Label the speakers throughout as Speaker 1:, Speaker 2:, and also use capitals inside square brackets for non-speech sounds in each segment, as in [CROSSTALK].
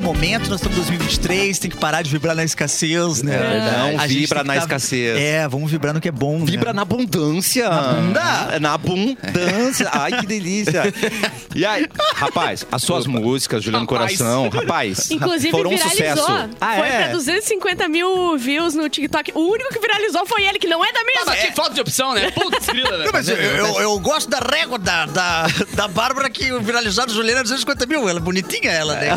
Speaker 1: momento, nós estamos em 2023, tem que parar de vibrar na escassez, né?
Speaker 2: É verdade.
Speaker 1: A
Speaker 2: Não
Speaker 1: gente
Speaker 2: vibra
Speaker 1: tem que
Speaker 2: na escassez.
Speaker 1: É, vamos vibrar no que é bom,
Speaker 2: Vibra
Speaker 1: né?
Speaker 2: na abundância. É. Na
Speaker 1: bunda.
Speaker 2: abundância. Ai, que delícia. E aí, rapaz, as suas músicas, Juliano
Speaker 3: Rapaz.
Speaker 2: Coração, rapaz,
Speaker 4: Inclusive,
Speaker 2: foram um
Speaker 4: viralizou.
Speaker 2: sucesso. Ah,
Speaker 4: foi pra
Speaker 2: é?
Speaker 4: 250 mil views no TikTok. O único que viralizou foi ele, que não é da
Speaker 3: Ah,
Speaker 4: mesa.
Speaker 3: mas que falta de opção, né? Putz, grila, né?
Speaker 1: Não, mas eu, eu- eu gosto da régua da, da, [LAUGHS] da Bárbara que viralizou no Juliana 250 mil. Ela é bonitinha, ela, né?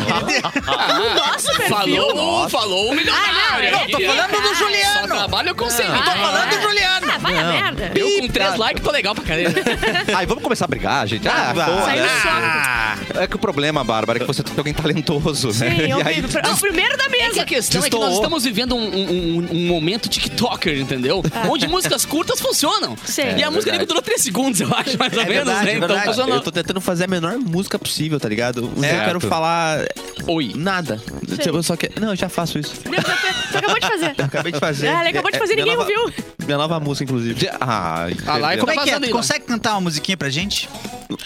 Speaker 3: Ah,
Speaker 4: nosso perfil.
Speaker 3: falou, falou o milionário.
Speaker 4: Ah, não,
Speaker 1: tô falando do Juliano.
Speaker 3: é Só trabalho com 100 mil.
Speaker 1: Tô falando do Juliano.
Speaker 4: Ah, vai a merda.
Speaker 3: Ah. Eu com 3 likes tô legal pra [LAUGHS] caramba.
Speaker 2: Ai, vamos começar a brigar, gente. Ah,
Speaker 1: vai.
Speaker 4: Saiu
Speaker 2: foda.
Speaker 1: Ah,
Speaker 2: É que o problema, Bárbara, é que você tem alguém talentoso, né?
Speaker 4: Sim,
Speaker 2: [LAUGHS] E
Speaker 4: eu
Speaker 2: aí,
Speaker 4: vivo. É o primeiro da
Speaker 3: É que
Speaker 4: mesa.
Speaker 3: a questão é que
Speaker 2: Destoou.
Speaker 3: nós estamos vivendo um, um- um- um momento TikToker, entendeu? Onde músicas curtas funcionam.
Speaker 4: Sim.
Speaker 3: E a
Speaker 4: É
Speaker 3: música nem
Speaker 5: verdade.
Speaker 3: durou 3 segundos, eu acho, mais ou menos,
Speaker 5: É verdade,
Speaker 3: né?
Speaker 5: é
Speaker 3: Então
Speaker 5: verdade.
Speaker 3: funcionou.
Speaker 5: Eu tô tentando fazer a menor música possível, tá ligado? Um dia eu
Speaker 2: Certo.
Speaker 5: quero falar
Speaker 3: Oi.
Speaker 5: nada.
Speaker 2: Tipo,
Speaker 5: Eu só quero... Não, eu já faço isso.
Speaker 4: Deus, eu- tu acabou de fazer.
Speaker 5: Acabei de fazer.
Speaker 4: Ah, ele acabou
Speaker 2: É,
Speaker 4: de fazer,
Speaker 5: minha
Speaker 4: ninguém
Speaker 5: nova-
Speaker 4: ouviu.
Speaker 5: Minha nova música, inclusive.
Speaker 2: Ah,
Speaker 3: Ah, lá é
Speaker 2: entendeu?
Speaker 1: Como é que é?
Speaker 3: Vazando
Speaker 1: Tu
Speaker 3: aí,
Speaker 1: consegue cantar uma musiquinha pra gente?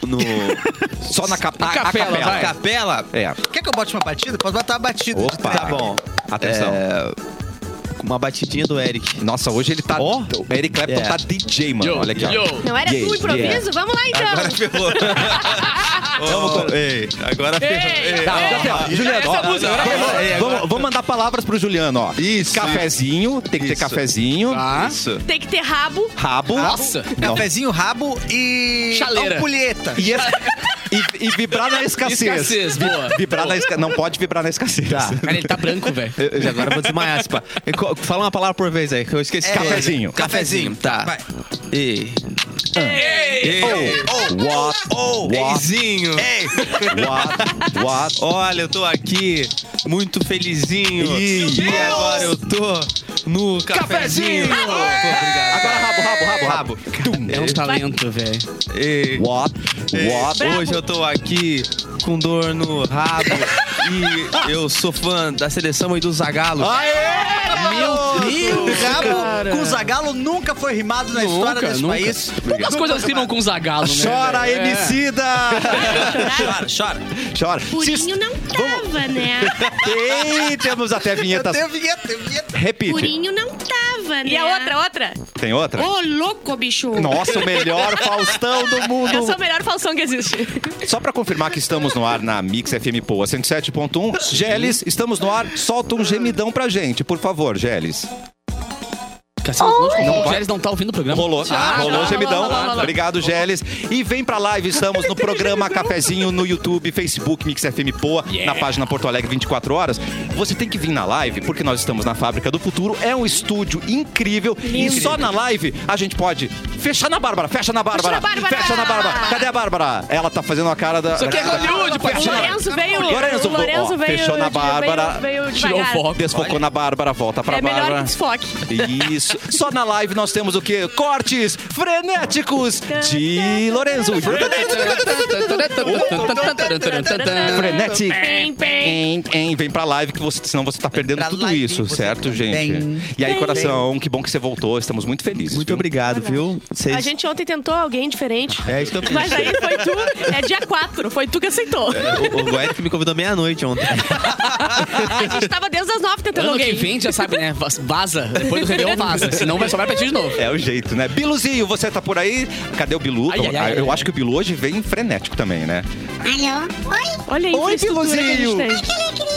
Speaker 5: No...
Speaker 2: [LAUGHS] Só na capa- a- a
Speaker 3: capela,
Speaker 2: capela.
Speaker 3: vai.
Speaker 5: A capela...
Speaker 2: É.
Speaker 1: Quer que eu bote uma batida? Pode botar uma batida.
Speaker 2: Opa.
Speaker 5: Tá bom.
Speaker 2: Atenção.
Speaker 5: É, com Uma batidinha do Eric.
Speaker 2: Nossa, hoje ele tá.
Speaker 5: Ó.
Speaker 2: O Eric Clapton
Speaker 5: É.
Speaker 2: tá DJ, mano.
Speaker 3: Yo,
Speaker 2: Olha aqui, ó. [LAUGHS]
Speaker 3: yo.
Speaker 4: Não era
Speaker 2: Yeah,
Speaker 4: tu o improviso?
Speaker 2: yeah.
Speaker 4: Vamos lá, então.
Speaker 5: ferrou. Vamos, ei, agora
Speaker 2: [LAUGHS]
Speaker 3: Ei, tá,
Speaker 5: ferrou. Ei,
Speaker 3: já ferrou.
Speaker 5: ó,
Speaker 3: Juliano,
Speaker 5: essa
Speaker 3: ó,
Speaker 5: música,
Speaker 3: não,
Speaker 5: agora
Speaker 3: não,
Speaker 5: ferrou.
Speaker 2: Ei, agora- Vamos, vamos mandar palavras pro Juliano, ó.
Speaker 5: Isso.
Speaker 2: Cafezinho, tem que ter
Speaker 5: Isso.
Speaker 2: cafezinho.
Speaker 3: Tá.
Speaker 5: Isso.
Speaker 4: Tem que ter rabo.
Speaker 2: Rabo.
Speaker 3: Nossa.
Speaker 2: Não.
Speaker 1: Cafezinho, rabo e...
Speaker 3: Chaleira.
Speaker 1: Ampulheta.
Speaker 2: E, es- e- e vibrar na escassez.
Speaker 3: Escassez, boa.
Speaker 2: Vibrar na esca... Não pode vibrar na escassez.
Speaker 5: Tá.
Speaker 3: Cara, ele tá branco, velho.
Speaker 5: Eu- eu já agora vou desmaiar, se pá. E co- Fala uma palavra por vez aí, que eu esqueci.
Speaker 1: É,
Speaker 2: Cafezinho.
Speaker 5: Cafezinho, tá.
Speaker 1: Vai.
Speaker 5: E. E.
Speaker 1: Oh,
Speaker 2: What?
Speaker 1: oh,
Speaker 2: What?
Speaker 5: Eizinho.
Speaker 1: ei.
Speaker 2: What? What?
Speaker 5: Olha, eu tô aqui muito felizinho.
Speaker 2: Ih.
Speaker 5: E agora eu tô no
Speaker 3: Cafezinho.
Speaker 5: cafezinho. Pô, obrigado.
Speaker 2: Agora rabo, rabo, rabo, rabo.
Speaker 5: Rabo.
Speaker 3: É um talento, velho.
Speaker 5: E.
Speaker 2: What? What?
Speaker 4: Brabo.
Speaker 5: Hoje eu tô aqui com dor no rabo e eu sou fã da seleção e do Zagalo.
Speaker 3: Meu
Speaker 1: E o
Speaker 3: Deus,
Speaker 1: rabo
Speaker 3: cara.
Speaker 1: com o Zagalo nunca foi rimado na história desse
Speaker 3: nunca. [LAUGHS]
Speaker 1: país.
Speaker 3: Poucas coisas rimam com zagalo, né?
Speaker 2: Chora,
Speaker 3: velho? É.
Speaker 2: Emicida!
Speaker 5: [LAUGHS]
Speaker 1: Chora, chora.
Speaker 2: Chora.
Speaker 4: Purinho não tava, né?
Speaker 2: Tem, temos até
Speaker 1: Eu
Speaker 2: vinhetas.
Speaker 1: tenho vinheta, tenho vinheta.
Speaker 2: Repite.
Speaker 6: Purinho não tava, né?
Speaker 4: E a outra, outra?
Speaker 2: Tem outra?
Speaker 6: Ô, louco, bicho.
Speaker 2: Nossa, o melhor Faustão do
Speaker 4: Eu sou
Speaker 2: mundo.
Speaker 4: o é melhor falsão que existe.
Speaker 2: Só pra confirmar que estamos no ar na Mix FM Poa 107.1. Geles, estamos no ar. Solta um gemidão pra gente, por favor, Geles.
Speaker 3: Cassiano, não, o Gélis não tá ouvindo o programa.
Speaker 2: Rolou,
Speaker 3: Ah,
Speaker 2: rolou
Speaker 3: não,
Speaker 2: o gemidão.
Speaker 3: não, não, não, não.
Speaker 2: Obrigado, Geles. E vem pra live, estamos no programa Cafezinho no YouTube, Facebook, Mix FM Poa,
Speaker 3: Yeah.
Speaker 2: na página Porto Alegre 24 horas. Você tem que vir na live, porque nós estamos na Fábrica do Futuro. É um estúdio incrível. E só na live a gente pode fechar na Bárbara, fecha na Bárbara,
Speaker 4: na Bárbara.
Speaker 2: fecha na Bárbara. Cadê a Bárbara? Ela tá fazendo a cara da.
Speaker 3: Isso aqui é Hollywood,
Speaker 4: O
Speaker 3: parceiro.
Speaker 4: Lourenço veio.
Speaker 2: Lorenzo,
Speaker 4: o Lourenço
Speaker 2: ó,
Speaker 4: veio.
Speaker 2: fechou na
Speaker 4: de-
Speaker 2: Bárbara,
Speaker 4: Veio, veio
Speaker 3: tirou
Speaker 4: devagar.
Speaker 3: o foco.
Speaker 2: Desfocou na Bárbara, volta pra
Speaker 4: É melhor que
Speaker 2: Bárbara.
Speaker 4: desfoque.
Speaker 2: Isso. Só na live nós temos o quê? Cortes frenéticos de Lorenzo. Frenetic.
Speaker 4: Pem, pem.
Speaker 2: Hein, hein, vem pra live, que você, senão você tá perdendo
Speaker 1: Pra
Speaker 2: tudo
Speaker 1: live,
Speaker 2: isso,
Speaker 1: você
Speaker 2: certo,
Speaker 1: também.
Speaker 2: gente? E aí,
Speaker 4: Bem.
Speaker 2: coração, que bom que você voltou. Estamos muito felizes.
Speaker 5: Muito
Speaker 2: viu?
Speaker 5: obrigado, viu? Vocês-
Speaker 4: A gente ontem tentou alguém diferente.
Speaker 5: É isso que eu fiz.
Speaker 4: Mas aí foi tu, é dia 4, foi tu que aceitou.
Speaker 5: O, o Eric me convidou meia-noite
Speaker 4: [LAUGHS]
Speaker 5: ontem.
Speaker 4: A gente tava desde as 9 tentando
Speaker 3: Ano que
Speaker 4: alguém.
Speaker 3: vem, já sabe, né? Vas- Vaza. Depois do Réveillon, vaza. Senão vai sobrar pra ti de novo.
Speaker 2: É o jeito, né? Biluzinho, você tá por aí? Cadê o Bilu?
Speaker 3: Ai, ai, ai,
Speaker 2: eu
Speaker 3: ai.
Speaker 2: acho que o Bilu hoje vem frenético também, né?
Speaker 6: Alô? Oi,
Speaker 4: Olha aí,
Speaker 2: Oi,
Speaker 4: infraestrutura que a gente
Speaker 2: Piluzinho.
Speaker 4: tem.
Speaker 6: que alegria.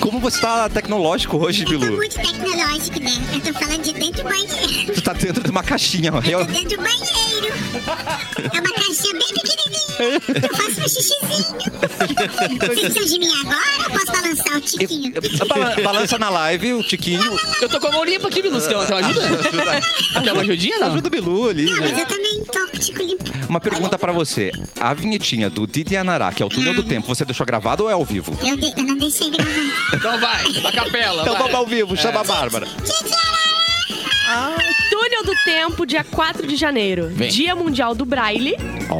Speaker 2: Como você tá tecnológico hoje,
Speaker 6: Eu tô
Speaker 2: Bilu?
Speaker 6: muito tecnológico, né? Eu tô falando de dentro do banheiro.
Speaker 2: Tu tá dentro de uma caixinha.
Speaker 6: Tô
Speaker 2: Eu,
Speaker 6: [LAUGHS] dentro do banheiro. É uma caixinha bem pequenininha. Eu faço um xixizinho. Vocês precisam de mim agora ou posso balançar o tiquinho?
Speaker 2: Bala- Balança na live, o Tiquinho.
Speaker 3: Eu tô com a mão limpa aqui, Bilu. Você quer uma quer uma Ah, ajuda? né? Quer uma ajudinha, não?
Speaker 2: Ajuda o Bilu ali,
Speaker 6: Não, mas
Speaker 2: gente.
Speaker 6: eu também tô com o tico limpo.
Speaker 2: Uma pergunta pra você. A vinhetinha do Didi Anará, que é o túnel do tempo, você deixou gravado ou é ao vivo?
Speaker 6: Eu, de- eu não deixei gravar.
Speaker 3: Então vai, a capela.
Speaker 2: Então
Speaker 3: vai.
Speaker 2: vamos ao vivo, chama a Bárbara.
Speaker 6: Gente, era-
Speaker 4: Túnel do tempo, dia 4 de janeiro.
Speaker 3: Vem.
Speaker 4: Dia Mundial do Braille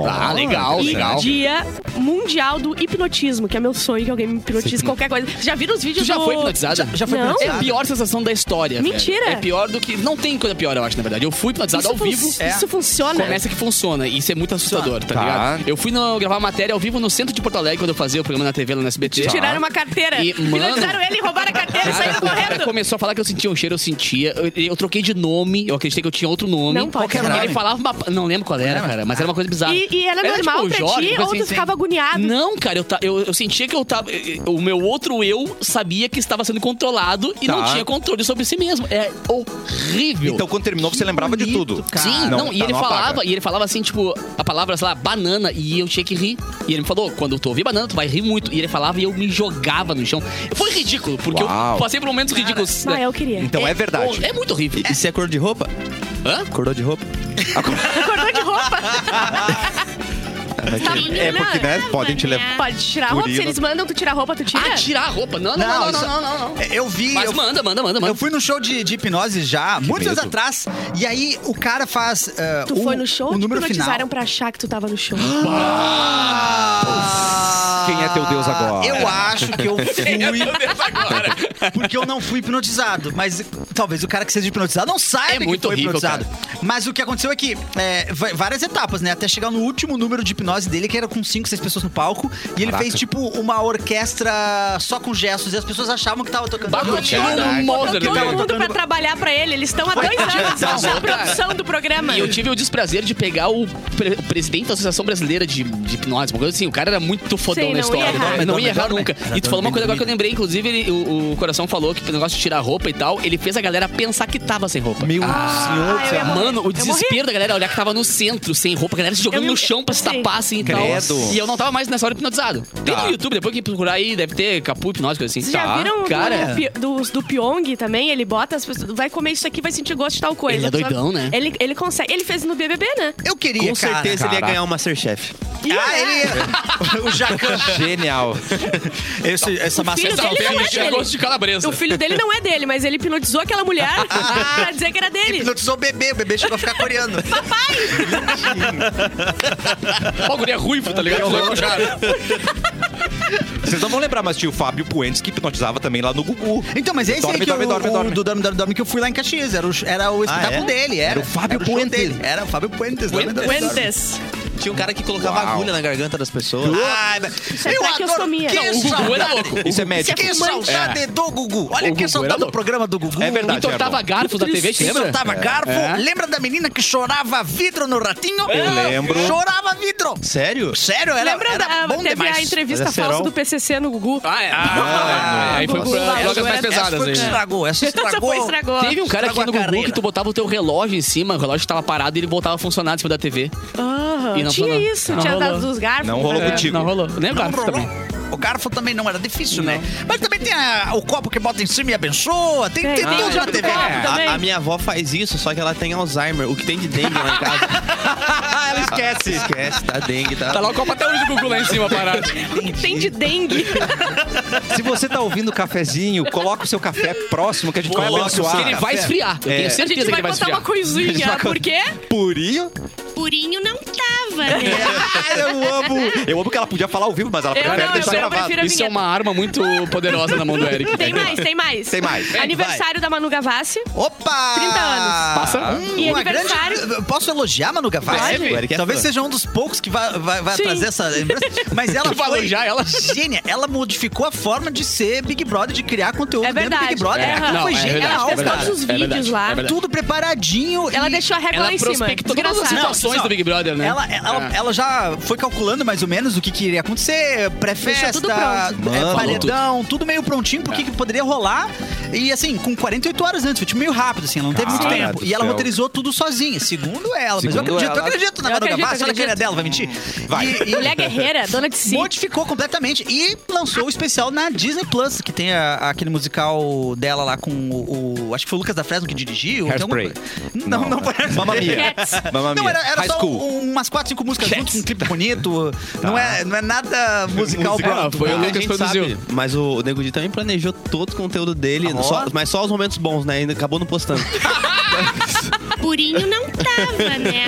Speaker 3: Ah, legal,
Speaker 4: e
Speaker 3: legal.
Speaker 4: Dia Mundial do Hipnotismo, que é meu sonho que alguém me hipnotize qualquer coisa. Já viram os
Speaker 3: Tu
Speaker 4: vídeos
Speaker 3: já
Speaker 4: do...
Speaker 3: foi hipnotizada?
Speaker 1: Já- já foi
Speaker 4: Não?
Speaker 3: É a pior sensação da história. velho.
Speaker 4: Mentira.
Speaker 3: É pior do que. Não tem coisa pior, eu acho, na verdade. Eu fui hipnotizado
Speaker 4: Isso
Speaker 3: ao
Speaker 4: fun-
Speaker 3: vivo. é,
Speaker 4: Isso funciona?
Speaker 3: Começa que funciona. e Isso é muito assustador, tá,
Speaker 2: Tá.
Speaker 3: ligado? Eu fui no- gravar matéria ao vivo no centro de Porto Alegre, quando eu fazia o programa na TV lá no SBT.
Speaker 4: Tiraram uma carteira.
Speaker 3: E, mano-
Speaker 4: Hipnotizaram É, ele, roubaram a carteira e saíram
Speaker 3: O cara
Speaker 4: correndo.
Speaker 3: começou a falar que eu sentia um cheiro, eu sentia. Eu, eu troquei de nome, eu acreditei que eu tinha outro nome.
Speaker 4: Não
Speaker 3: E
Speaker 4: pode. Qual que era o
Speaker 3: ele falava uma. Não lembro qual era, cara, mas era uma coisa bizarra.
Speaker 4: E, e era normal
Speaker 3: tipo,
Speaker 4: pra
Speaker 3: Jorge,
Speaker 4: ti
Speaker 3: coisa
Speaker 4: ou tu
Speaker 3: assim.
Speaker 4: ficava agoniado?
Speaker 3: Não, cara, eu, ta- eu, eu sentia que eu tava. eh, O meu outro eu sabia que estava sendo controlado e não
Speaker 2: Tá.
Speaker 3: tinha controle sobre si mesmo. É horrível.
Speaker 2: Então, quando terminou, você lembrava de tudo.
Speaker 3: Sim, não, e
Speaker 2: tá,
Speaker 3: ele
Speaker 2: apaga.
Speaker 3: falava, e ele falava assim, tipo, a palavra, sei lá, banana, e eu tinha que rir. E ele me falou, quando tu ouvir banana, tu vai rir muito. E ele falava e eu me jogava no chão. Foi ridículo, porque
Speaker 2: Uau.
Speaker 3: eu passei por momentos ridículos.
Speaker 4: Ah,
Speaker 3: né?
Speaker 4: eu queria.
Speaker 2: Então é, verdade.
Speaker 3: hor- É muito horrível.
Speaker 5: E se é cor de roupa?
Speaker 3: Hã?
Speaker 5: Cordou de roupa?
Speaker 4: Acordou de
Speaker 3: [LAUGHS]
Speaker 4: roupa. Tá-
Speaker 2: É porque, né,
Speaker 4: Não,
Speaker 2: podem te levar-
Speaker 4: Pode tirar a roupa. Se
Speaker 2: Curilo.
Speaker 4: eles mandam, tu tirar a roupa, tu tira.
Speaker 3: Ah, tirar a roupa. Não, não,
Speaker 1: Não,
Speaker 3: não, não,
Speaker 1: isso-
Speaker 3: não, não, não, não.
Speaker 1: É, Eu vi.
Speaker 3: Mas
Speaker 1: eu-
Speaker 3: manda, manda, manda,
Speaker 1: Eu
Speaker 3: manda.
Speaker 1: fui no show de, de hipnose já, muitos anos atrás, e aí o cara faz. eh,
Speaker 4: Tu
Speaker 1: o-
Speaker 4: foi no show,
Speaker 1: O
Speaker 4: te
Speaker 1: número
Speaker 4: hipnotizaram
Speaker 1: final.
Speaker 4: pra achar que tu tava no
Speaker 3: [GASPS]
Speaker 4: show.
Speaker 1: Ah,
Speaker 2: Quem é teu Deus agora? [LAUGHS] é
Speaker 1: Eu acho que eu fui. porque eu não fui hipnotizado. Mas talvez o cara que seja hipnotizado não saiba
Speaker 3: É
Speaker 1: que
Speaker 3: muito
Speaker 1: foi
Speaker 3: horrível,
Speaker 1: hipnotizado. Mas o que aconteceu é que é, va- várias etapas, né? Até chegar no último número de hipnose dele, que era com 5, 6 pessoas no palco. E ele
Speaker 2: Caraca.
Speaker 1: fez tipo uma orquestra só com gestos. E as pessoas achavam que tava tocando.
Speaker 3: Bagulho
Speaker 1: Tocando-
Speaker 3: no Mozart,
Speaker 1: que
Speaker 4: Todo
Speaker 1: tava
Speaker 3: né?
Speaker 4: mundo
Speaker 1: tocando-
Speaker 4: pra trabalhar pra ele. Eles estão há dois anos
Speaker 3: Não, cara.
Speaker 4: na produção do programa.
Speaker 3: E eu tive o desprazer de pegar o, pre- o presidente da Associação Brasileira de, de Hipnose, uma coisa assim. O cara era muito fodão
Speaker 4: Sim,
Speaker 3: na
Speaker 4: não
Speaker 3: história.
Speaker 4: ia errar.
Speaker 3: né? não ia errar
Speaker 1: Dorme,
Speaker 3: nunca.
Speaker 1: dorme.
Speaker 3: E tu falou uma coisa agora que eu
Speaker 1: Dorme.
Speaker 3: lembrei, inclusive, ele- o, o Coração falou que o negócio de tirar roupa e tal, ele fez a galera pensar que tava sem roupa.
Speaker 2: Meu
Speaker 4: Ah,
Speaker 2: senhor,
Speaker 4: eu ia morrer.
Speaker 3: Mano, o
Speaker 4: Eu morri.
Speaker 3: desespero da galera é olhar que tava no centro, sem roupa, a galera se jogando
Speaker 4: Eu não-
Speaker 3: no chão pra se
Speaker 4: Sim.
Speaker 3: tapar assim e tal.
Speaker 2: Credo. Tá.
Speaker 3: E eu não tava mais nessa hora hipnotizado. Tem no YouTube, depois que procurar aí, deve ter capu hipnose, coisa assim.
Speaker 4: Vocês já
Speaker 3: Tá.
Speaker 4: viram o
Speaker 3: Cara,
Speaker 4: do, Pi- dos do Pyong também? Ele bota as pessoas. Vai comer isso aqui, vai sentir gosto de tal coisa.
Speaker 3: Ele é doidão, né?
Speaker 4: Ele, ele consegue. Ele fez no BBB, né?
Speaker 1: Eu queria,
Speaker 5: Com
Speaker 1: cara.
Speaker 5: certeza ele ia ganhar o [LAUGHS] Masterchef.
Speaker 1: Ah, ele ia. o Jacan.
Speaker 5: [LAUGHS]
Speaker 2: Genial.
Speaker 1: Esse- essa
Speaker 4: filho
Speaker 3: Tá,
Speaker 1: maçã
Speaker 4: dele não é
Speaker 3: tinha
Speaker 4: dele.
Speaker 3: gosto de calabresa.
Speaker 4: O filho dele não é dele, mas ele hipnotizou aquela mulher pra dizer que era dele.
Speaker 1: hipnotizou o bebê, o bebê chegou a ficar coreano.
Speaker 3: O guri é ruivo, tá ligado?
Speaker 2: Vocês não vão lembrar, mas tinha o Fábio Puentes que hipnotizava também lá no Gugu.
Speaker 1: [LAUGHS] Então, mas esse
Speaker 2: Dorme,
Speaker 1: aí que
Speaker 2: dorme,
Speaker 1: eu,
Speaker 2: dorme,
Speaker 1: o,
Speaker 2: dorme.
Speaker 1: do Dorme, Dorme, Dorme que eu fui lá em Caxias. Era o, era o espetáculo
Speaker 5: é?
Speaker 1: dele. Era,
Speaker 2: Era o Fábio
Speaker 1: era show
Speaker 2: Puentes.
Speaker 1: dele, Era o Fábio Puentes. Dorme, Dorme, Dorme.
Speaker 4: Fuentes.
Speaker 5: Tinha um cara que colocava
Speaker 2: Uau.
Speaker 5: agulha na garganta das pessoas.
Speaker 1: Ai, mas-
Speaker 4: é
Speaker 1: eu adoro.
Speaker 4: traqueostomia.
Speaker 1: Que
Speaker 4: Não,
Speaker 3: O Gugu era
Speaker 1: saudade.
Speaker 3: louco.
Speaker 2: Isso
Speaker 1: Que [LAUGHS]
Speaker 2: é médico.
Speaker 4: tipo
Speaker 1: saudade do Gugu. Olha que
Speaker 3: Gugu era
Speaker 1: saudade do
Speaker 3: louco.
Speaker 1: programa do Gugu.
Speaker 2: É verdade.
Speaker 3: Entortava
Speaker 2: era
Speaker 3: Então garfo da TV, te
Speaker 1: Sim,
Speaker 3: lembra?
Speaker 1: soltava garfo.
Speaker 3: É.
Speaker 1: Lembra da menina que chorava vidro no ratinho? Ah,
Speaker 2: Eu lembro.
Speaker 1: Chorava vidro.
Speaker 5: Sério?
Speaker 1: Sério, era,
Speaker 4: Lembra
Speaker 1: era
Speaker 4: da,
Speaker 1: bom
Speaker 4: teve
Speaker 1: demais.
Speaker 4: a entrevista
Speaker 5: Mas é
Speaker 4: falsa
Speaker 5: cerol.
Speaker 4: do PCC no Gugu?
Speaker 3: Ah, é. Ah, Aí foi por
Speaker 4: Nossa.
Speaker 3: drogas mais
Speaker 1: Essa
Speaker 3: pesadas
Speaker 1: foi que
Speaker 3: aí.
Speaker 1: estragou. Essa
Speaker 4: Essa
Speaker 1: estragou.
Speaker 4: foi estragou.
Speaker 3: Teve um cara aqui
Speaker 1: Estragou
Speaker 3: no
Speaker 1: a
Speaker 3: Google que
Speaker 1: carreira.
Speaker 3: tu botava o teu relógio em cima, o relógio tava parado e ele voltava a funcionar em cima da TV.
Speaker 4: Aham.
Speaker 3: E não
Speaker 4: Tinha
Speaker 3: rolou.
Speaker 4: isso,
Speaker 3: Não
Speaker 4: tinha
Speaker 3: rolou.
Speaker 4: dado dos garfos.
Speaker 2: Não rolou
Speaker 4: É.
Speaker 2: contigo.
Speaker 3: Não rolou. Nem
Speaker 1: Não
Speaker 3: garfo
Speaker 1: rolou.
Speaker 3: também.
Speaker 1: O garfo também não era difícil, né? Mas também tem a- o copo que bota em cima e abençoa. Tem que ter
Speaker 4: Tem, tem
Speaker 1: tudo
Speaker 4: já
Speaker 1: na
Speaker 4: do
Speaker 1: TV.
Speaker 4: copo
Speaker 1: É.
Speaker 4: também.
Speaker 5: A, a minha avó faz isso, só que ela tem Alzheimer. O que tem de dengue lá em casa?
Speaker 2: [LAUGHS] Ela esquece.
Speaker 5: Esquece, tá dengue, tá.
Speaker 3: Tá lá o copo até hoje do Gugu lá em cima [LAUGHS] parado.
Speaker 4: O que [LAUGHS] tem
Speaker 3: [LAUGHS]
Speaker 4: de dengue?
Speaker 2: Se você tá ouvindo o cafezinho, coloca o seu café próximo que a gente vai
Speaker 1: Coloca o seu
Speaker 2: abençoar.
Speaker 3: Ele vai
Speaker 2: É.
Speaker 3: esfriar. Eu tenho
Speaker 4: A gente
Speaker 3: certeza que
Speaker 4: vai
Speaker 3: ele vai
Speaker 4: botar uma
Speaker 3: esfriar.
Speaker 4: coisinha.
Speaker 2: Vai co-
Speaker 4: Por quê?
Speaker 1: [LAUGHS]
Speaker 2: Purinho?
Speaker 4: Purinho não tava,
Speaker 6: [LAUGHS]
Speaker 4: né?
Speaker 2: Ah, eu amo. Eu amo que ela podia falar ao vivo, mas ela
Speaker 4: Eu
Speaker 2: prefere
Speaker 4: não, eu
Speaker 2: deixar
Speaker 4: pre-
Speaker 2: gravado.
Speaker 4: prefiro a
Speaker 3: Isso é
Speaker 4: vinheta.
Speaker 3: uma arma muito poderosa na mão do Eric.
Speaker 4: Tem mais, tem mais.
Speaker 2: Tem mais. Vem,
Speaker 4: Aniversário da Manu Gavassi.
Speaker 1: Opa! Hum,
Speaker 4: 30 anos.
Speaker 3: Passa.
Speaker 4: E
Speaker 1: uma
Speaker 4: aniversário?
Speaker 1: grande- Posso elogiar Manu Gavassi?
Speaker 5: Deve. O Eric é
Speaker 1: Talvez
Speaker 5: fã.
Speaker 1: seja um dos poucos que vai, vai- vai
Speaker 4: Sim.
Speaker 1: trazer essa lembrança. Mas ela
Speaker 3: [LAUGHS] Tu vai
Speaker 1: foi
Speaker 3: elogiar ela?
Speaker 1: gênia. Ela modificou a forma de ser Big Brother, de criar conteúdo
Speaker 4: É
Speaker 1: dentro do
Speaker 4: verdade.
Speaker 1: Big Brother.
Speaker 4: É,
Speaker 1: Ela
Speaker 4: não,
Speaker 1: foi
Speaker 3: é
Speaker 1: genial,
Speaker 3: verdade,
Speaker 4: Ela fez
Speaker 1: cara.
Speaker 4: todos os
Speaker 3: É verdade,
Speaker 4: vídeos
Speaker 3: é
Speaker 4: lá.
Speaker 3: verdade.
Speaker 1: Tudo preparadinho.
Speaker 4: Ela
Speaker 1: e-
Speaker 4: deixou a regra
Speaker 3: Ela
Speaker 4: lá em cima.
Speaker 3: prospectou todas as
Speaker 4: Engraçado.
Speaker 3: situações
Speaker 1: Não,
Speaker 3: do Big Brother, né?
Speaker 1: Ela, ela,
Speaker 3: É.
Speaker 1: ela já foi calculando mais ou menos o que, que iria acontecer, pré-festa,
Speaker 4: Deixou tudo pronto.
Speaker 1: é,
Speaker 5: Mano.
Speaker 1: paredão, tudo meio prontinho, porque que poderia rolar. E assim, com 48 horas antes, foi tipo meio rápido, assim, ela não teve muito
Speaker 2: Cara
Speaker 1: tempo.
Speaker 2: do
Speaker 1: E ela
Speaker 2: céu.
Speaker 1: roteirizou tudo sozinha, segundo ela. mas eu
Speaker 5: Segundo
Speaker 1: acredito, eu
Speaker 5: ela.
Speaker 1: acredito na
Speaker 4: Eu
Speaker 1: Manu
Speaker 4: acredito,
Speaker 1: Gavassi, ela
Speaker 4: acredito.
Speaker 1: queria dela, vai mentir? Vai. E,
Speaker 4: Mulher guerreira, dona de si.
Speaker 1: Modificou completamente e lançou o especial na Disney Plus, que tem a- aquele musical dela lá com o, o- Acho que foi o Lucas da Fresno que dirigiu. tem alguma
Speaker 2: Hairspray.
Speaker 1: coisa. Não, não, foi Hairspray.
Speaker 2: Mamma Mia.
Speaker 4: Cats.
Speaker 2: Mamma
Speaker 1: Não,
Speaker 2: Mia.
Speaker 1: era, era
Speaker 2: High
Speaker 1: só
Speaker 2: School.
Speaker 1: um- umas quatro, cinco músicas junto, um clipe bonito. Não, é, não é nada musical.
Speaker 2: Musical.
Speaker 1: pronto.
Speaker 3: Ah, foi o
Speaker 5: Porque a
Speaker 3: Lucas
Speaker 5: gente
Speaker 3: produziu.
Speaker 5: sabe, mas o Nego Di também planejou todo o conteúdo dele,
Speaker 1: Ó. [LAUGHS]
Speaker 5: só- mas só os momentos bons, né? Ainda acabou não postando.
Speaker 7: Purinho não tava,
Speaker 1: [LAUGHS]
Speaker 7: né?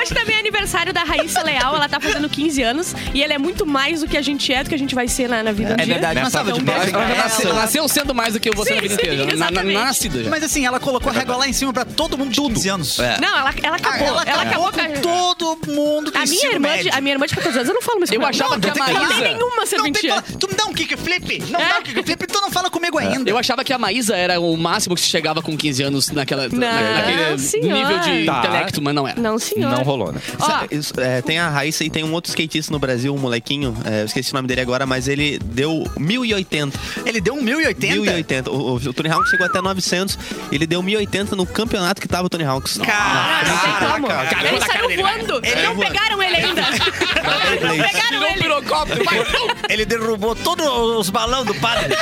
Speaker 4: Hoje também é aniversário da Raíssa Leal, ela tá fazendo 15 anos e ela é muito mais do que a gente é, do que a gente vai ser na, na vida um
Speaker 1: É
Speaker 4: dia.
Speaker 1: verdade,
Speaker 2: Nessa
Speaker 1: mas tava de
Speaker 2: tão
Speaker 1: baixo.
Speaker 2: básica,
Speaker 1: pra
Speaker 2: ela-
Speaker 1: ela.
Speaker 3: Nasceu, nasceu sendo mais do que eu vou ser na vida
Speaker 4: Sim, sim,
Speaker 3: inteira. Na, na,
Speaker 4: exatamente.
Speaker 3: nascida já.
Speaker 1: Mas assim, ela colocou a régua lá em cima pra todo mundo de 15 anos.
Speaker 3: É.
Speaker 4: Não, ela,
Speaker 1: Ah,
Speaker 4: ela acabou. Ela, acabou com a...
Speaker 1: todo mundo do
Speaker 4: A minha,
Speaker 1: ensino
Speaker 4: irmã de,
Speaker 1: médio.
Speaker 4: a minha irmã de 14 anos, eu não falo mais com
Speaker 3: Eu
Speaker 4: ela.
Speaker 3: achava
Speaker 4: Não,
Speaker 3: que a
Speaker 4: tem- Não
Speaker 3: Maísa-
Speaker 4: tem nenhuma
Speaker 1: Não tem que
Speaker 4: serventia.
Speaker 1: falar, tu me dá um kickflip? Não
Speaker 4: É.
Speaker 1: dá um kickflip, tu não fala comigo ainda.
Speaker 3: Eu achava que a Maísa era o máximo que se chegava com 15 anos naquela, naquele
Speaker 4: senhor.
Speaker 3: nível de
Speaker 2: Tá.
Speaker 3: intelecto, mas não é. era.
Speaker 4: Não, senhor.
Speaker 2: Não rolou, né?
Speaker 4: Ó,
Speaker 5: Sa- isso, é, tem a Raíssa e tem um outro skatista no Brasil, um molequinho. é, eu esqueci o nome dele agora, mas ele deu 1080.
Speaker 1: Ele deu um 1080.
Speaker 5: 1080. O, o- o Tony Hawk chegou até 900. Ele deu 1080 no campeonato que tava o Tony Hawks.
Speaker 1: Cara,
Speaker 4: não tem como.
Speaker 1: Caraca,
Speaker 4: ele
Speaker 1: na Ah, cara
Speaker 4: saiu
Speaker 1: dele,
Speaker 4: voando.
Speaker 5: Ele
Speaker 4: não
Speaker 5: voando.
Speaker 4: pegaram ele ainda. não pegaram ele.
Speaker 3: pirocóptero, vai,
Speaker 1: Ele derrubou todos os balões do padre.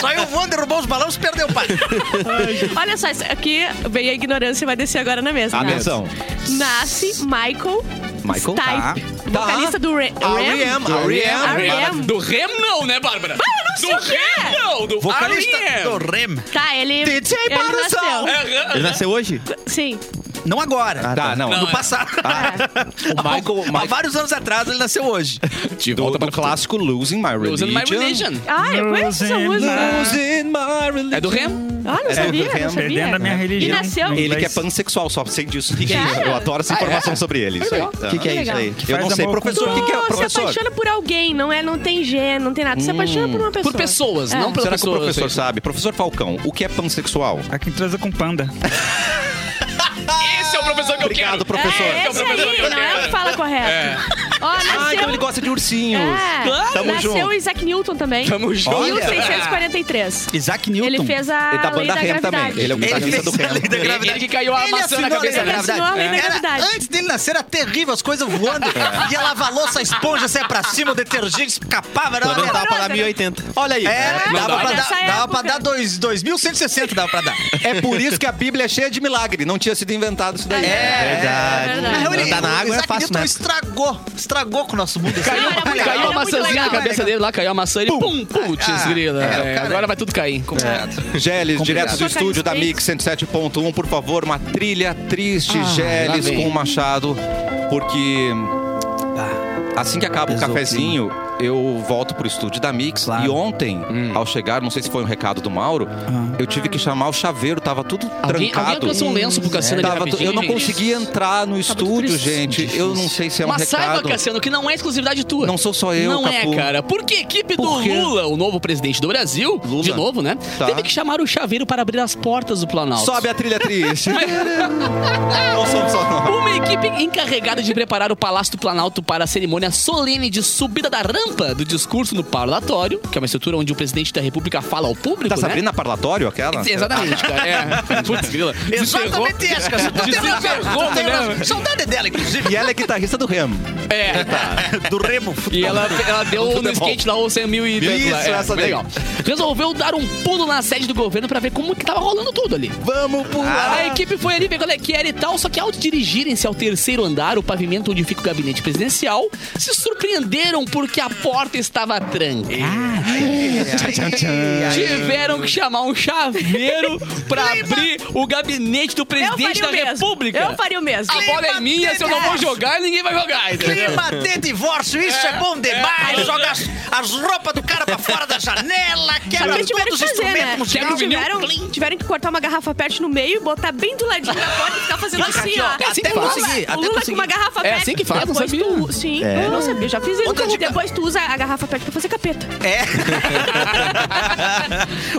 Speaker 1: Saiu voando, derrubou os balões, perdeu o padre.
Speaker 4: [LAUGHS] Olha só, isso aqui veio a ignorância e vai descer agora na mesa.
Speaker 2: Atenção.
Speaker 4: Nasce Michael
Speaker 2: Michael, tá.
Speaker 4: Stipe, vocalista do Re- Ram.
Speaker 5: R.E.M., R.E.M.
Speaker 4: R.E.M.
Speaker 3: Do Rem não, né, Bárbara?
Speaker 4: Ah, sei o
Speaker 3: do
Speaker 4: que é.
Speaker 3: Rem não, do
Speaker 1: Vocalista
Speaker 3: R.E.M..
Speaker 1: do Rem.
Speaker 4: Tá, ele.
Speaker 1: DJ
Speaker 4: ele
Speaker 1: para o
Speaker 4: nasceu.
Speaker 1: sol.
Speaker 3: É, Rem.
Speaker 5: [LAUGHS] Ele nasceu hoje?
Speaker 4: Sim.
Speaker 1: Não agora.
Speaker 2: Tá,
Speaker 5: Ah, tá.
Speaker 2: não.
Speaker 3: Não,
Speaker 1: No
Speaker 3: é.
Speaker 1: passado.
Speaker 4: Ah,
Speaker 2: O
Speaker 1: Há,
Speaker 2: Michael-
Speaker 1: pouco-
Speaker 2: o Michael-
Speaker 1: há vários anos atrás, ele nasceu hoje.
Speaker 3: De
Speaker 2: Do,
Speaker 3: volta
Speaker 2: do
Speaker 3: para o
Speaker 2: clássico Losing My Religion.
Speaker 3: Losing My Religion.
Speaker 4: Ah, eu conheço essa música.
Speaker 2: Losing My Religion.
Speaker 3: É do Rem?
Speaker 4: Ah, não sabia, não sabia.
Speaker 8: Perdendo a minha
Speaker 4: E
Speaker 8: religião.
Speaker 4: nasceu.
Speaker 2: Ele que é pansexual, só sei disso. Eu adoro essa informação sobre ele. Isso aí.
Speaker 5: O que, que é isso
Speaker 4: Legal.
Speaker 5: aí?
Speaker 2: Eu não
Speaker 8: Faz
Speaker 2: sei,
Speaker 8: amor
Speaker 2: professor, o
Speaker 4: Tu
Speaker 2: que, que é,
Speaker 4: se
Speaker 2: professor?
Speaker 4: apaixona por alguém, não é? Não tem gênero, não tem nada. Tu se apaixona por uma
Speaker 2: Hum.
Speaker 4: pessoa.
Speaker 3: Por pessoas,
Speaker 4: É.
Speaker 3: não por
Speaker 2: Será que o
Speaker 3: pessoas.
Speaker 2: professor sabe? Professor Falcão, o que é pansexual?
Speaker 8: A quem transa com panda.
Speaker 3: Esse é o professor que eu
Speaker 2: Obrigado,
Speaker 3: quero.
Speaker 2: professor.
Speaker 4: É, esse aí, não é o que fala correto. Ó, nasceu...
Speaker 2: Ah, então ele gosta de ursinhos.
Speaker 4: É,
Speaker 2: Tamo
Speaker 4: nasceu
Speaker 2: junto.
Speaker 4: o Isaac Newton também.
Speaker 3: Tamo junto.
Speaker 4: Em 1643.
Speaker 1: Isaac Newton.
Speaker 4: Ele fez a
Speaker 2: Ele da
Speaker 4: lei da
Speaker 2: banda Rem
Speaker 4: gravidade.
Speaker 2: também. Ele é o
Speaker 1: Ele
Speaker 2: guitarrista
Speaker 1: fez
Speaker 2: do
Speaker 1: a lei da
Speaker 2: Rem.
Speaker 1: gravidade.
Speaker 3: Ele é que caiu a
Speaker 1: Ele
Speaker 3: maçã na
Speaker 1: assinou a lei
Speaker 3: cabeça
Speaker 1: da
Speaker 3: dele.
Speaker 4: assinou a lei da
Speaker 1: É. Era-
Speaker 4: gravidade.
Speaker 1: antes dele nascer era terrível, as coisas voando.
Speaker 3: É.
Speaker 1: Ia lavar louça, esponja, saia pra cima, o detergente escapava. Era
Speaker 5: Pelo
Speaker 1: uma
Speaker 5: menos tava pra
Speaker 1: merda.
Speaker 5: lá 1080.
Speaker 2: Olha aí.
Speaker 1: É, dava,
Speaker 4: dá.
Speaker 1: pra
Speaker 4: Nessa
Speaker 1: dar, dava pra
Speaker 4: época.
Speaker 1: dar dois- 2.160, dava pra dar.
Speaker 2: É por isso que a Bíblia é cheia de milagre. Não tinha sido inventado
Speaker 1: É.
Speaker 2: isso daí.
Speaker 5: Verdade.
Speaker 4: verdade.
Speaker 1: real,
Speaker 5: Andar na
Speaker 1: o
Speaker 5: água era
Speaker 1: Isaac
Speaker 5: fácil,
Speaker 1: Newton
Speaker 5: né?
Speaker 1: estragou, estragou com o nosso mundo.
Speaker 4: Não, era muito
Speaker 3: é Caiu
Speaker 4: legal,
Speaker 3: uma
Speaker 4: era muito
Speaker 3: maçãzinha na
Speaker 4: legal.
Speaker 3: cabeça dele lá, caiu a maçã e pum, putz,
Speaker 1: Ah,
Speaker 3: grila.
Speaker 1: é, o
Speaker 3: É,
Speaker 1: cara-
Speaker 3: agora vai tudo cair.
Speaker 2: tá [LAUGHS] Geles, direto do
Speaker 4: Só caiu
Speaker 2: estúdio da
Speaker 4: três.
Speaker 2: Mix 107.1, por favor, uma trilha triste, Geles
Speaker 3: lá vem.
Speaker 2: com o Machado, porque assim que acaba o
Speaker 5: pesou o
Speaker 2: cafezinho, eu volto pro estúdio da Mix. E ontem, ao chegar, não sei se foi um recado do Mauro, eu tive que chamar o chaveiro, tava tudo
Speaker 3: Alguém, alguém
Speaker 2: trancado. Hum.
Speaker 3: trouxe um lenço pro Cassiano ali
Speaker 2: Tava tu-
Speaker 3: rapidinho,
Speaker 2: eu não
Speaker 3: gente?
Speaker 2: conseguia entrar no estúdio, gente. Eu não sei se é um
Speaker 3: Mas saiba,
Speaker 2: recado.
Speaker 3: Cassiano, que não é exclusividade tua.
Speaker 2: Não sou só eu,
Speaker 3: Não
Speaker 2: Capu.
Speaker 3: é, cara. Porque a equipe do
Speaker 2: Por quê?
Speaker 3: Lula, o novo presidente do Brasil,
Speaker 2: Lula?
Speaker 3: de novo, né?
Speaker 2: Tá.
Speaker 3: Teve que chamar o chaveiro para abrir as portas do Planalto.
Speaker 2: Sobe a trilha
Speaker 3: [LAUGHS]
Speaker 2: triste. não somos só nós.
Speaker 3: Uma equipe encarregada de preparar o Palácio do Planalto para a cerimônia solene de subida da rampa do discurso no parlatório, que é uma estrutura onde o presidente da República fala ao público,
Speaker 2: Da
Speaker 3: né?
Speaker 2: Sabrina Parlatório, aquela?
Speaker 3: Exatamente,
Speaker 2: [LAUGHS]
Speaker 3: cara. É. Putz, grila.
Speaker 1: Exatamente essa, cara.
Speaker 3: tá
Speaker 1: Tu tem razão,
Speaker 3: Desenterrou,
Speaker 1: tu tem
Speaker 3: né?
Speaker 1: razão. Saudade dela, inclusive.
Speaker 2: E ela é guitarrista do [LAUGHS] Remo.
Speaker 3: É.
Speaker 2: [LAUGHS]
Speaker 1: Do Remo.
Speaker 3: E ela, ela deu no
Speaker 2: Futebol.
Speaker 3: skate lá o 100 mil e tanto lá.
Speaker 2: Isso,
Speaker 3: É,
Speaker 2: essa
Speaker 3: bem
Speaker 2: daí.
Speaker 3: legal. Resolveu dar um pulo na sede do governo pra ver como que tava rolando tudo ali.
Speaker 2: Vamos pular.
Speaker 3: A equipe foi ali ver qual é que era e tal, só que ao dirigirem-se ao terceiro andar, o pavimento onde fica o gabinete presidencial, se surpreenderam porque a porta estava trancada. Tiveram que chamar um chaveiro pra abrir o gabinete do
Speaker 4: Eu
Speaker 3: presidente
Speaker 4: faria
Speaker 3: da
Speaker 4: o mesmo.
Speaker 3: república.
Speaker 4: Eu faria o mesmo.
Speaker 3: A bola é minha, se eu não vou jogar, ninguém vai jogar, entendeu?
Speaker 1: Clima de divórcio, isso é, bom demais. Joga as, as roupas do cara pra fora da janela,
Speaker 4: Só
Speaker 1: quebra
Speaker 4: que tiveram
Speaker 1: todos
Speaker 4: que
Speaker 1: os
Speaker 4: fazer, né?
Speaker 1: instrumentos musicais.
Speaker 3: Quebra o vinil,
Speaker 4: Tiveram, tiveram que cortar uma garrafa pet no meio e botar bem do ladinho da porta e ficar fazendo
Speaker 1: Fica
Speaker 4: assim,
Speaker 1: aqui,
Speaker 4: ó.
Speaker 1: ó.
Speaker 4: Até
Speaker 3: assim que
Speaker 4: o Lula-
Speaker 3: faz.
Speaker 1: Consegui,
Speaker 4: O
Speaker 1: até
Speaker 4: Lula com
Speaker 1: consegui.
Speaker 4: uma garrafa
Speaker 3: É
Speaker 4: pet.
Speaker 3: assim que faz, não
Speaker 4: depois
Speaker 3: sabia.
Speaker 4: tu- Sim, eu não sabia, já fiz isso.
Speaker 1: Outra dica.
Speaker 4: Depois tu usa a garrafa pet pra fazer capeta.
Speaker 1: É.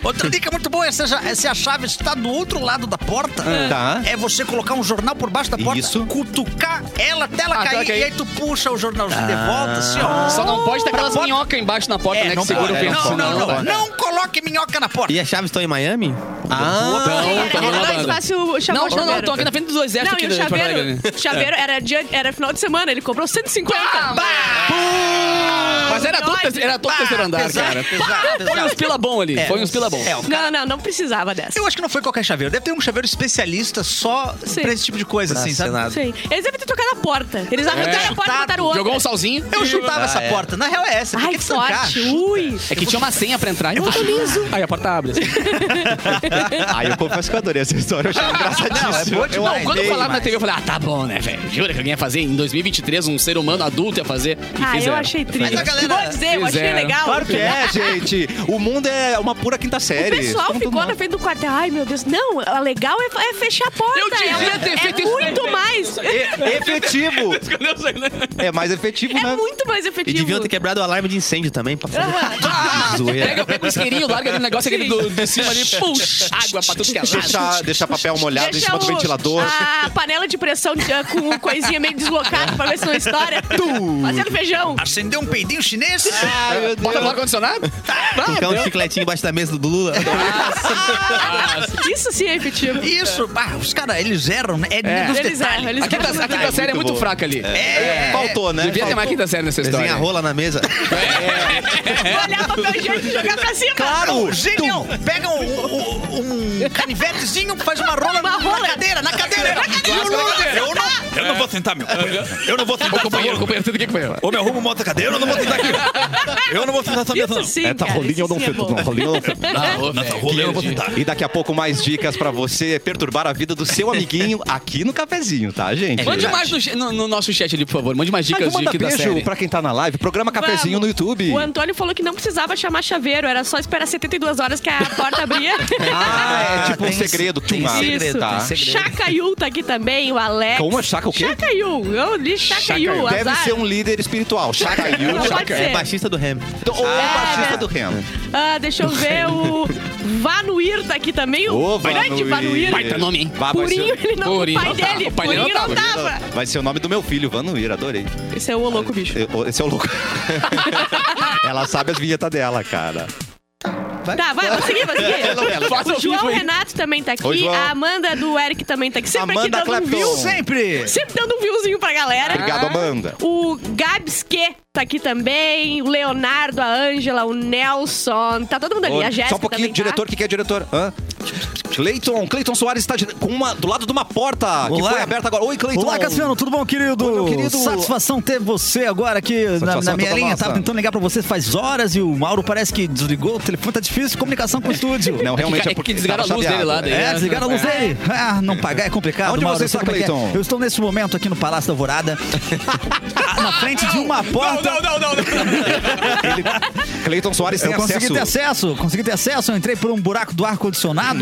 Speaker 1: Outra dica muito boa é se a, se a chave está do outro lado da porta,
Speaker 2: Tá.
Speaker 1: é você colocar um jornal por baixo da porta,
Speaker 2: Isso.
Speaker 1: cutucar ela até ela
Speaker 3: Até ela
Speaker 1: cair,
Speaker 3: cair.
Speaker 1: e aí tu puxa o jornalzinho de volta, assim, ó.
Speaker 3: Só não pode ter aquelas
Speaker 1: porta-
Speaker 3: minhocas embaixo na porta,
Speaker 1: É,
Speaker 3: né?
Speaker 1: não
Speaker 3: que segura o
Speaker 2: pode.
Speaker 3: vento,
Speaker 1: não,
Speaker 3: senão-
Speaker 1: não, não, não,
Speaker 2: vai.
Speaker 1: coloque minhoca na porta.
Speaker 5: E é as chaves estão em Miami?
Speaker 2: Ah,
Speaker 3: Então,
Speaker 4: Era
Speaker 3: tamo na
Speaker 4: mais
Speaker 3: banda.
Speaker 4: fácil o
Speaker 3: Não,
Speaker 4: chamar
Speaker 3: não,
Speaker 4: o
Speaker 3: não,
Speaker 4: chaveiro.
Speaker 3: tô aqui na frente dos exércitos
Speaker 4: Não,
Speaker 3: aqui
Speaker 4: e o
Speaker 3: da- de Porto
Speaker 4: chaveiro,
Speaker 3: Alegre.
Speaker 4: chaveiro era, dia, era final de semana, ele comprou 150.
Speaker 3: Ah,
Speaker 4: Bah!
Speaker 2: mas
Speaker 3: Mas era todo,
Speaker 4: Dói.
Speaker 3: terceiro- era todo terceiro andar, cara. Põe uns pila bom ali.
Speaker 1: Ah, É.
Speaker 3: Põe uns pila bom.
Speaker 1: É, o
Speaker 4: Não, não, não precisava dessa.
Speaker 1: Eu acho que não foi qualquer chaveiro. Deve ter um chaveiro especialista só
Speaker 4: Sim.
Speaker 1: pra esse tipo de coisa, assim, sabe?
Speaker 5: Cenário.
Speaker 4: Sim. Eles devem ter trocado a porta. Eles arrancaram a porta e
Speaker 1: Chutado.
Speaker 4: botaram outra.
Speaker 3: Jogou um salzinho.
Speaker 1: Eu chutava
Speaker 5: Ah,
Speaker 1: essa
Speaker 5: é.
Speaker 1: porta. Na real é essa. Tem
Speaker 4: Ai,
Speaker 1: que trancar.
Speaker 4: forte. um. Ui.
Speaker 3: É que tinha uma senha pra entrar. Eu liso. Aí a porta abre. assim.
Speaker 2: Aí Ah, eu confesso que eu adorei essa história. Eu achei engraçadíssimo.
Speaker 1: Não, é boa
Speaker 2: eu
Speaker 1: demais.
Speaker 2: amei.
Speaker 3: Quando eu falava na
Speaker 1: demais.
Speaker 3: TV, eu falei, ah, tá bom, né, velho? Jura que alguém ia fazer em 2023 um ser humano adulto ia fazer? E
Speaker 4: Ah, eu
Speaker 3: fizeram. [LAUGHS]
Speaker 4: achei triste.
Speaker 1: Mas a galera-
Speaker 4: Vou dizer, eu achei
Speaker 3: Fizeram.
Speaker 4: legal.
Speaker 2: Claro que é, gente. O mundo é uma pura quinta
Speaker 4: O
Speaker 2: série.
Speaker 4: pessoal
Speaker 2: Todo mundo
Speaker 4: ficou
Speaker 2: mal.
Speaker 4: na frente do quarto. Ai, meu Deus. Não, a legal é, é fechar a porta.
Speaker 3: Eu devia
Speaker 4: é,
Speaker 3: ter feito
Speaker 4: é
Speaker 3: isso
Speaker 4: muito
Speaker 3: daí.
Speaker 4: mais.
Speaker 2: E- efetivo.
Speaker 3: né?
Speaker 2: É mais efetivo,
Speaker 4: É
Speaker 2: né?
Speaker 4: muito mais
Speaker 5: E
Speaker 4: efetivo.
Speaker 5: deviam ter quebrado o alarme de incêndio também, pra fazer [LAUGHS]
Speaker 3: Ah,
Speaker 5: zoeira.
Speaker 3: pega, pega o isqueirinho, larga aquele negócio aquele do, de cima ali, pum, água pra tudo que é lado.
Speaker 2: Deixar, deixar papel molhado em
Speaker 4: Deixa
Speaker 2: cima do
Speaker 4: o-
Speaker 2: ventilador.
Speaker 4: A panela de pressão ah, com coisinha meio deslocada pra ver se não estoura. Fazendo feijão.
Speaker 1: Acendeu um peidinho chinês?
Speaker 2: Ai, meu
Speaker 3: Bota no
Speaker 2: Deus.
Speaker 3: ar-condicionado? Ah,
Speaker 5: Colocar um
Speaker 3: deu.
Speaker 5: chicletinho embaixo da mesa do Lula.
Speaker 4: Isso sim é efetivo.
Speaker 1: Isso. Ah, os caras, eles erram, né? É, nos
Speaker 4: Eles
Speaker 1: detalhes.
Speaker 4: erram, eles
Speaker 3: A quinta,
Speaker 4: erram.
Speaker 3: a quinta série é
Speaker 2: muito
Speaker 3: muito
Speaker 2: bom.
Speaker 3: fraca ali.
Speaker 1: É.
Speaker 2: Faltou, né?
Speaker 3: Devia ter mais
Speaker 2: Faltou.
Speaker 3: quinta série nessa
Speaker 5: Desenha
Speaker 3: história.
Speaker 5: rola na mesa.
Speaker 4: Olhar papel higiênico e jogar pra cima.
Speaker 1: Claro! Genial! Pega um, um- um canivetezinho, faz uma rola
Speaker 4: Uma rola.
Speaker 1: na cadeira, na cadeira!
Speaker 8: Eu não, eu não vou tentar, meu. Eu não vou tentar.
Speaker 3: Ô, companheiro, companheiro, tudo que foi?
Speaker 8: Ou me arruma uma outra cadeira, eu não vou tentar aqui. Eu não vou tentar essa mesa,
Speaker 4: Isso
Speaker 8: não.
Speaker 4: sim,
Speaker 2: Essa
Speaker 4: cara,
Speaker 2: rolinha
Speaker 4: isso
Speaker 2: eu não
Speaker 4: sim é
Speaker 2: fito.
Speaker 4: bom.
Speaker 2: Não, rolinha eu não fito.
Speaker 8: Nessa rola eu não vou tentar.
Speaker 2: E daqui a pouco mais dicas pra você perturbar a vida do [LAUGHS] seu amiguinho aqui no cafezinho, tá, gente?
Speaker 3: Mande mais no, che- no- no nosso chat ali, por favor. Mande mais
Speaker 2: Ai,
Speaker 3: dicas
Speaker 2: vou
Speaker 3: de
Speaker 2: mandar
Speaker 3: quinta
Speaker 2: beijo
Speaker 3: série.
Speaker 2: pra quem tá na live. Programa Cafezinho
Speaker 4: Vamos.
Speaker 2: no YouTube.
Speaker 4: O Antônio falou que não precisava chamar chaveiro, era só esperar 72 horas
Speaker 2: [LAUGHS]
Speaker 4: que a porta abria.
Speaker 2: Ah, é tipo um
Speaker 1: tem-
Speaker 2: segredo.
Speaker 1: tem
Speaker 2: Tchum, ah,
Speaker 1: segredo,
Speaker 2: tá.
Speaker 1: tem segredo.
Speaker 4: Chacaiu tá aqui também, o Alex.
Speaker 2: Como é chaca o quê?
Speaker 4: Chacaiu, eu li Chacaiu, azar.
Speaker 2: Deve ser um líder espiritual. Chacaiu.
Speaker 4: Não pode
Speaker 2: Chaca-
Speaker 4: ser.
Speaker 5: É baixista do Ham.
Speaker 2: Ou baixista do Ren.
Speaker 4: Ah, deixa eu ver, o Vanuir tá aqui também, o
Speaker 2: Ô,
Speaker 4: grande Vanuir.
Speaker 3: Baita nome, hein?
Speaker 2: Vá, vai,
Speaker 4: Purinho,
Speaker 2: ser,
Speaker 4: ele não,
Speaker 3: Purinho
Speaker 4: o pai
Speaker 3: não tava,
Speaker 4: dele,
Speaker 3: o pai dele
Speaker 4: Purinho
Speaker 3: não
Speaker 4: não tava.
Speaker 2: vai ser o nome do meu filho, Vanuir. Adorei.
Speaker 4: Esse é o louco, bicho.
Speaker 2: Eu- Esse é o
Speaker 4: [LAUGHS]
Speaker 2: louco. Ela sabe as vinhetas dela, cara.
Speaker 4: Tá, vai, vou seguir,
Speaker 2: [LAUGHS]
Speaker 4: vou seguir.
Speaker 3: Faz ao
Speaker 4: O João
Speaker 3: vivo aí.
Speaker 4: Renato também tá aqui,
Speaker 2: Oi, João.
Speaker 4: a Amanda do Eric também tá aqui, sempre
Speaker 2: Amanda
Speaker 4: aqui dando um
Speaker 2: Clapton.
Speaker 4: view.
Speaker 1: Sempre!
Speaker 4: Sempre dando um viewzinho pra galera.
Speaker 2: Obrigado, Amanda.
Speaker 4: O Gabs Q tá aqui também, o Leonardo, a Ângela, o Nelson, tá todo mundo ali, a Jéssica
Speaker 2: Só um pouquinho,
Speaker 4: também tá.
Speaker 2: diretor, o que, que é diretor? Hã? Cleiton, Cleiton Soares está de- com uma, do lado de uma porta que
Speaker 1: Olá.
Speaker 2: foi aberta agora. Oi, Cleiton.
Speaker 1: Olá, Cassiano, tudo bom, querido?
Speaker 2: Oi, meu querido.
Speaker 1: Satisfação ter você agora aqui na,
Speaker 2: Satisfação
Speaker 1: na minha
Speaker 2: toda
Speaker 1: linha.
Speaker 2: nossa.
Speaker 1: Tava tentando ligar pra você faz horas e o Mauro parece que desligou o telefone. Tá difícil comunicação com o estúdio.
Speaker 2: Não, realmente
Speaker 3: que-
Speaker 2: é,
Speaker 3: é que
Speaker 2: porque
Speaker 3: desligaram
Speaker 2: tava
Speaker 3: a luz dele
Speaker 2: chaveado.
Speaker 3: lá, daí.
Speaker 1: É, desligaram a luz dele. Ah, não pagar é complicado.
Speaker 2: Onde
Speaker 1: Mauro,
Speaker 2: você
Speaker 1: eu sei
Speaker 2: está,
Speaker 1: como é que é.
Speaker 2: Cleiton?
Speaker 1: Eu estou nesse momento aqui no Palácio da [LAUGHS] Alvorada, na frente de uma porta.
Speaker 8: não, não, não.
Speaker 2: Ele- Cleiton Soares tem
Speaker 1: [LAUGHS] Eu consegui
Speaker 2: acesso.
Speaker 1: ter acesso, consegui ter acesso, eu entrei por um buraco do ar-condicionado.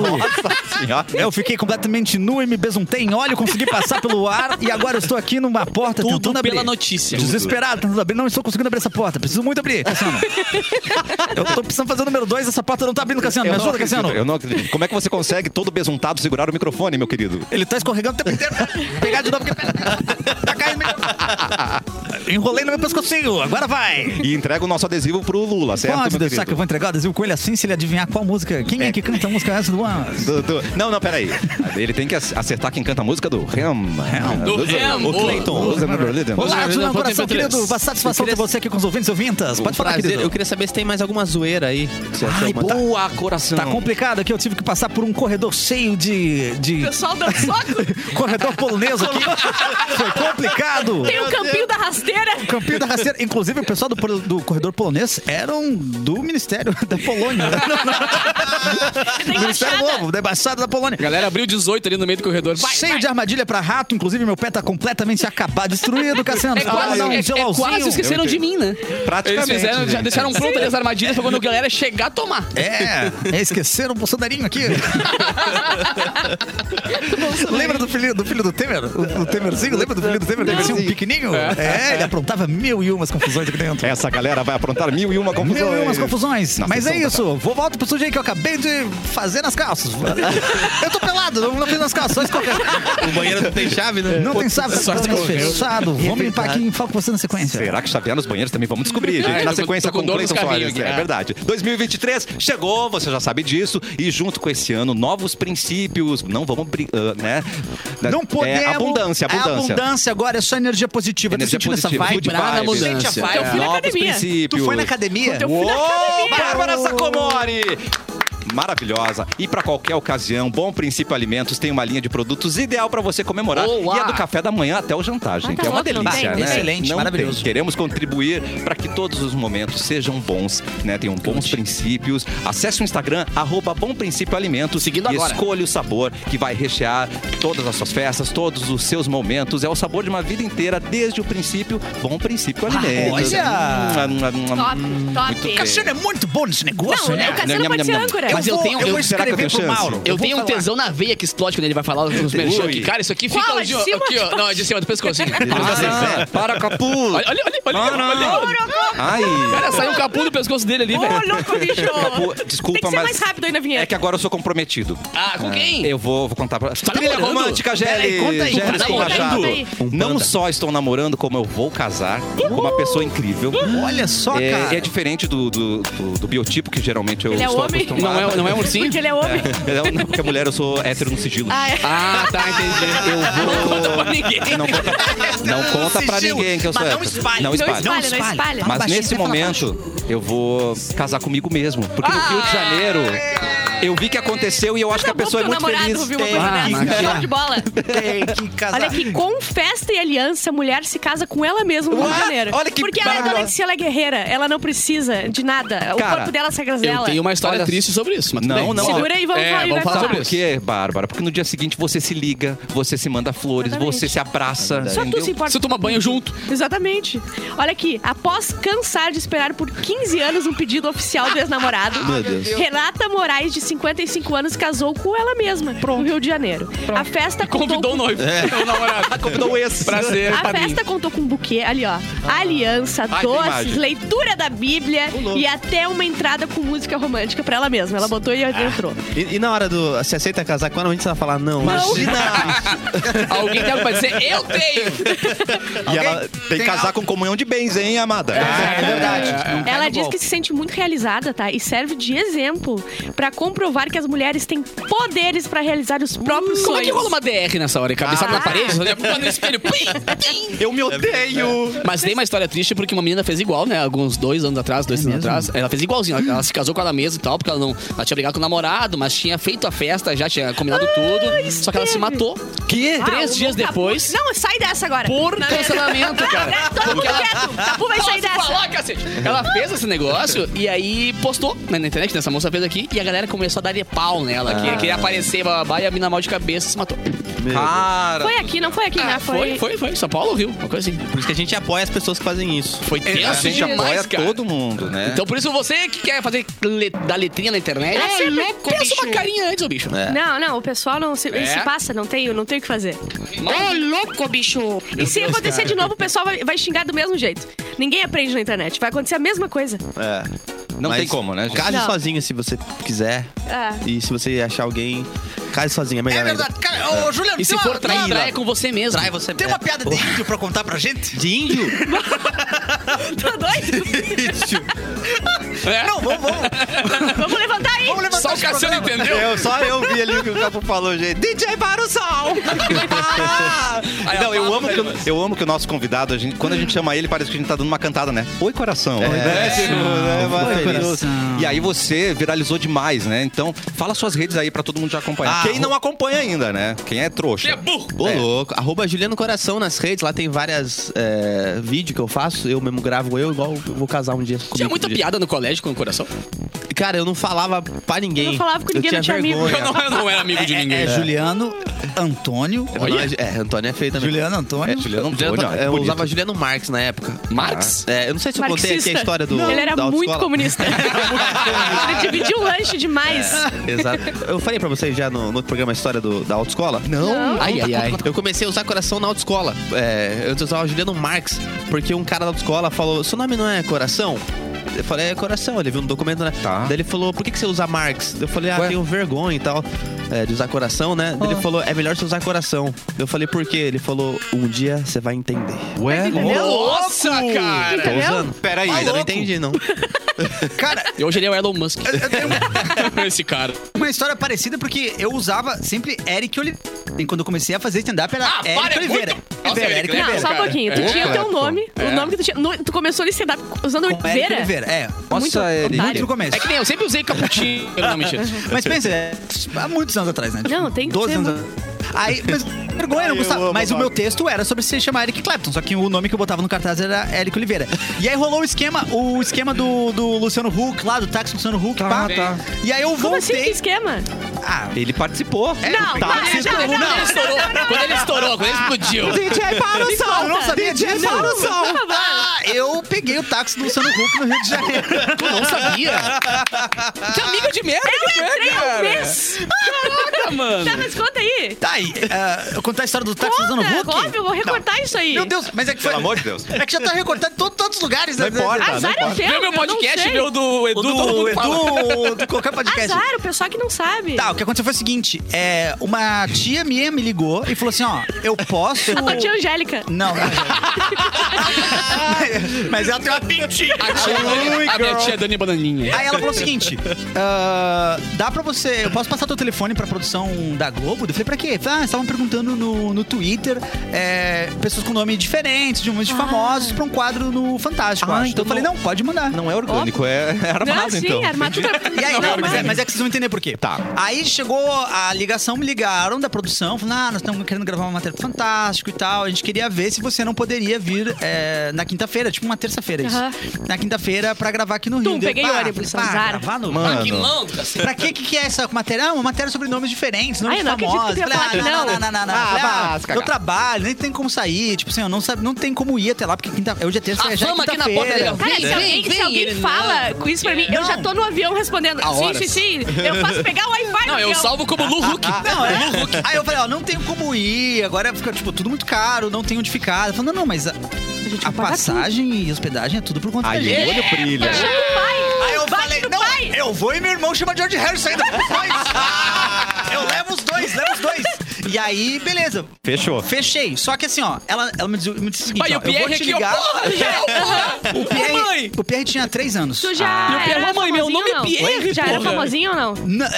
Speaker 2: Senhora.
Speaker 1: [LAUGHS] Eu fiquei completamente nu e me besuntei em óleo, consegui passar pelo ar e agora eu estou aqui numa porta
Speaker 3: Tudo
Speaker 1: tentando abrir.
Speaker 3: pela notícia.
Speaker 1: Desesperado, tentando abrir. Não estou conseguindo abrir essa porta. Preciso muito abrir, Cassiano. [LAUGHS] eu tô precisando fazer o número dois, essa porta não tá abrindo, Cassiano.
Speaker 2: Eu
Speaker 1: Me
Speaker 2: não
Speaker 1: ajuda,
Speaker 2: acredito,
Speaker 1: Cassiano.
Speaker 2: eu não acredito. Como é que você consegue, todo besuntado, segurar o microfone, meu querido?
Speaker 1: Ele tá escorregando o tempo inteiro. Pegar de novo. porque- Tá caindo. Enrolei no meu pescocinho. Agora vai.
Speaker 2: E entrega o nosso adesivo pro Lula, certo,
Speaker 1: Pode
Speaker 2: meu
Speaker 1: deixar
Speaker 2: querido?
Speaker 1: que eu vou entregar o adesivo com ele assim se ele adivinhar qual música. Quem é, que canta a música essa do ano?
Speaker 2: Do- do- Não, não, peraí. Ele tem que ac- acertar quem canta a música do Ram.
Speaker 3: Do
Speaker 2: Luz-
Speaker 3: Ram.
Speaker 2: O é Cleiton. Luz- Luz-
Speaker 1: Olá, tudo
Speaker 5: Vamos lá,
Speaker 1: bem, coração
Speaker 5: vamos lá,
Speaker 1: querido. Uma satisfação
Speaker 5: Eu queria-
Speaker 1: ter você aqui com os ouvintes e ouvintas. Pode falar,
Speaker 5: Prazer,
Speaker 1: querido.
Speaker 5: Eu queria saber se tem mais alguma zoeira aí. que você achou
Speaker 3: Ai,
Speaker 5: uma-
Speaker 3: boa, coração.
Speaker 1: Tá complicado aqui, eu tive que passar por um corredor cheio de.
Speaker 4: O
Speaker 1: de
Speaker 4: pessoal dando soco,
Speaker 2: [LAUGHS]
Speaker 1: corredor polonês aqui. Foi complicado.
Speaker 4: tem o campinho da rasteira.
Speaker 1: Campinho da Rasteira. Inclusive, o pessoal do, pro- do corredor polonês eram do Ministério [LAUGHS] da
Speaker 3: [LAUGHS]
Speaker 1: Polônia.
Speaker 4: Da
Speaker 1: do Ministério
Speaker 4: embaixada.
Speaker 1: Novo, da Embaixada da Polônia.
Speaker 3: A galera abriu 18 ali no meio do corredor. Vai,
Speaker 1: Cheio
Speaker 3: vai.
Speaker 1: de armadilha pra rato, inclusive meu pé tá completamente acabado, destruído, Cassiano.
Speaker 3: É
Speaker 1: Você pode
Speaker 3: quase,
Speaker 1: dar um
Speaker 3: é- é
Speaker 1: gelauzinho?
Speaker 3: quase esqueceram de mim, né? Eles
Speaker 2: Praticamente.
Speaker 3: fizeram, já
Speaker 2: gente.
Speaker 3: deixaram prontas as armadilhas pra quando a galera chegar, tomar.
Speaker 1: É, é, esqueceram o Bolsonarinho
Speaker 3: [LAUGHS]
Speaker 1: aqui. lembra do filho do, filho do Temer? O, o Temerzinho? Lembra do filho do Temer? Ele tinha um pequenininho? É, ele aprontava mil e umas confusões aqui dentro.
Speaker 2: Essa galera vai aprontar mil e uma confusões.
Speaker 1: Mil e umas confusões.
Speaker 2: Na
Speaker 1: Mas é
Speaker 2: sessão da
Speaker 1: isso. Vou voltar pro sujeito que eu acabei de fazer nas calças. Eu tô pelado, não, não fiz nas calças, só escorreu.
Speaker 5: O banheiro não tem chave, né?
Speaker 1: Não tem sábado,
Speaker 3: Só
Speaker 1: só
Speaker 3: escorreu.
Speaker 1: fechado. Vamos
Speaker 2: É
Speaker 1: limpar aqui e falo com você na sequência.
Speaker 2: [LAUGHS] Será que chavear nos banheiros também? Vamos descobrir,
Speaker 3: Ah,
Speaker 2: gente.
Speaker 3: eu
Speaker 2: Na
Speaker 3: tô com-
Speaker 2: sequência
Speaker 3: tô com
Speaker 2: com
Speaker 3: dor nos
Speaker 2: Cleiton
Speaker 3: carrinhos
Speaker 2: Soares.
Speaker 3: aqui,
Speaker 2: É
Speaker 3: ah.
Speaker 2: verdade. 2023 chegou, você já sabe disso. E junto com esse ano, novos princípios. Não vamos, bri- ah, né?
Speaker 1: Não
Speaker 2: É,
Speaker 1: podemos.
Speaker 2: abundância,
Speaker 1: É
Speaker 2: abundância.
Speaker 1: abundância agora, é só energia positiva.
Speaker 2: Energia
Speaker 1: tá sentindo
Speaker 2: positiva,
Speaker 1: essa vibe?
Speaker 2: good
Speaker 1: Brava,
Speaker 2: vibes.
Speaker 1: sente a
Speaker 3: Abundância,
Speaker 1: vibe.
Speaker 4: Eu fui na
Speaker 2: Novos
Speaker 4: academia.
Speaker 2: princípios.
Speaker 1: Tu foi na academia?
Speaker 4: Eu fui na
Speaker 2: Uou,
Speaker 4: academia.
Speaker 2: Bárbara Sacomori! Maravilhosa. E para qualquer ocasião, Bom Princípio Alimentos tem uma linha de produtos ideal para você comemorar.
Speaker 3: Boa!
Speaker 2: E é do café da manhã até o jantar, gente.
Speaker 4: tá
Speaker 2: é uma
Speaker 4: louco, não
Speaker 2: delícia,
Speaker 4: tem,
Speaker 2: né?
Speaker 4: não tem.
Speaker 1: Excelente,
Speaker 2: Não
Speaker 1: maravilhoso.
Speaker 2: tem. Queremos contribuir para que todos os momentos sejam bons, né? Tenham bons princípios. Acesse o Instagram, arroba Bom Princípio Alimentos.
Speaker 3: Seguindo
Speaker 2: e
Speaker 3: agora.
Speaker 2: escolha o sabor que vai rechear todas as suas festas, todos os seus momentos. É o sabor de uma vida inteira, desde o princípio, Bom Princípio Alimentos.
Speaker 1: olha!
Speaker 2: Hum, hum, hum, hum.
Speaker 4: Top,
Speaker 2: Muito
Speaker 4: top.
Speaker 2: bem.
Speaker 1: Cassiano é muito bom nesse negócio,
Speaker 4: Não,
Speaker 1: né?
Speaker 4: o Cassiano pode ser âncora.
Speaker 3: Mas eu
Speaker 1: vou-
Speaker 3: tenho-
Speaker 1: eu vou
Speaker 2: eu- será que eu
Speaker 1: escrever
Speaker 2: tenho
Speaker 1: pro
Speaker 2: chance?
Speaker 1: Mauro.
Speaker 3: Eu
Speaker 1: vou
Speaker 3: tenho um
Speaker 1: falar.
Speaker 3: tesão na veia que explode quando ele vai falar os merchan aqui. Cara, isso aqui fica
Speaker 4: Fala,
Speaker 3: ó, de,
Speaker 4: de cima,
Speaker 3: aqui, ó.
Speaker 4: de
Speaker 3: Não, é de cima, do pescoço. aqui.
Speaker 2: Ah, para, Capu!
Speaker 3: Olha, olha, olha, olha,
Speaker 2: Não,
Speaker 3: olha,
Speaker 2: não.
Speaker 3: olha.
Speaker 2: Ai!
Speaker 3: Cara, saiu um capu do pescoço dele ali, velho.
Speaker 4: Ô,
Speaker 2: [LAUGHS]
Speaker 4: louco, bicho.
Speaker 2: Capu,
Speaker 4: Tem que
Speaker 2: desculpa,
Speaker 4: ser
Speaker 2: mas.
Speaker 4: mais rápido aí na vinheta.
Speaker 2: É que agora eu sou comprometido.
Speaker 3: Ah, com quem?
Speaker 2: Eu vou, vou contar pra.
Speaker 3: tá
Speaker 2: Trilha
Speaker 3: namorando?
Speaker 2: romântica,
Speaker 1: Peraí,
Speaker 2: Gelli!
Speaker 1: conta aí,
Speaker 2: Gelli
Speaker 3: conta aí, conta
Speaker 2: Escovachado.
Speaker 4: aí.
Speaker 2: Não só estou namorando, como eu vou casar com uma pessoa incrível.
Speaker 1: Olha só, cara.
Speaker 2: É, é diferente do, do, do- do biotipo que geralmente eu
Speaker 4: Ele é
Speaker 2: estou
Speaker 4: homem?
Speaker 2: acostumado. um,
Speaker 3: Não é, não é um ursinho?
Speaker 4: Porque ele é homem.
Speaker 2: Não, não, porque mulher eu sou hétero no sigilo.
Speaker 4: Ah, é.
Speaker 3: Ah, tá, entendi. Eu vou. [LAUGHS] Não [LAUGHS] conta pra ninguém.
Speaker 2: Não conta, não conta pra
Speaker 1: Sigilo.
Speaker 2: ninguém que eu sou
Speaker 1: Mas não
Speaker 2: hétero.
Speaker 1: espalhe.
Speaker 2: Não
Speaker 1: Não
Speaker 2: espalhe.
Speaker 4: Não
Speaker 1: Não
Speaker 4: espalha, não
Speaker 1: espalha.
Speaker 4: espalha.
Speaker 2: Mas
Speaker 1: baixinho,
Speaker 2: nesse
Speaker 1: vai falar
Speaker 2: momento, eu vou casar comigo mesmo. Porque no Rio de Janeiro, eu vi que aconteceu e eu acho que a
Speaker 4: Ah! Acabou
Speaker 2: pessoa é
Speaker 4: que o
Speaker 2: muito
Speaker 4: namorado
Speaker 2: feliz.
Speaker 4: viu uma coisa
Speaker 1: Ah,
Speaker 4: dessa.
Speaker 1: Maria.
Speaker 3: é.
Speaker 4: Show de bola.
Speaker 1: Tem que casar.
Speaker 4: Olha que com festa e aliança, a mulher se casa com ela mesma no Rio de
Speaker 2: What?
Speaker 4: Janeiro.
Speaker 2: Olha que
Speaker 4: Porque ela é dona
Speaker 2: maravilhosa.
Speaker 4: de si, ela é guerreira. Ela não precisa de nada. O
Speaker 2: Cara,
Speaker 4: corpo dela se agradece
Speaker 3: Eu
Speaker 4: dela.
Speaker 3: tenho uma história
Speaker 2: Olha-
Speaker 3: triste sobre isso, mas tudo
Speaker 2: Não,
Speaker 3: bem.
Speaker 2: não.
Speaker 4: Segura aí, vamos
Speaker 3: É,
Speaker 4: falar. e vai
Speaker 3: vamos falar
Speaker 4: falar.
Speaker 2: Sabe
Speaker 3: sobre
Speaker 2: por quê, Bárbara? Porque no dia seguinte você se liga, você se manda flores,
Speaker 4: Exatamente. é
Speaker 2: você se abraça.
Speaker 4: Só tu
Speaker 2: entendeu?
Speaker 4: se importa.
Speaker 3: Você toma banho junto.
Speaker 4: Exatamente. Olha aqui, após cansar de esperar por 15 anos um pedido oficial do ex-namorado, Renata Moraes, de 55 anos, casou com ela mesma no Rio de Janeiro. A festa contou
Speaker 3: Convidou o
Speaker 4: com...
Speaker 3: noivo. O namorado.
Speaker 2: É. Ah, Convidou esse.
Speaker 3: Prazer
Speaker 4: A
Speaker 3: pra mim. Ah.
Speaker 4: festa contou com um buquê, ali ó, aliança,
Speaker 2: tem
Speaker 4: doces,
Speaker 2: imagem.
Speaker 4: leitura da Bíblia e até uma entrada com música romântica pra ela mesma. Ela botou e
Speaker 3: Ah,
Speaker 4: entrou.
Speaker 5: E, e na hora do. Se aceita casar com ela, a gente vai falar não.
Speaker 3: Alguém tem algo pra dizer? Eu [LAUGHS] tenho!
Speaker 2: E ela tem que casar com comunhão de bens, hein, amada?
Speaker 1: É verdade. Não cai
Speaker 4: Ela
Speaker 1: no
Speaker 4: diz
Speaker 1: golpe.
Speaker 4: que se sente muito realizada, tá? E serve de exemplo pra comprovar que as mulheres têm poderes pra realizar os próprios sonhos.
Speaker 3: Como é que rola uma DR nessa hora? Cabeçada
Speaker 4: Ah.
Speaker 3: na parede, só olha pro lado do [LAUGHS] espelho. Plim!
Speaker 2: Eu me odeio!
Speaker 3: Mas tem uma história triste porque uma menina fez igual, né? Alguns dois anos atrás,
Speaker 2: É
Speaker 3: dois anos atrás. Ela fez igualzinho. Ela, ela se casou com ela mesma e tal, porque ela não. Ela tinha brigado com o namorado, mas tinha feito a festa, já tinha combinado tudo. Só que ela se matou. Que?
Speaker 4: Ah,
Speaker 3: Três
Speaker 4: o
Speaker 3: dias
Speaker 4: Capu-
Speaker 3: depois.
Speaker 4: Não, sai dessa agora.
Speaker 3: Por
Speaker 4: Não,
Speaker 3: cancelamento, cara.
Speaker 4: não, [LAUGHS] Todo mundo
Speaker 3: Porque ela- [LAUGHS]
Speaker 4: tá quieto. Capu vai
Speaker 3: Posso
Speaker 4: sair dessa.
Speaker 3: falar, cacete? Ela fez esse negócio e aí postou na na internet, nessa moça fez aqui, e a galera começou a dar pau nela. Que queria aparecer, bababá, e a mina mal de cabeça se matou.
Speaker 2: Cara!
Speaker 4: Foi aqui, não foi aqui, né?
Speaker 3: Ah, Foi, foi, foi. São Paulo ou Rio? Uma coisa assim.
Speaker 5: Por isso que a gente apoia as pessoas que fazem isso.
Speaker 3: Foi tenso
Speaker 2: É, A gente
Speaker 3: demais,
Speaker 2: apoia
Speaker 3: cara.
Speaker 2: todo mundo, né?
Speaker 3: Então por isso você que quer fazer le- da letrinha na internet,
Speaker 4: É
Speaker 3: você
Speaker 4: louco,
Speaker 3: pensa
Speaker 4: bicho.
Speaker 3: uma carinha antes, ô bicho.
Speaker 4: Não, não, o pessoal não se, ele
Speaker 3: É?
Speaker 4: se passa, não tem, não tem o que fazer.
Speaker 2: É.
Speaker 7: Ô, louco, bicho.
Speaker 4: e se acontecer de novo, o pessoal vai, vai xingar do mesmo jeito. Ninguém aprende na internet, vai acontecer a mesma coisa.
Speaker 5: É.
Speaker 2: Não
Speaker 5: Mas
Speaker 2: tem como, né, gente?
Speaker 5: Case
Speaker 4: Não.
Speaker 5: sozinho se você quiser.
Speaker 4: É.
Speaker 5: E se você achar alguém, case sozinho, é melhor
Speaker 1: É
Speaker 5: ainda.
Speaker 1: verdade. Cara, ô, Juliano,
Speaker 3: E se
Speaker 1: tem
Speaker 3: for
Speaker 1: uma-
Speaker 3: trair,
Speaker 1: tem uma-
Speaker 3: traia é com você mesmo.
Speaker 5: Trai você
Speaker 1: Tem uma piada de índio pra contar pra gente?
Speaker 5: De índio?
Speaker 4: [LAUGHS] Tá doido? [LAUGHS]
Speaker 3: É?
Speaker 1: Não, vamos, vamos.
Speaker 4: Vamos levantar aí.
Speaker 1: Vamos levantar
Speaker 3: Só o
Speaker 1: esse
Speaker 3: Cassiano
Speaker 1: programa.
Speaker 3: entendeu.
Speaker 5: eu, só eu vi ali o que o Capo falou, gente.
Speaker 2: DJ para o
Speaker 4: [LAUGHS]
Speaker 2: sol!
Speaker 5: Ah!
Speaker 2: Não, eu amo, que, o- eu amo que o nosso convidado, a gente, quando a gente chama ele, parece que a gente tá dando uma cantada, né? Oi, coração! Né? Tipo, né? Maravilhoso.
Speaker 1: coração.
Speaker 2: é. E aí você viralizou demais, né? Então, fala suas redes aí pra todo mundo já acompanhar.
Speaker 5: Ah,
Speaker 2: Quem não acompanha ainda, né? Quem é trouxa.
Speaker 3: É burro.
Speaker 5: Ô,
Speaker 2: É.
Speaker 5: louco. Arroba Juliano Coração nas redes. Lá tem várias é, vídeos que eu faço. Eu mesmo gravo eu, igual eu vou casar um dia. Comigo,
Speaker 3: Tinha muita
Speaker 5: um dia.
Speaker 3: piada no colégio com o coração.
Speaker 5: Cara, eu não falava pra ninguém.
Speaker 4: Eu não falava com ninguém,
Speaker 5: eu
Speaker 4: não tinha amigo.
Speaker 5: vergonha.
Speaker 3: Eu não, eu não era amigo de ninguém.
Speaker 1: É, Juliano Antônio.
Speaker 5: Não, É, Antônio é feio também.
Speaker 1: Juliano Antônio.
Speaker 2: É, Juliano Antônio,
Speaker 5: Juliano,
Speaker 2: ó, é
Speaker 5: eu
Speaker 2: bonito.
Speaker 5: usava Juliano Marx na época.
Speaker 3: Marx?
Speaker 5: É, eu não sei se eu contei aqui
Speaker 4: Marxista.
Speaker 5: a história do.
Speaker 4: Ele era
Speaker 5: da
Speaker 4: muito
Speaker 5: autoescola.
Speaker 4: comunista. Ele dividiu o lanche demais.
Speaker 5: Exato. Eu falei pra vocês já no, no outro programa a história do- da autoescola?
Speaker 4: Não.
Speaker 3: Ai, ai, ai.
Speaker 5: Eu comecei a usar coração na autoescola. É, eu usava Juliano Marx, porque um cara da autoescola falou: Seu nome não é coração? Eu falei, é coração. Ele viu no documento, né?
Speaker 2: Tá.
Speaker 5: Daí ele falou, por que, que você usa Marx? Eu falei, ah,
Speaker 2: Ué?
Speaker 5: tenho vergonha e tal. é, de usar coração, né? Daí
Speaker 4: Oh.
Speaker 5: Ele falou, é melhor você usar coração. Eu falei, por quê? Ele falou, um dia você vai entender.
Speaker 2: Ué,
Speaker 3: Nossa,
Speaker 5: Tô
Speaker 3: cara!
Speaker 5: usando?
Speaker 2: Peraí,
Speaker 5: Ainda não
Speaker 2: louco.
Speaker 5: entendi, não.
Speaker 1: Cara,
Speaker 3: E hoje ele é o Elon Musk. [LAUGHS] Esse cara.
Speaker 1: uma história parecida porque eu usava sempre Eric Oliveira. E Quando eu comecei a fazer stand-up era
Speaker 3: Ah, para,
Speaker 1: Eric
Speaker 3: é
Speaker 1: Oliveira.
Speaker 3: muito-
Speaker 1: Oliveira,
Speaker 3: Nossa,
Speaker 1: Eric
Speaker 3: Eric, né?
Speaker 1: Oliveira.
Speaker 4: Não, só um
Speaker 3: cara.
Speaker 4: pouquinho.
Speaker 3: É.
Speaker 4: Tu tinha o teu
Speaker 2: Claro,
Speaker 4: nome,
Speaker 3: pô. É.
Speaker 4: o nome que tu tinha. no- tu começou ali stand-up usando
Speaker 1: Com Eric
Speaker 4: Oliveira.
Speaker 1: Oliveira, é.
Speaker 2: Nossa, Eric.
Speaker 1: Muito no começo.
Speaker 3: É que nem eu sempre usei caputinho. Não, mentira.
Speaker 1: Mas pensa, é, há muitos anos atrás, né?
Speaker 4: Não, tem que
Speaker 1: 12
Speaker 4: ser
Speaker 1: anos
Speaker 4: mu-
Speaker 1: atrás. Aí,
Speaker 4: [LAUGHS]
Speaker 1: mas vergonha, não gostava. Mas o meu texto era sobre se chamar Eric Clapton, só que o nome que eu botava no cartaz era Eric Oliveira. E aí rolou o esquema, o esquema do, do Luciano Huck lá, do táxi Luciano Huck, pá. E aí eu
Speaker 4: Tá, Como assim? Que
Speaker 1: voltei.
Speaker 4: esquema?
Speaker 1: Ah,
Speaker 5: Ele participou.
Speaker 4: não,
Speaker 1: tá,
Speaker 4: para,
Speaker 1: se
Speaker 4: já,
Speaker 1: tu-
Speaker 3: Quando ele
Speaker 4: não, não,
Speaker 3: estourou, quando ele estourou, quando ele explodiu. [LAUGHS]
Speaker 1: DJ para o som! Eu não sabia
Speaker 5: DJ
Speaker 1: disso!
Speaker 5: para o
Speaker 1: som! Ah, eu peguei o táxi do Luciano Huck no Rio de Janeiro.
Speaker 3: Tu não sabia? Que amigo de merda que tu é,
Speaker 4: Entrei há um
Speaker 3: cara.
Speaker 4: mês.
Speaker 3: Caraca, mano.
Speaker 4: Tá, mas conta aí.
Speaker 1: Tá aí, ah, eu contar a história do táxi do Luciano
Speaker 4: Conta,
Speaker 1: Huck?
Speaker 4: óbvio, eu vou recortar isso aí.
Speaker 1: Meu Deus, mas é que foi...
Speaker 2: Pelo amor de Deus.
Speaker 1: É que já tá recortado em to- todos os lugares.
Speaker 5: Não
Speaker 1: né?
Speaker 5: importa.
Speaker 4: Azar
Speaker 5: não
Speaker 4: é o teu,
Speaker 5: importa.
Speaker 3: Vê meu
Speaker 4: eu não
Speaker 3: podcast,
Speaker 4: sei.
Speaker 3: vê o do Edu,
Speaker 1: O do,
Speaker 3: todo mundo fala.
Speaker 1: Edu, do qualquer podcast.
Speaker 4: Azar, o pessoal que não sabe.
Speaker 1: Ah, Tá, o que aconteceu foi o seguinte: é, uma tia minha me ligou e falou assim: ó, eu posso.
Speaker 4: A tia é Angélica.
Speaker 1: Não, não. mas, mas ela tem uma pintinha.
Speaker 3: A tia Dani- a minha tia Dani Bananinha.
Speaker 1: Aí ela falou o seguinte: ah, dá pra você. Eu posso passar teu telefone pra produção da Globo? Eu falei, pra quê? Ah, estavam perguntando no, no Twitter é, pessoas com nome diferentes, de um monte de famosos, pra um quadro no Fantástico.
Speaker 5: Ah,
Speaker 1: acho.
Speaker 5: então
Speaker 1: eu falei, não, pode mandar.
Speaker 5: Não é
Speaker 2: [LAUGHS]
Speaker 5: orgânico, é, é
Speaker 4: Não,
Speaker 5: armado,
Speaker 4: sim,
Speaker 5: então.
Speaker 4: armado tudo-
Speaker 1: E aí, não, mas, é,
Speaker 4: armado.
Speaker 1: mas é que vocês vão entender por quê.
Speaker 5: Tá.
Speaker 1: Aí chegou a ligação, me ligaram da produção, falando: ah, nós estamos querendo gravar uma matéria pro fantástico e tal. A gente queria ver se você não poderia vir é, na quinta-feira, tipo uma terça-feira isso.
Speaker 4: Aham.
Speaker 1: Na quinta-feira pra gravar aqui no Rio.
Speaker 4: Tum,
Speaker 1: Deu-
Speaker 4: peguei
Speaker 1: pá,
Speaker 4: ônibus,
Speaker 1: pá,
Speaker 4: azar.
Speaker 1: gravar no-
Speaker 5: Mano.
Speaker 3: Que malandro, assim.
Speaker 1: Pra que que que é essa matéria? Ah, uma matéria sobre nomes diferentes, nomes
Speaker 4: Ai, eu não acredito
Speaker 1: famosos.
Speaker 4: que tu ia
Speaker 1: Falei,
Speaker 4: falar que
Speaker 1: ah,
Speaker 4: não.
Speaker 1: não, não, não, não.
Speaker 5: Ah,
Speaker 1: Falei, ah,
Speaker 5: vá se cagar.
Speaker 1: eu trabalho, nem tem como sair. Tipo assim, eu não, sabe, não tem como ir até lá, porque quinta, hoje é terça,
Speaker 3: A
Speaker 1: já é
Speaker 3: fama aqui na porta
Speaker 1: quinta-feira.
Speaker 3: dele, ó.
Speaker 4: Cara,
Speaker 3: Vem,
Speaker 4: se alguém,
Speaker 3: vem,
Speaker 4: se alguém
Speaker 3: vem,
Speaker 4: fala
Speaker 3: não.
Speaker 4: com isso pra mim, eu já tô no avião respondendo.
Speaker 3: A
Speaker 4: Sim,
Speaker 3: horas.
Speaker 4: sim, sim. Eu faço pegar o Wi-Fi no
Speaker 3: Não, eu
Speaker 4: avião.
Speaker 3: salvo como Lu Huck.
Speaker 1: Não, é. Aí eu falei, ó, não tenho como ir, agora fica, tipo, tudo muito caro, não tem onde ficar. Ela falou, não, não, mas a,
Speaker 4: gente
Speaker 1: a
Speaker 4: vai pagar
Speaker 1: passagem e hospedagem é tudo por conta da
Speaker 5: Aí o
Speaker 1: gente.
Speaker 5: olho brilha.
Speaker 1: Aí eu
Speaker 4: Bate
Speaker 1: falei,
Speaker 4: no
Speaker 1: não,
Speaker 4: pai.
Speaker 1: eu vou e meu irmão chama George Harrison ainda. os
Speaker 4: [LAUGHS]
Speaker 1: dois. eu levo os dois, levo os dois. E aí, beleza,
Speaker 5: Fechou.
Speaker 1: Fechei. Só que assim, ó, ela, ela me, diz, me disse o seguinte,
Speaker 3: Pai,
Speaker 1: ó,
Speaker 3: o Pierre
Speaker 1: então, eu vou te
Speaker 3: aqui, ó.
Speaker 1: ligar.
Speaker 3: Porra, Pierre, porra.
Speaker 1: o, Pierre,
Speaker 3: Mamãe.
Speaker 1: o Pierre tinha três anos.
Speaker 4: Tu já
Speaker 3: Meu
Speaker 4: era
Speaker 3: Pierre, mamãe, meu
Speaker 4: famosinho
Speaker 3: nome é
Speaker 4: ou não?
Speaker 3: Pierre,
Speaker 4: Já era
Speaker 3: porra.
Speaker 4: famosinho ou não?
Speaker 1: Na-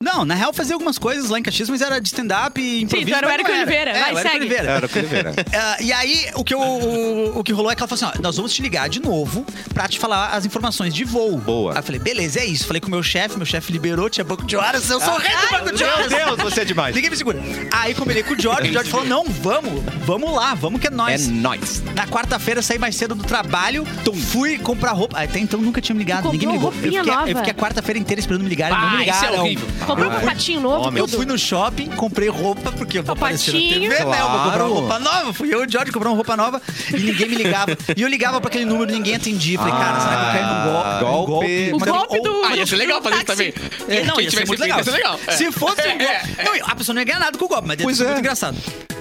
Speaker 1: não, na real fazia algumas coisas lá em Caxias, mas era de stand-up e improviso.
Speaker 4: então era o
Speaker 1: mas não
Speaker 4: Érico Oliveira.
Speaker 1: É,
Speaker 4: Vai,
Speaker 1: o Érico
Speaker 4: segue.
Speaker 1: Oliveira.
Speaker 2: Era o que ele né? era.
Speaker 1: Ah, e aí, o que, eu- o, o que rolou é que ela falou assim: ó, nós vamos te ligar de novo pra te falar as informações de voo.
Speaker 2: Boa.
Speaker 1: Aí eu falei, beleza, é isso. Falei com o meu chefe, meu chefe liberou, tinha banco de horas, eu sou o rei do banco de
Speaker 2: Meu
Speaker 1: horas.
Speaker 2: Deus, você é demais.
Speaker 1: Ninguém me segura. Aí combinei com o Jorge, o Jorge falou: não, vamos, vamos lá, vamos que é
Speaker 2: É
Speaker 1: nós.
Speaker 2: nóis.
Speaker 1: Na quarta-feira saí mais cedo do trabalho, fui comprar roupa. Até então nunca tinha me ligado,
Speaker 4: Tu
Speaker 1: ninguém me ligou.
Speaker 4: comprou
Speaker 1: Eu
Speaker 4: roupinha
Speaker 1: fiquei, eu
Speaker 4: nova?
Speaker 1: fiquei a quarta-feira inteira esperando me ligarem, não me
Speaker 3: Ah, isso é
Speaker 1: ligaram.
Speaker 3: horrível.
Speaker 4: Comprou um
Speaker 2: Ah,
Speaker 4: papatinho novo.
Speaker 1: eu fui no shopping, comprei roupa, porque eu vou aparecer na TV,
Speaker 4: Papatinho.
Speaker 1: né? Eu vou comprar
Speaker 5: Claro.
Speaker 1: uma roupa nova. Fui eu e o Jorge comprar uma roupa nova e ninguém me ligava. E eu ligava pra aquele número e ninguém atendia. Falei, cara, será que eu caí num gol- num
Speaker 2: golpe.
Speaker 1: golpe? um
Speaker 4: O
Speaker 1: Mas eu-
Speaker 4: golpe
Speaker 1: ou-
Speaker 4: do.
Speaker 3: Ah, ia ser legal fazer isso também.
Speaker 1: É, não,
Speaker 3: Quem
Speaker 1: ia ser
Speaker 3: tivesse
Speaker 1: muito
Speaker 3: feito,
Speaker 1: legal.
Speaker 3: ia ser legal. É.
Speaker 1: Se
Speaker 3: [LAUGHS]
Speaker 1: fosse um
Speaker 3: É,
Speaker 1: golpe. Não, a pessoa não ia ganhar nada com o golpe, mas ia
Speaker 2: Pois
Speaker 1: ser muito
Speaker 2: é.
Speaker 1: engraçado.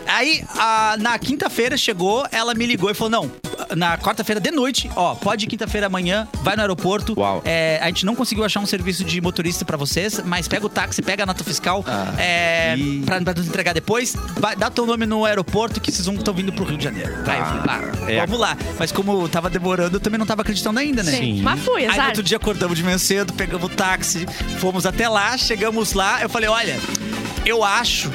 Speaker 1: Aí, a- na quinta-feira chegou, ela me ligou e falou: não, na quarta-feira de noite, ó, pode ir quinta-feira amanhã, vai no aeroporto.
Speaker 2: Uau.
Speaker 1: É, a gente não conseguiu achar um serviço de motorista pra vocês, mas pega o táxi, pega a nota fiscal
Speaker 2: Ah.
Speaker 1: é, pra, pra nos entregar depois. Vai- dá teu nome no aeroporto que vocês estão vindo pro Rio de Janeiro. Aí eu falei, "Ah,
Speaker 2: É.
Speaker 1: vamos lá. Mas como eu tava demorando, eu também não tava acreditando ainda, né?
Speaker 4: Sim. Mas fui,
Speaker 1: Aí no
Speaker 4: azar.
Speaker 1: outro dia acordamos de manhã cedo, pegamos o táxi, fomos até lá, chegamos lá, eu falei, olha, eu acho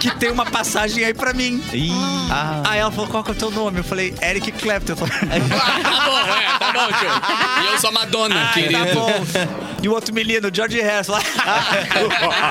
Speaker 1: que tem uma passagem aí pra mim.
Speaker 5: Ih, ah,
Speaker 1: Aí ela falou, qual que é o teu nome? Eu falei, Eric Clapton. Eu
Speaker 2: [LAUGHS]
Speaker 1: falei,
Speaker 3: [LAUGHS] Ah, tá bom, é, tá bom, tio. E eu sou a Madonna,
Speaker 1: Ai, tá
Speaker 3: querido.
Speaker 1: bom. E o outro menino, o George Harrison.
Speaker 2: [LAUGHS]
Speaker 1: lá.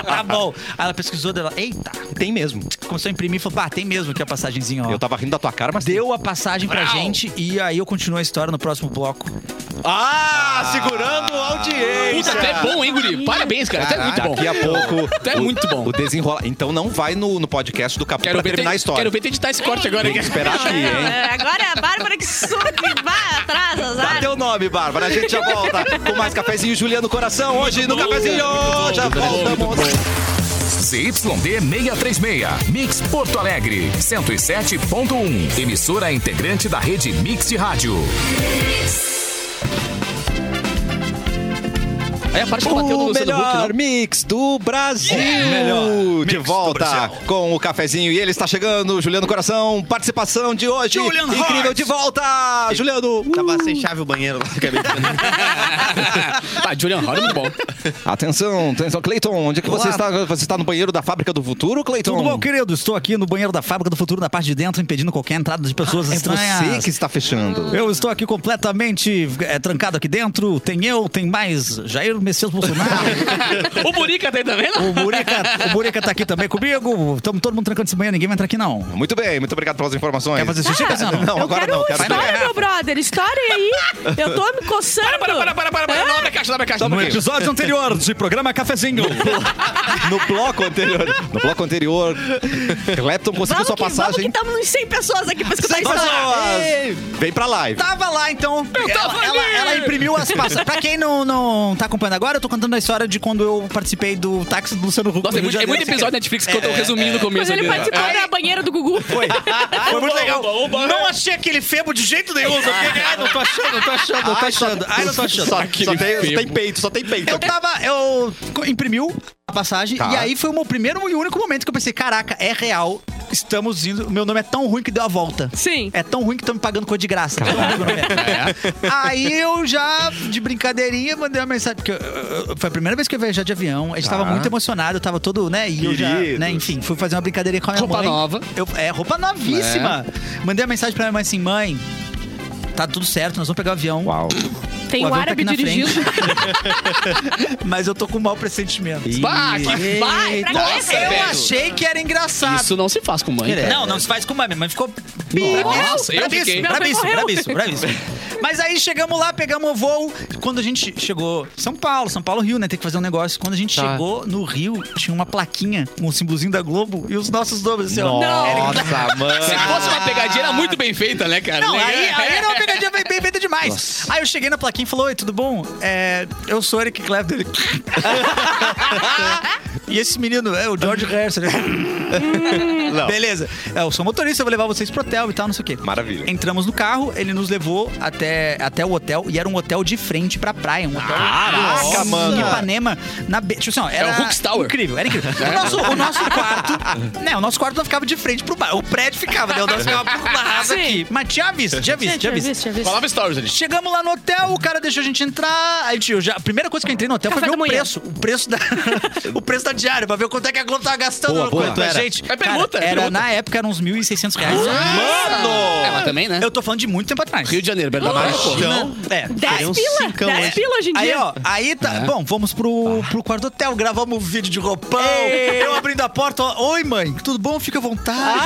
Speaker 1: tá bom. Aí ela pesquisou dela, eita.
Speaker 2: Tem mesmo.
Speaker 1: Começou a imprimir e falou, ah, tem mesmo aqui a passagenzinha, ó.
Speaker 2: Eu tava assim. rindo da tua cara, mas...
Speaker 1: Deu a passagem pra
Speaker 3: Brau.
Speaker 1: gente e aí eu continuo a história no próximo bloco.
Speaker 4: Tá
Speaker 1: Ah,
Speaker 2: Ah, segurando a
Speaker 3: Puta,
Speaker 2: audiência.
Speaker 3: até é bom, hein, guri? Parabéns, cara. Até é muito bom.
Speaker 2: Daqui a pouco...
Speaker 3: Até é
Speaker 2: o-
Speaker 3: muito bom.
Speaker 2: O desenrola... Então não vai no, no podcast do Capu
Speaker 3: Quero
Speaker 2: pra
Speaker 3: ver,
Speaker 2: terminar a
Speaker 3: te,
Speaker 2: história.
Speaker 3: quero ver tu editar esse corte agora. hein?
Speaker 2: Tem que esperar aqui, hein?
Speaker 4: É, Agora é a Bárbara que sobe e vai atrás,
Speaker 2: Dá
Speaker 4: azar.
Speaker 2: teu nome, Bárbara. A gente já volta com mais cafezinho Juliano Coração hoje no cafezinho. Já voltamos.
Speaker 9: ZYD 636, Mix Porto Alegre, 107.1. Emissora integrante da rede Mix de Rádio.
Speaker 3: É, a parte que bateu no
Speaker 2: O
Speaker 3: Luciano Huck, não?
Speaker 2: melhor mix do Brasil.
Speaker 8: Melhor mix
Speaker 2: De
Speaker 8: do
Speaker 2: volta
Speaker 8: Brasil.
Speaker 2: com o cafezinho. E ele está chegando, Juliano Coração. Participação de hoje.
Speaker 8: Julian
Speaker 2: Incrível
Speaker 8: Hart.
Speaker 2: de volta, Juliano.
Speaker 5: Tava sem chave o banheiro
Speaker 2: [LAUGHS]
Speaker 5: lá, acabei ficando.
Speaker 3: Ah, Julian Howard é muito bom.
Speaker 2: Atenção, atenção. Cleiton, onde é que
Speaker 1: Olá.
Speaker 2: você está? Você está no banheiro da Fábrica do Futuro, Cleiton?
Speaker 1: Tudo bom, querido? Estou aqui no banheiro da fábrica do futuro, na parte de dentro, impedindo qualquer entrada de
Speaker 3: Ah,
Speaker 1: pessoas
Speaker 2: É
Speaker 1: estranhas.
Speaker 2: você que está fechando.
Speaker 1: Eu estou aqui completamente é, trancado aqui dentro. Tem eu, tem mais Jair Messias Bolsonaro.
Speaker 3: [LAUGHS] O Burica tem também, não?
Speaker 1: o Burica, o Burica tá aqui também comigo. Estamos todo mundo trancando esse banheiro, ninguém vai entrar aqui não. Ah,
Speaker 2: Muito bem, muito obrigado pelas informações.
Speaker 1: Quer fazer xixi, Cassiano?
Speaker 2: Ah. Não,
Speaker 4: Eu
Speaker 2: agora
Speaker 4: quero
Speaker 2: não. Quero
Speaker 4: história,
Speaker 2: saber.
Speaker 4: meu brother. História aí. Eu tô me coçando.
Speaker 3: Para, para, para, para, para, para. Não abre a caixa, não abre a caixa.
Speaker 1: No
Speaker 3: Não abre a caixa.
Speaker 1: episódio anterior de programa
Speaker 3: [LAUGHS]
Speaker 1: Cafezinho.
Speaker 2: No bloco anterior. No bloco anterior, Clepton conseguiu
Speaker 4: Vamos
Speaker 2: sua
Speaker 4: que, vamos que
Speaker 2: passagem.
Speaker 4: estamos uns 100 pessoas aqui pra escutar É. a história.
Speaker 2: Pessoas, Vem pra live.
Speaker 1: Tava lá, então. ela, ela- ela imprimiu as passagens. pra quem não, não tá acompanhando agora, eu tô contando a história de quando eu participei do táxi do Luciano Huck.
Speaker 3: Nossa,
Speaker 1: no Rio
Speaker 3: é muito,
Speaker 1: de
Speaker 3: é muito
Speaker 1: Janeiro.
Speaker 3: episódio da Netflix que eu tô resumindo
Speaker 1: é.
Speaker 3: no
Speaker 4: Quando
Speaker 3: começo
Speaker 4: ele
Speaker 3: ali. né?
Speaker 4: participou da banheira do Gugu. Foi.
Speaker 1: Foi muito legal.
Speaker 3: oba. Ah,
Speaker 1: Não achei aquele febo de jeito nenhum. só fiquei, [LAUGHS] Ai, não tô achando, não tô achando, não tô achando. Ai,
Speaker 2: [LAUGHS]
Speaker 1: não tô achando.
Speaker 2: Só, que só, tem, só
Speaker 3: febo.
Speaker 2: tem peito, só tem peito.
Speaker 1: Eu tava. Eu co- imprimiu a passagem.
Speaker 2: Tá.
Speaker 1: E aí foi o meu primeiro e único momento que eu pensei: caraca, é real. Estamos indo. Meu nome é tão ruim que deu a volta.
Speaker 4: Sim.
Speaker 1: É tão ruim que estão me pagando coisa de
Speaker 2: [LAUGHS]
Speaker 1: graça. Tão ruim que o nome é. Aí eu já, de brincadeirinha, mandei uma mensagem. Porque eu- eu- foi a primeira vez que eu viajei de avião. A gente
Speaker 2: Tá.
Speaker 1: tava muito emocionado, eu tava todo, né? E eu já,
Speaker 2: Queridos.
Speaker 1: né, enfim, fui fazer uma brincadeirinha com a minha
Speaker 3: Roupa
Speaker 1: mãe.
Speaker 3: nova.
Speaker 1: Eu- é, roupa novíssima.
Speaker 2: É.
Speaker 1: Mandei uma mensagem pra minha mãe assim: mãe, tá tudo certo, nós vamos pegar o avião.
Speaker 2: Uau.
Speaker 4: Tem
Speaker 1: O
Speaker 4: um
Speaker 1: avião tá
Speaker 4: árabe
Speaker 1: aqui na
Speaker 4: dirigindo.
Speaker 1: Mas eu tô com mau pressentimento.
Speaker 3: Bah, que-
Speaker 4: Vai, pra cá,
Speaker 3: Nossa,
Speaker 4: eu
Speaker 1: Eu
Speaker 3: velho.
Speaker 1: achei que era engraçado.
Speaker 3: Isso não se faz com mãe. cara.
Speaker 1: Não, não se faz com mami. Mãe ficou
Speaker 3: Nossa, eu
Speaker 1: bravíssimo,
Speaker 3: fiquei.
Speaker 4: Minha mãe
Speaker 1: bravíssimo,
Speaker 4: morreu.
Speaker 1: bravíssimo, bravíssimo. Mas aí chegamos lá, pegamos o voo. Quando a gente chegou São Paulo, São Paulo Rio, né? Tem que fazer um negócio. Quando a gente chegou no Rio, tinha uma plaquinha com o símbolozinho da Globo e os nossos nomes. Assim, ó.
Speaker 5: Nossa, mano.
Speaker 3: Se fosse uma pegadinha, era muito bem feita, né, cara?
Speaker 1: Não,
Speaker 3: Né?
Speaker 1: aí, aí era uma pegadinha bem, bem feita demais. Aí eu cheguei na plaquinha e falei, oi, tudo bom? É, eu sou Eric Clapton. [LAUGHS] Ele, e esse menino é o George Harrison. Ele, Beleza. É, Eu sou motorista, eu vou levar vocês pro hotel e tal, não sei o quê.
Speaker 2: Maravilha.
Speaker 1: Entramos no carro, ele nos levou até, até o hotel e era um hotel de frente pra praia. Um hotel
Speaker 2: Caraca, mano.
Speaker 1: em Ipanema. Na be... tipo assim, ó, era
Speaker 3: o Hooks Tower.
Speaker 1: Incrível, era incrível. O nosso, o nosso quarto. Né, o nosso quarto não ficava de frente pro bar. O prédio ficava, né? O nosso ficava pro lado
Speaker 4: Sim.
Speaker 1: aqui. Mas tinha visto, tinha visto, tinha visto.
Speaker 4: Tinha visto.
Speaker 3: Falava stories ali.
Speaker 1: Chegamos lá no hotel, o cara deixou a gente entrar. A, gente, eu já, a primeira coisa que eu entrei no hotel
Speaker 4: Café
Speaker 1: foi ver
Speaker 4: da
Speaker 1: o
Speaker 4: manhã.
Speaker 1: preço. O preço da, [LAUGHS] o preço da diária, pra ver quanto é que a Globo tava gastando
Speaker 2: Boa,
Speaker 1: no
Speaker 2: boa.
Speaker 1: coisa pra
Speaker 2: Era.
Speaker 1: gente.
Speaker 3: É permuta,
Speaker 1: Cara,
Speaker 3: é
Speaker 1: era,
Speaker 3: permuta.
Speaker 1: na época, eram uns 1.600 reais.
Speaker 3: É, mas também, né?
Speaker 1: Eu tô falando de muito tempo atrás.
Speaker 3: Rio de Janeiro, Bernardo Praia, pô.
Speaker 1: Então, é,
Speaker 4: 10 pila. 10 pila hoje em
Speaker 1: Aí,
Speaker 4: dia.
Speaker 1: ó, aí tá.
Speaker 3: É.
Speaker 1: Bom, fomos pro,
Speaker 3: Tá.
Speaker 1: pro quarto hotel, gravamos um vídeo de roupão. Eu abrindo a porta, ó, oi, mãe, tudo bom? Fica à
Speaker 4: Ah,
Speaker 1: vontade.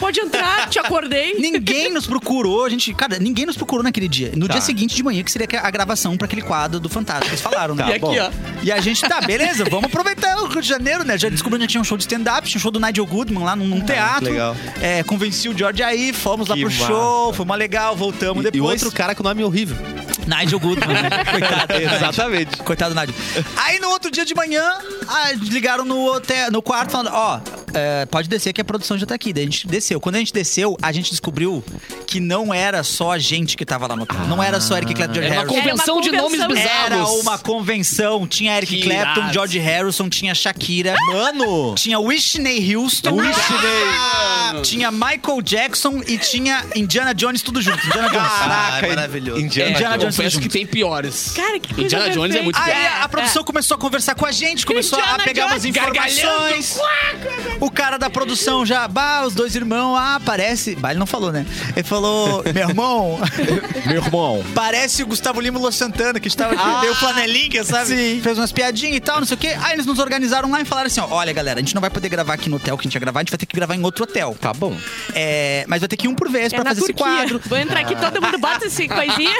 Speaker 4: Pode entrar, te acordei.
Speaker 1: Ninguém nos procurou, a gente. Cara, ninguém nos procurou naquele dia. No
Speaker 5: Tá.
Speaker 1: dia seguinte de manhã, que seria a gravação pra aquele quadro do Fantástico. Eles falaram, né?
Speaker 3: E aqui, ó.
Speaker 1: E a gente, tá, beleza, vamos aproveitar o Rio de Janeiro, né? Já descobrimos que tinha um show de stand-up, tinha um show do Nigel Goodman lá num, num teatro.
Speaker 5: Ah, legal.
Speaker 1: É, convenci o George aí, fomos lá
Speaker 5: Que
Speaker 1: pro
Speaker 5: massa.
Speaker 1: show, foi uma legal, voltamos
Speaker 5: E
Speaker 1: depois.
Speaker 5: outro cara com
Speaker 2: [LAUGHS]
Speaker 5: nome horrível.
Speaker 1: Nigel Goodman, né?
Speaker 5: [LAUGHS]
Speaker 1: Coitado.
Speaker 5: Exatamente.
Speaker 1: Coitado do Nigel. Aí no outro dia de manhã, ah, ligaram no, hotel, no quarto falando, ó, é, pode descer que a produção já tá aqui. Daí a gente desceu. Quando a gente desceu, a gente descobriu que não era só a gente que tava lá no hotel. não era só Eric Clapton e George
Speaker 3: Era uma
Speaker 1: Harrison.
Speaker 3: convenção de
Speaker 4: convenção.
Speaker 3: nomes bizarros.
Speaker 1: Era uma convenção. Tinha Eric
Speaker 3: Que
Speaker 1: Clapton,
Speaker 3: irado.
Speaker 1: George Harrison, tinha Shakira.
Speaker 5: Mano!
Speaker 1: Tinha Whitney Houston. Whitney. Tinha Michael Jackson e tinha Indiana Jones tudo junto. Indiana Jones.
Speaker 5: Caraca, é
Speaker 2: Em
Speaker 5: maravilhoso.
Speaker 2: Indiana
Speaker 1: Indiana
Speaker 3: eu
Speaker 1: Jones
Speaker 3: confesso
Speaker 1: junto.
Speaker 3: que tem piores.
Speaker 4: Cara, que coisa
Speaker 3: Indiana Jones é
Speaker 4: perfeita.
Speaker 3: muito
Speaker 1: Aí
Speaker 3: pior.
Speaker 1: a- a produção começou a conversar com a gente, começou
Speaker 4: é. Indiana
Speaker 1: a pegar umas
Speaker 4: Jones
Speaker 1: informações. O cara da produção já, bah, os dois irmãos, ah, parece. Bah, ele não falou, né? Ele falou, meu
Speaker 5: [LAUGHS]
Speaker 1: irmão,
Speaker 2: Meu irmão.
Speaker 1: parece o Gustavo Lima e o Luan Santana, que estava aqui,
Speaker 4: Ah,
Speaker 1: deu flanelinha, sabe? Fez umas piadinhas e tal, não sei o quê. Aí eles nos organizaram lá e falaram assim: ó, olha, galera, a gente não vai poder gravar aqui no hotel que a gente ia gravar, a gente vai ter que gravar em outro hotel.
Speaker 5: Tá bom.
Speaker 1: É, mas vai ter que ir um por vez
Speaker 4: É
Speaker 1: pra
Speaker 4: na
Speaker 1: fazer
Speaker 4: Turquia.
Speaker 1: esse quadro.
Speaker 4: Vou entrar aqui, todo mundo bota esse coisinha.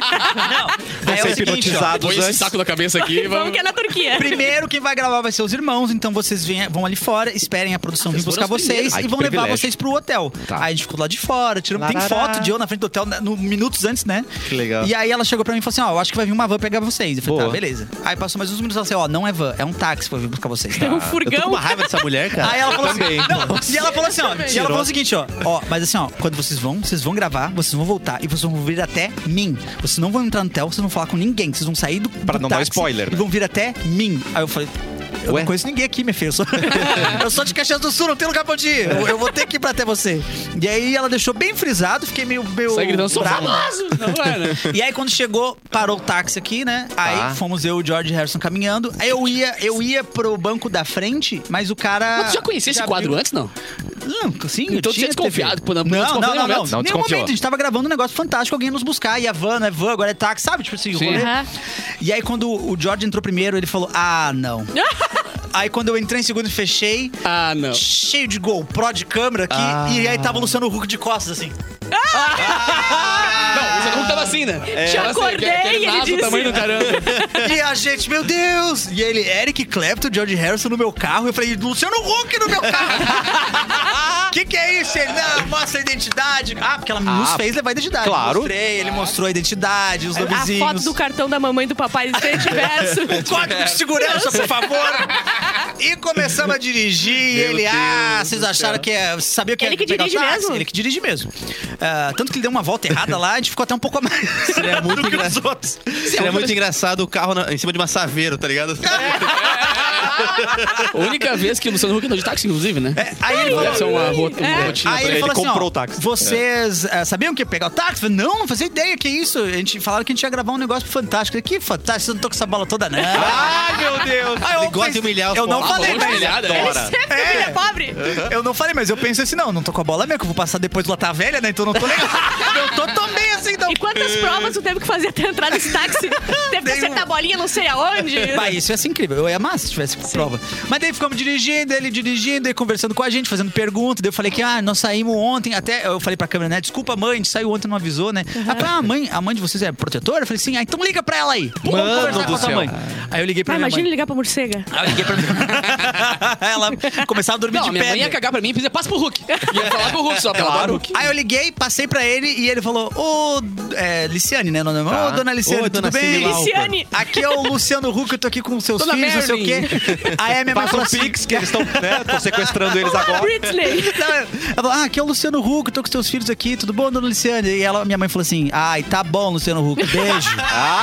Speaker 1: Aí é o
Speaker 5: ser
Speaker 1: seguinte, ó,
Speaker 5: hipnotizado.
Speaker 3: Põe esse saco na cabeça aqui.
Speaker 4: Vamos que é na Turquia.
Speaker 1: [LAUGHS] Primeiro quem vai gravar vai ser os irmãos, então vocês venham- vão ali fora, esperem a produção vão vir
Speaker 3: Ah, Vocês
Speaker 1: buscar
Speaker 3: foram os
Speaker 1: vocês
Speaker 3: primeiros.
Speaker 2: Ai,
Speaker 1: e
Speaker 2: que
Speaker 1: vão levar
Speaker 2: privilégio. Tá.
Speaker 1: vocês pro hotel. Aí a gente ficou lá de fora, tirando. Tem foto de eu na frente do hotel na- no, minutos antes, né?
Speaker 5: Que legal.
Speaker 1: E aí ela chegou pra mim e falou assim: ó, eu acho que vai vir uma van pegar vocês. Eu falei,
Speaker 2: Boa.
Speaker 1: tá, beleza. Aí passou mais uns minutos e ela falou assim: ó, não é van, é um táxi que vai vir buscar vocês. Tá?
Speaker 4: É um
Speaker 5: Eu tô com
Speaker 4: furgão.
Speaker 5: uma raiva dessa mulher, cara.
Speaker 1: Aí ela falou assim,
Speaker 5: Também.
Speaker 1: não, e ela falou assim, ó, e ela falou
Speaker 5: Tirou.
Speaker 1: o seguinte, ó, ó, mas assim, ó, quando vocês vão, vocês vão gravar, vocês vão voltar e vocês vão vir até mim. Vocês não vão entrar no hotel, vocês não vão falar com ninguém, vocês vão sair do
Speaker 2: Pra
Speaker 1: do
Speaker 2: não dar
Speaker 1: táxi
Speaker 2: spoiler,
Speaker 1: E
Speaker 2: né?
Speaker 1: vão vir até mim. Aí eu falei, eu
Speaker 2: Ué?
Speaker 1: não conheço ninguém aqui, minha filha. Eu sou, [LAUGHS] eu sou de Caxias do Sul, não tem lugar pra onde ir. Eu, eu vou ter que ir pra até você. E aí ela deixou bem frisado, fiquei meio, meio
Speaker 3: Sai gritando, sou
Speaker 1: bravo.
Speaker 3: famoso! Não é, né?
Speaker 1: E aí quando chegou, parou o táxi aqui, né? Aí
Speaker 5: Tá.
Speaker 1: fomos eu e o George Harrison caminhando. Aí eu ia, eu ia pro banco da frente, mas o cara.
Speaker 3: Mas Ah, tu já conhecia esse
Speaker 1: abriu-
Speaker 3: quadro antes, não?
Speaker 1: não, sim,
Speaker 3: Então
Speaker 1: eu
Speaker 3: tu tinha
Speaker 1: tinha
Speaker 3: desconfiado, pô, não-
Speaker 1: não,
Speaker 3: não
Speaker 1: não,
Speaker 3: desconfiou
Speaker 1: não,
Speaker 3: em
Speaker 1: não,
Speaker 3: momento.
Speaker 1: não, Nenhum
Speaker 2: Não, desconfiou.
Speaker 1: momento, a gente tava gravando um negócio fantástico, alguém ia nos buscar, e a van, é van, agora é táxi, sabe? Tipo assim, o
Speaker 3: Sim.
Speaker 1: rolê.
Speaker 4: Aham.
Speaker 1: E aí quando o George entrou primeiro, ele falou, ah,
Speaker 3: [LAUGHS]
Speaker 1: não. aí quando eu entrei em segundo e fechei,
Speaker 3: Ah, não.
Speaker 1: cheio de GoPro de câmera aqui,
Speaker 2: Ah.
Speaker 1: e aí tava o Luciano Huck de costas, assim.
Speaker 3: Não, você não tava assim, né?
Speaker 4: Te
Speaker 3: Tava assim,
Speaker 4: acordei,
Speaker 3: aquele- aquele
Speaker 4: ele
Speaker 3: vaso do
Speaker 4: disse.
Speaker 3: tamanho do caramba.
Speaker 1: E a gente, meu Deus! E ele, Eric Clapton, George Harrison no meu carro. Eu falei, Luciano Huck no meu carro! [LAUGHS] que que é isso? Ele, não, mostra a identidade. Ah, porque ela nos
Speaker 2: Ah,
Speaker 1: fez levar a identidade.
Speaker 2: claro.
Speaker 1: Eu mostrei, ele mostrou a identidade, os
Speaker 4: A
Speaker 1: nomezinhos.
Speaker 4: foto do cartão da mamãe e do papai do
Speaker 1: [LAUGHS]
Speaker 4: verso.
Speaker 1: Código de segurança, por favor! E começamos a dirigir. ele, ah, vocês acharam que é. Sabia que
Speaker 4: Ele
Speaker 1: ia
Speaker 4: que
Speaker 1: pegar o
Speaker 4: dirige
Speaker 1: táxi?
Speaker 4: mesmo?
Speaker 1: Ele que dirige mesmo. Ah, tanto que ele deu uma volta errada lá, a gente ficou até um pouco a mais.
Speaker 5: Seria
Speaker 1: [LAUGHS]
Speaker 5: muito,
Speaker 1: do que
Speaker 5: engra...
Speaker 1: os outros.
Speaker 5: Seria muito engraçado o carro na- em cima de uma saveira, tá
Speaker 1: [LAUGHS]
Speaker 5: ligado?
Speaker 3: A Única vez que o Luciano Huck andou de táxi, inclusive, né?
Speaker 1: É, aí ele falou.
Speaker 3: Essa é uma, ro- uma
Speaker 4: É.
Speaker 3: rotina.
Speaker 1: Aí ele,
Speaker 2: ele
Speaker 1: falou assim,
Speaker 2: comprou
Speaker 1: ó,
Speaker 2: o táxi.
Speaker 1: vocês eh, sabiam que ia pegar o táxi? Eu falei, não, não fazia ideia, que isso? A gente falaram que a gente ia gravar um negócio fantástico. Eu falei, Que fantástico, eu não tô com essa bola toda, não.
Speaker 2: Ai, meu Deus!
Speaker 1: Aí eu
Speaker 5: Ele gosta de
Speaker 1: pensei-
Speaker 5: humilhar os
Speaker 1: Eu não
Speaker 5: pobres.
Speaker 1: falei,
Speaker 3: Ah,
Speaker 1: mas...
Speaker 3: humilhada, é.
Speaker 2: Adora.
Speaker 4: Sempre é. família pobre.
Speaker 1: Eu não falei, mas eu pensei assim, não, não tô com a bola mesmo, que eu vou passar depois lá tá velha, né? Então não tô legal. [LAUGHS] eu tô também assim, não.
Speaker 4: E quantas provas tu teve que fazer até entrar nesse táxi?
Speaker 1: [LAUGHS]
Speaker 4: Teve que
Speaker 1: Tem
Speaker 4: acertar
Speaker 1: um-
Speaker 4: a bolinha não sei aonde.
Speaker 1: Bah, isso ia ser incrível. Eu ia amar se tivesse prova. Mas daí ficamos dirigindo, ele dirigindo, ele conversando com a gente, fazendo pergunta. Daí eu falei que, ah, nós saímos ontem. Até eu falei pra câmera, né? Desculpa, mãe, a gente saiu ontem, não avisou, né? Ela falou, ah, a mãe, a mãe de vocês é protetora? Eu falei, sim. Ah, então liga pra ela aí. Vamos
Speaker 2: Mano
Speaker 1: conversar
Speaker 2: do
Speaker 1: com a sua
Speaker 2: céu.
Speaker 1: mãe. Aí eu liguei pra
Speaker 4: Ah,
Speaker 1: minha [LAUGHS]
Speaker 4: imagina
Speaker 1: mãe.
Speaker 4: ligar pra morcega.
Speaker 1: Aí eu liguei pra minha Ela começava a dormir
Speaker 3: Não,
Speaker 1: de
Speaker 3: minha
Speaker 1: pé.
Speaker 3: mãe ia um
Speaker 1: né?
Speaker 3: cagar pra mim e pedir passa pro Hulk. Ia falar pro Hulk só, pela claro. Hulk.
Speaker 1: Aí eu liguei, passei pra ele e ele falou: Ô, é, Liciane, né? Ô,
Speaker 5: Tá.
Speaker 1: dona Liciane,
Speaker 5: Ô,
Speaker 1: tudo
Speaker 5: dona
Speaker 1: bem?
Speaker 5: Cine Lauper.
Speaker 4: Liciane.
Speaker 1: Aqui é o Luciano Huck, eu tô aqui com seus
Speaker 3: Dona
Speaker 1: filhos, não sei o
Speaker 3: Merlin.
Speaker 1: quê. Aí a minha mãe falou
Speaker 2: Passa o
Speaker 1: assim:
Speaker 2: Pix, que eles estão né, tão sequestrando eles
Speaker 4: Olá,
Speaker 2: agora.
Speaker 4: Britney.
Speaker 1: Não, ela falou, ah, aqui é o Luciano Huck, eu tô com seus filhos aqui, tudo bom, dona Luciane? E ela, minha mãe falou assim, ai, tá bom, Luciano Huck, beijo.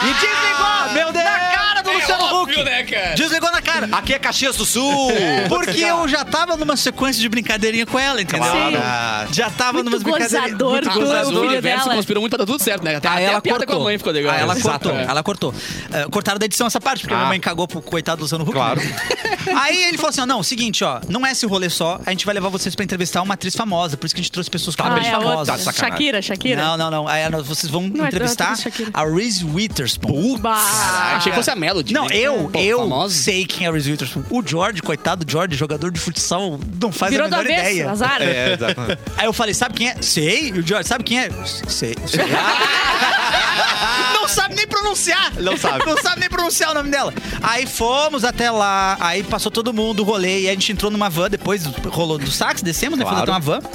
Speaker 1: e desligou, meu Deus! Na cara
Speaker 4: É
Speaker 1: do Luciano Huck!
Speaker 3: né, cara?
Speaker 1: Desligou na cara.
Speaker 2: Aqui é Caxias do Sul!
Speaker 1: Porque eu já tava numa sequência de brincadeirinha com ela, entendeu?
Speaker 4: Claro. Sim.
Speaker 5: Ah,
Speaker 1: Já tava
Speaker 4: Muito
Speaker 1: numa brincadeirinha.
Speaker 4: gozador,
Speaker 1: Muito
Speaker 4: Ah,
Speaker 3: Mas
Speaker 4: Todo
Speaker 3: o
Speaker 4: filho
Speaker 3: universo
Speaker 4: dela.
Speaker 3: conspirou muito pra dar tudo certo, né? Até,
Speaker 1: Aí
Speaker 3: até
Speaker 1: Tá, ela
Speaker 3: a piada
Speaker 1: cortou.
Speaker 3: com a mãe ficou legal.
Speaker 1: Aí ela
Speaker 3: Exato,
Speaker 1: cortou,
Speaker 3: Ah. é.
Speaker 1: ela cortou. Eh, cortaram da edição essa parte, porque a minha mãe cagou pro coitado do Luciano Huck.
Speaker 2: Claro.
Speaker 3: [LAUGHS]
Speaker 1: né? Aí ele falou assim: ó, não, seguinte, ó, não é esse rolê só, a gente vai levar vocês pra entrevistar uma atriz famosa, por isso que a gente trouxe pessoas com
Speaker 4: Ah,
Speaker 1: nomes
Speaker 4: é a
Speaker 1: famosas.
Speaker 4: outra.
Speaker 2: Tá de sacanagem.
Speaker 4: Shakira, Shakira.
Speaker 1: Não, não, não. Aí nós- vocês vão
Speaker 4: Não é
Speaker 1: entrevistar
Speaker 4: tanto, Shakira.
Speaker 1: a Reese Witherspoon.
Speaker 4: Bah.
Speaker 3: Achei que fosse a Melody.
Speaker 1: Não,
Speaker 3: né?
Speaker 1: eu,
Speaker 3: Pô,
Speaker 1: eu
Speaker 3: famosa.
Speaker 1: sei quem é a Reese Witherspoon. O George, coitado do George, jogador de futsal, não faz
Speaker 4: Virou
Speaker 1: a
Speaker 4: do
Speaker 1: menor
Speaker 4: avesso,
Speaker 1: ideia.
Speaker 4: azar.
Speaker 2: É, exato.
Speaker 1: Aí eu falei, sabe quem é? Sei. E o George, sabe quem é? Sei. sei. [LAUGHS] não sabe nem pronunciar.
Speaker 2: Não sabe.
Speaker 1: Não sabe nem pronunciar o nome dela. Aí fomos até lá, aí passou todo mundo o rolê, e a gente entrou numa van, depois rolou do sax, descemos, né? Fomos até
Speaker 2: Claro.
Speaker 1: uma van.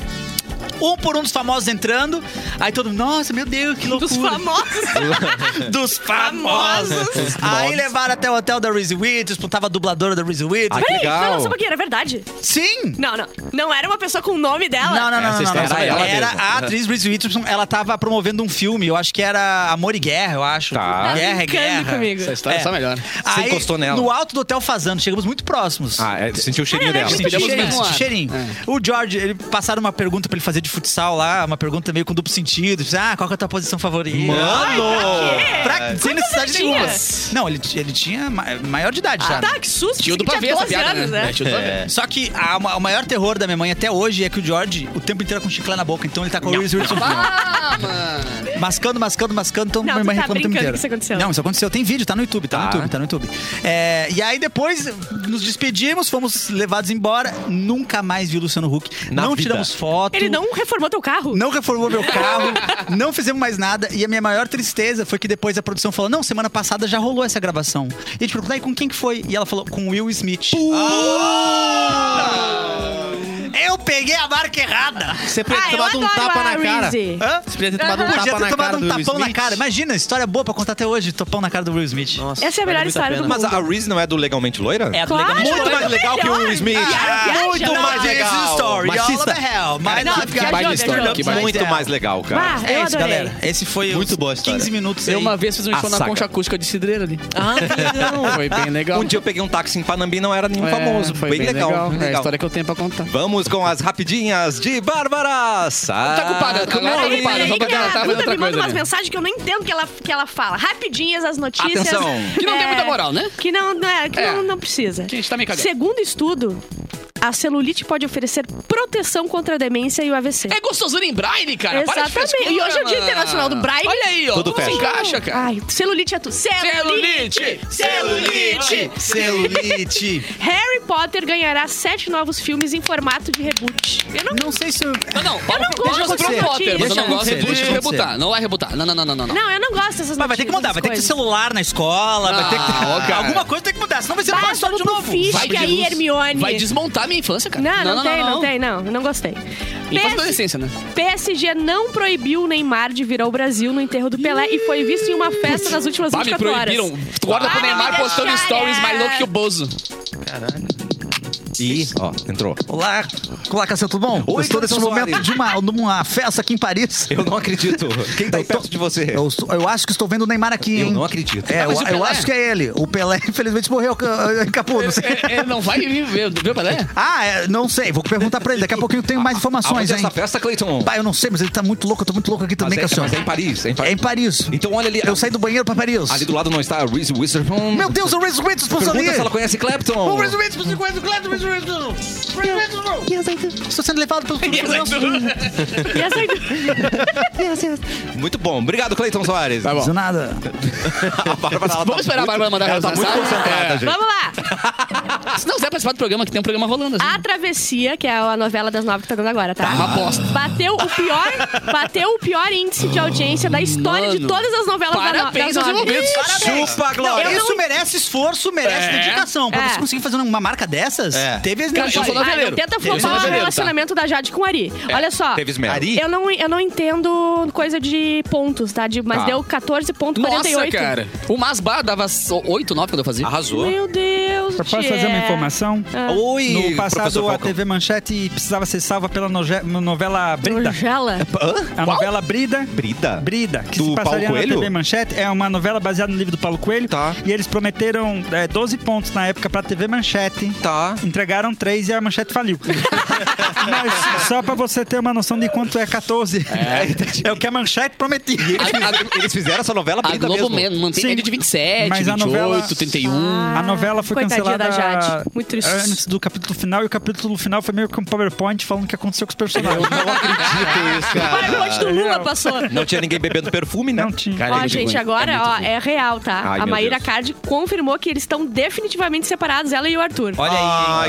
Speaker 1: Um por um dos famosos entrando. Aí todo mundo, nossa, meu Deus, que loucura.
Speaker 4: Dos [LAUGHS] famosos.
Speaker 1: Dos famosos. Aí levaram até o hotel da Reese Witherspoon, tava a dubladora da Reese Witherspoon.
Speaker 4: Peraí,
Speaker 2: legal.
Speaker 4: não, não, só um pouquinho, era verdade.
Speaker 1: Sim!
Speaker 4: Não, não. Não era uma pessoa com o nome dela.
Speaker 2: É,
Speaker 1: Não, não, não, não, não, não.
Speaker 2: história era ela
Speaker 1: Era
Speaker 2: mesma.
Speaker 1: a atriz Reese Witherspoon, ela tava promovendo um filme, eu acho que era Amor e Guerra, eu acho.
Speaker 2: Tá.
Speaker 1: Guerra é
Speaker 4: brincando
Speaker 1: guerra.
Speaker 4: comigo.
Speaker 3: Essa história é.
Speaker 1: É.
Speaker 3: só melhor.
Speaker 1: Aí,
Speaker 2: encostou nela.
Speaker 1: No alto do hotel fazendo, chegamos muito próximos.
Speaker 2: Ah, é, sentiu o cheirinho
Speaker 4: Ah, é,
Speaker 2: dela.
Speaker 1: Senti
Speaker 3: pegamos
Speaker 1: cheirinho,
Speaker 3: bem no
Speaker 1: senti
Speaker 3: ar.
Speaker 1: cheirinho.
Speaker 3: É.
Speaker 1: O George, ele passaram uma pergunta pra ele fazer de futsal lá, uma pergunta meio com duplo sentido. Tipo, Ah, qual que é a tua posição favorita?
Speaker 2: Mano!
Speaker 4: é.
Speaker 1: Pra, sem necessidade
Speaker 4: tinha?
Speaker 1: nenhuma. Não, ele, ele tinha ma- maior de idade já. né?
Speaker 4: Tá, que susto.
Speaker 3: Tio do
Speaker 4: tinha
Speaker 3: pavê essa
Speaker 4: 12
Speaker 3: piada,
Speaker 4: anos,
Speaker 3: né?
Speaker 4: né?
Speaker 3: É, tio do pavê.
Speaker 1: Só que a- o maior terror da minha mãe até hoje é que o George o tempo inteiro tá com chiclete na boca, então ele tá com o Reese Witherspoon.
Speaker 3: Ah, mano.
Speaker 1: Mascando, mascando, mascando, então
Speaker 4: Não,
Speaker 1: minha
Speaker 4: tu
Speaker 1: mãe
Speaker 4: tá
Speaker 1: reclama o tempo
Speaker 4: brincando
Speaker 1: inteiro.
Speaker 4: que isso aconteceu.
Speaker 1: Não, isso aconteceu. Tem vídeo, tá no YouTube,
Speaker 3: Ah.
Speaker 1: tá,
Speaker 2: Tá.
Speaker 1: no YouTube, tá no YouTube. É, e aí depois nos despedimos, fomos levados embora, nunca mais vi o Luciano Huck.
Speaker 2: Na
Speaker 1: não
Speaker 2: vida.
Speaker 1: tiramos foto.
Speaker 4: Ele não reformou teu carro?
Speaker 1: Não reformou meu carro, não fizemos mais nada. E a minha maior tristeza foi que depois a produção falou: não, semana passada já rolou essa gravação. E a gente perguntou: "Ah, e com quem que foi? E ela falou: com Will Smith.
Speaker 5: Você podia ter
Speaker 4: Ah, eu
Speaker 5: tomado um
Speaker 4: adoro
Speaker 5: tapa
Speaker 4: a
Speaker 5: na cara.
Speaker 4: Reezy.
Speaker 1: Hã?
Speaker 5: Você podia ter tomado um
Speaker 1: Podia
Speaker 5: tapa
Speaker 1: ter
Speaker 5: na cara
Speaker 1: tomado
Speaker 5: do
Speaker 1: um
Speaker 5: Will
Speaker 1: tapão na
Speaker 5: Smith.
Speaker 1: cara. Imagina, história boa pra contar até hoje. Topão na cara do Will Smith.
Speaker 5: Nossa,
Speaker 4: Essa é a melhor
Speaker 5: vale muito
Speaker 4: história do
Speaker 5: pena.
Speaker 2: Mas a Reese não é do Legalmente Loira?
Speaker 3: É,
Speaker 4: Claro,
Speaker 3: legal.
Speaker 2: Muito mais legal que o Will Smith.
Speaker 4: Ah,
Speaker 2: É
Speaker 4: viaja.
Speaker 2: muito
Speaker 4: Não,
Speaker 2: mais
Speaker 1: this is
Speaker 2: legal.
Speaker 1: story.
Speaker 2: Machista.
Speaker 1: All the hell. My-
Speaker 4: Não,
Speaker 1: Keep
Speaker 4: viajou,
Speaker 1: going.
Speaker 3: baita história,
Speaker 1: Turn
Speaker 3: que
Speaker 1: upside
Speaker 3: baita.
Speaker 2: Muito
Speaker 1: down.
Speaker 2: mais legal, cara.
Speaker 4: Ah, eu
Speaker 1: É isso,
Speaker 4: adorei.
Speaker 1: galera. Esse foi
Speaker 5: Muito
Speaker 1: os
Speaker 5: boa a história.
Speaker 1: 15 minutos aí.
Speaker 3: Eu uma vez fiz um
Speaker 2: A
Speaker 3: show na
Speaker 2: saga.
Speaker 3: concha acústica de cidreira ali. Ah, não. Foi bem legal.
Speaker 2: Um dia eu peguei um táxi em Panambi não era nenhum
Speaker 3: É,
Speaker 2: famoso.
Speaker 3: Foi
Speaker 2: Bem, legal. bem
Speaker 3: É a
Speaker 2: legal.
Speaker 3: história que eu tenho pra contar.
Speaker 2: Vamos com as rapidinhas de Bárbara Sá.
Speaker 3: Tá culpada, tá
Speaker 4: Ela
Speaker 3: culpada,
Speaker 4: me
Speaker 3: culpada. Só porque
Speaker 4: liga,
Speaker 3: ela tá fazendo
Speaker 4: Duda
Speaker 3: outra
Speaker 4: me manda
Speaker 3: coisa.
Speaker 4: umas
Speaker 3: ali.
Speaker 4: mensagens que eu não entendo que ela, que ela fala. Rapidinhas as notícias.
Speaker 2: Atenção.
Speaker 3: Que não tem
Speaker 4: É,
Speaker 3: muita moral, né?
Speaker 4: Que não, não é, que
Speaker 3: É.
Speaker 4: Não, não precisa.
Speaker 3: Que a gente tá meio cagando.
Speaker 4: Segundo estudo, a celulite pode oferecer proteção contra a demência e o AVC.
Speaker 3: É gostosura em braille, cara. Para de
Speaker 4: Exatamente.
Speaker 3: frescura,
Speaker 4: E hoje é o Dia
Speaker 3: mano.
Speaker 4: Internacional do Braille.
Speaker 3: Olha aí, ó.
Speaker 2: Tudo
Speaker 3: Tudo se
Speaker 2: fecha.
Speaker 3: encaixa, cara.
Speaker 4: Ai, celulite é tu.
Speaker 3: Celulite! Celulite!
Speaker 1: Celulite.
Speaker 4: Harry Potter ganhará sete novos filmes em formato de reboot. Eu não...
Speaker 1: Não sei se... eu-
Speaker 3: Não, não, Paulo,
Speaker 4: não
Speaker 3: deixa eu
Speaker 4: gosto
Speaker 3: pro
Speaker 4: dessa
Speaker 3: Potter, mas eu
Speaker 1: notícia.
Speaker 3: não gosto
Speaker 1: Deixa
Speaker 3: de
Speaker 1: acontecer.
Speaker 3: rebutar. Não vai rebutar. Não, não, não, não, não. não.
Speaker 4: Não, eu não gosto dessas
Speaker 1: Mas vai ter que mudar, vai ter que ter celular na escola, vai ter que ter...
Speaker 3: Ah, ô, cara.
Speaker 1: Alguma coisa tem que mudar, senão vai ser uma
Speaker 4: Vai,
Speaker 1: história
Speaker 4: vamos
Speaker 1: de
Speaker 4: pro
Speaker 1: novo.
Speaker 4: Fish,
Speaker 3: Vai
Speaker 4: que
Speaker 3: pedir
Speaker 4: aí,
Speaker 3: luz.
Speaker 4: Hermione.
Speaker 3: Vai desmontar minha infância, cara.
Speaker 4: Não, não, tem, não, tem, não. Eu não gostei.
Speaker 3: Infância e
Speaker 4: PS-
Speaker 3: adolescência, né?
Speaker 4: PSG não proibiu o Neymar de vir ao Brasil no enterro do Pelé e foi visto em uma festa nas últimas
Speaker 3: Bah, me
Speaker 4: 24 horas.
Speaker 3: proibiram. Guarda pro
Speaker 4: Ah,
Speaker 3: Neymar
Speaker 4: me
Speaker 3: postando
Speaker 4: deixaram.
Speaker 3: stories mais louco que o Bozo.
Speaker 2: E, ó, entrou.
Speaker 1: Olá, olá, Cassiano, tudo bom?
Speaker 2: Oi,
Speaker 1: Estou nesse
Speaker 2: Cassiano
Speaker 1: momento
Speaker 2: Soares.
Speaker 1: de uma, de uma festa aqui em Paris.
Speaker 2: Eu não acredito. Quem tá
Speaker 1: Eu tô-
Speaker 2: perto de você?
Speaker 1: Eu, sou- eu acho que estou vendo o Neymar aqui,
Speaker 2: Eu
Speaker 1: hein?
Speaker 2: não acredito.
Speaker 1: É,
Speaker 2: Ah,
Speaker 1: eu,
Speaker 3: mas e o
Speaker 1: eu
Speaker 3: Pelé?
Speaker 1: acho que é ele. O Pelé, [LAUGHS] infelizmente, morreu. eh, eh, Capô, não sei.
Speaker 3: É, é, não vai vir, viu, viu, Pelé?
Speaker 1: Ah, é, não sei. Vou perguntar pra ele. Daqui a pouquinho eu tenho mais informações,
Speaker 2: Aonde é
Speaker 1: hein?
Speaker 2: essa festa, Cleiton?
Speaker 1: Pá, eu não sei, mas ele tá muito louco. Eu tô muito louco aqui um também,
Speaker 2: Mas é,
Speaker 1: Cassiano.
Speaker 2: mas é em Paris. É em
Speaker 1: É
Speaker 2: Paris.
Speaker 1: em Paris.
Speaker 2: Então olha ali.
Speaker 1: Eu saí do banheiro pra Paris.
Speaker 2: Ali do lado não está a Reese Witherspoon.
Speaker 1: Meu Deus, o Reese Witherspoon ali.
Speaker 2: Pergunta se ela conhece Clapton.
Speaker 1: O Reese Witherspoon conhece o Gladys Reese Witherspoon. Reese Witherspoon. Estou sendo levado pelo...
Speaker 2: [LAUGHS]
Speaker 3: [LAUGHS]
Speaker 4: E essa-
Speaker 2: Muito bom. Obrigado, Cleiton Soares.
Speaker 3: Tá bom.
Speaker 1: De nada.
Speaker 2: A Bárbara, ela tá
Speaker 3: Vamos esperar a Bárbara mandar
Speaker 2: ela tá muito
Speaker 3: mensagem.
Speaker 2: concentrada,
Speaker 3: É.
Speaker 2: gente.
Speaker 4: Vamos lá.
Speaker 3: Se não quiser participar do programa, que tem um programa rolando. Assim.
Speaker 4: A Travessia, que é a novela das nove que tá dando agora, tá?
Speaker 3: Tá uma bosta.
Speaker 4: Bateu o pior, bateu o pior índice de audiência da história de
Speaker 3: Mano,
Speaker 4: todas as novelas
Speaker 3: Parabéns
Speaker 4: da
Speaker 3: aos
Speaker 4: no- das nove.
Speaker 3: envolvidos.
Speaker 2: Chupa, Glória.
Speaker 1: Isso merece esforço, merece dedicação. Pra
Speaker 4: É.
Speaker 1: você conseguir fazer uma marca dessas,
Speaker 2: É.
Speaker 1: teve as
Speaker 3: Cara, eu sou
Speaker 4: Ah,
Speaker 3: noveleiro.
Speaker 4: não tenta
Speaker 3: Eu sou
Speaker 4: flopar o
Speaker 3: noveleiro, tá? É,
Speaker 4: relacionamento da Jade com o Ari. Olha só.
Speaker 2: Teve esmeralda.
Speaker 4: Eu não, eu não entendo coisa de pontos, tá? De, mas
Speaker 2: Tá.
Speaker 4: deu 14,48.
Speaker 3: Nossa, cara. O Masbar dava 8, 9 quando eu fazia.
Speaker 2: Arrasou.
Speaker 4: Meu Deus,
Speaker 10: Só posso fazer uma
Speaker 4: Tchê.
Speaker 10: informação?
Speaker 2: Oi,
Speaker 10: No
Speaker 2: professor
Speaker 10: passado, a
Speaker 2: Falcão.
Speaker 10: TV Manchete precisava ser salva pela noje- novela Brida.
Speaker 4: Angela?
Speaker 10: A novela Brida.
Speaker 2: Brida?
Speaker 10: Brida, que
Speaker 2: Do
Speaker 10: se passaria
Speaker 2: Paulo
Speaker 10: na
Speaker 2: Coelho?
Speaker 10: TV Manchete. É uma novela baseada no livro do Paulo Coelho.
Speaker 2: Tá.
Speaker 10: E eles prometeram é, 12 pontos na época pra TV Manchete.
Speaker 2: Tá.
Speaker 10: Entregaram 3 e a Manchete
Speaker 2: [LAUGHS]
Speaker 10: faliu. Mas só pra você ter uma noção de quanto é 14. [LAUGHS] É, o que a Manchete prometia.
Speaker 2: Eles- Eles fizeram essa novela
Speaker 3: A
Speaker 2: Brida
Speaker 3: Globo
Speaker 2: mesmo.
Speaker 3: man- mantém
Speaker 10: Sim.
Speaker 3: média de 27,
Speaker 10: Mas a
Speaker 3: 28,
Speaker 10: novela-
Speaker 3: 31.
Speaker 10: A novela foi
Speaker 4: Hum. Coitadinha
Speaker 10: cancelada
Speaker 4: da Jade. Muito triste.
Speaker 10: antes do capítulo final e o capítulo final foi meio que um PowerPoint falando o que aconteceu com os
Speaker 5: [LAUGHS]
Speaker 10: personagens.
Speaker 4: é
Speaker 2: Acredito
Speaker 4: [LAUGHS]
Speaker 2: isso,
Speaker 4: Para, o
Speaker 2: cara.
Speaker 4: monte do Lula passou.
Speaker 2: Não tinha ninguém bebendo perfume, né?
Speaker 10: Não tinha.
Speaker 2: Cara, é
Speaker 4: Ó,
Speaker 2: muito
Speaker 4: gente,
Speaker 2: ruim.
Speaker 4: agora,
Speaker 2: É muito
Speaker 4: ó,
Speaker 2: ruim.
Speaker 4: é real, tá?
Speaker 2: Ai,
Speaker 4: a
Speaker 2: meu
Speaker 4: Maíra
Speaker 2: Deus.
Speaker 4: Cardi confirmou que eles estão definitivamente separados, ela e o Arthur.
Speaker 1: Olha aí.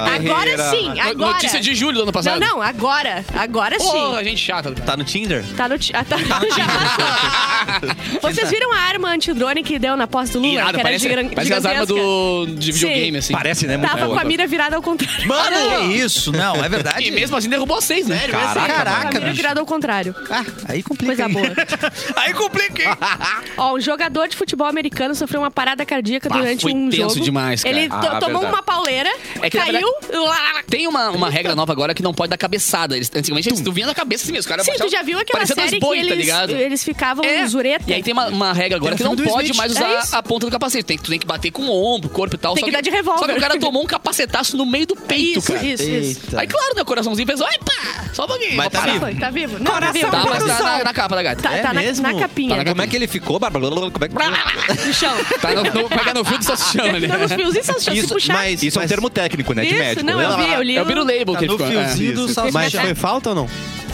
Speaker 2: Ai, guerreira.
Speaker 4: agora sim, agora.
Speaker 3: Notícia de julho do ano
Speaker 4: Não,
Speaker 3: passado.
Speaker 4: não, agora. Agora sim.
Speaker 3: Porra, gente chata.
Speaker 5: Tá no Tinder?
Speaker 4: Tá no... ti- Ah, tá... [LAUGHS] já
Speaker 5: né?
Speaker 4: passou. [LAUGHS] Vocês viram a arma antidrone que deu na posse do Lula?
Speaker 3: Irado,
Speaker 4: que era
Speaker 3: parece,
Speaker 4: gigan-
Speaker 3: parece as armas
Speaker 4: gigantesca?
Speaker 3: do, de videogame, assim.
Speaker 2: Parece, né? Muito
Speaker 4: Tava
Speaker 2: boa.
Speaker 4: com a mira virada ao contrário.
Speaker 1: Mano,
Speaker 3: Ah,
Speaker 1: que isso? Não, é verdade?
Speaker 3: E mesmo assim derrubou seis, né?
Speaker 2: Caraca,
Speaker 4: Com a
Speaker 1: Caraca,
Speaker 4: mira
Speaker 1: bicho.
Speaker 4: virada ao contrário.
Speaker 1: Ah, aí complica.
Speaker 4: Coisa
Speaker 1: hein?
Speaker 4: boa.
Speaker 1: aí complica,
Speaker 2: Ah,
Speaker 1: hein?
Speaker 4: Ó, um jogador de futebol americano sofreu uma parada cardíaca
Speaker 3: Bah,
Speaker 4: durante
Speaker 3: foi
Speaker 4: um
Speaker 3: tenso
Speaker 4: jogo.
Speaker 3: demais, cara.
Speaker 4: Ele
Speaker 2: Ah,
Speaker 4: to- tomou
Speaker 2: verdade.
Speaker 4: uma pauleira,
Speaker 3: É que, na
Speaker 4: caiu... lá, lá, lá.
Speaker 3: Tem uma, uma regra nova agora que não pode dar cabeçada. Eles, antigamente, eles, tu vinha na cabeça assim mesmo. os caras
Speaker 4: Sim, tu
Speaker 3: baixavam-
Speaker 4: já viu aquela
Speaker 3: parecia dois
Speaker 4: série
Speaker 3: boi,
Speaker 4: que
Speaker 3: tá
Speaker 4: eles,
Speaker 3: ligado?
Speaker 4: eles ficavam
Speaker 3: É.
Speaker 4: zureta.
Speaker 3: E aí tem uma, uma regra agora
Speaker 1: Tem um
Speaker 3: que não
Speaker 1: filme do
Speaker 3: pode
Speaker 1: Smith.
Speaker 3: mais
Speaker 4: É
Speaker 3: usar
Speaker 4: isso.
Speaker 3: a ponta do capacete. Tem, que- tu tem que bater com o ombro, corpo e tal.
Speaker 4: Tem
Speaker 3: Só
Speaker 4: que dar de revólver. É
Speaker 3: Só que o cara tomou um capacetaço no meio do peito,
Speaker 4: isso,
Speaker 3: cara.
Speaker 4: isso, isso.
Speaker 3: Aí, claro, meu coraçãozinho pensou, ai pá, só um pouquinho.
Speaker 2: Mas
Speaker 3: vou
Speaker 2: tá
Speaker 3: parar.
Speaker 4: Tá,
Speaker 2: vivo.
Speaker 4: foi, tá vivo? Não, tá vivo.
Speaker 3: Tá,
Speaker 4: Tá,
Speaker 3: mas tá na, na capa da gata.
Speaker 4: tá na- na, capinha.
Speaker 2: Como é que ele ficou, Bárbara? Como é que...
Speaker 3: [LAUGHS]
Speaker 4: No chão.
Speaker 3: Tá no, no, pega no fio do
Speaker 4: Tá
Speaker 3: salsichão ali.
Speaker 4: Não, nos fios, isso, se
Speaker 5: Isso,
Speaker 4: puxar.
Speaker 5: mas- tá
Speaker 2: Isso é um termo técnico, né? De
Speaker 4: isso,
Speaker 2: médico.
Speaker 4: não, eu vi, eu li. um-
Speaker 3: É o Biro Label que ele
Speaker 5: No
Speaker 3: ficou. é.
Speaker 5: fiozinho do salsichão. Mas foi falta ou não?
Speaker 3: [LAUGHS]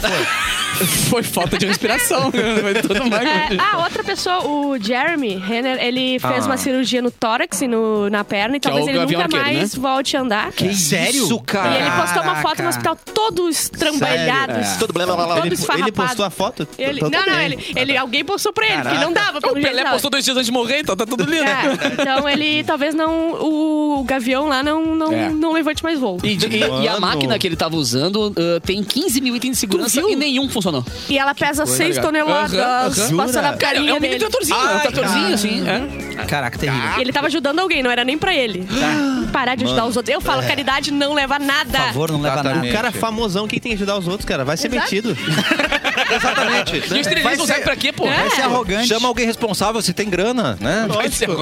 Speaker 3: Foi falta de respiração. né? Foi todo
Speaker 4: É,
Speaker 3: magro.
Speaker 4: ah, outra pessoa, o Jeremy Renner, ele fez
Speaker 2: Ah.
Speaker 4: uma cirurgia no tórax e no, na perna, e
Speaker 3: Que é
Speaker 4: talvez
Speaker 3: o
Speaker 4: ele
Speaker 3: Gavião
Speaker 4: nunca
Speaker 3: Arqueiro, né?
Speaker 4: mais volte a andar.
Speaker 1: Sério?
Speaker 2: Isso, cara.
Speaker 4: E ele postou uma foto no hospital todo estrambalhado.
Speaker 5: É.
Speaker 2: Todo blá, blá, blá, blá.
Speaker 4: Todo
Speaker 5: Ele, ele
Speaker 4: esfarrapado.
Speaker 5: postou a foto?
Speaker 4: Ele-
Speaker 5: Tá- tá
Speaker 4: não,
Speaker 5: tudo
Speaker 4: não,
Speaker 5: bem.
Speaker 4: ele, ele, alguém postou pra ele, que não dava.
Speaker 3: O
Speaker 4: pelo jeito
Speaker 3: Pelé
Speaker 4: não.
Speaker 3: postou dois dias antes de morrer, então tá tudo lindo.
Speaker 4: É, então ele talvez não. O Gavião lá não, não,
Speaker 3: É.
Speaker 4: não levante mais voo.
Speaker 3: E, de- e- e a
Speaker 5: Mano.
Speaker 3: máquina que ele tava usando ah, tem 15 mil itens de segurança criança e nenhum funcionou.
Speaker 4: E ela pesa 6 toneladas,
Speaker 3: Aham, aham.
Speaker 4: passando a
Speaker 3: Cara, é
Speaker 4: carinha
Speaker 3: um mini
Speaker 4: nele.
Speaker 3: tratorzinho, é um tratorzinho, assim. é.
Speaker 1: Caraca, terrível.
Speaker 4: Ele tava ajudando alguém, não era nem pra ele. Parar de ajudar os outros. Eu falo, caridade não leva nada.
Speaker 1: Por favor, [LAUGHS] não leva nada.
Speaker 5: O cara é famosão, quem tem que ajudar os outros, cara? Vai ser
Speaker 4: Exato.
Speaker 5: metido.
Speaker 2: Exatamente.
Speaker 3: E o
Speaker 1: Vai ser-
Speaker 3: estrelismo serve pra quê, pô?
Speaker 4: É.
Speaker 1: Vai ser arrogante.
Speaker 2: Chama alguém responsável se tem grana, né?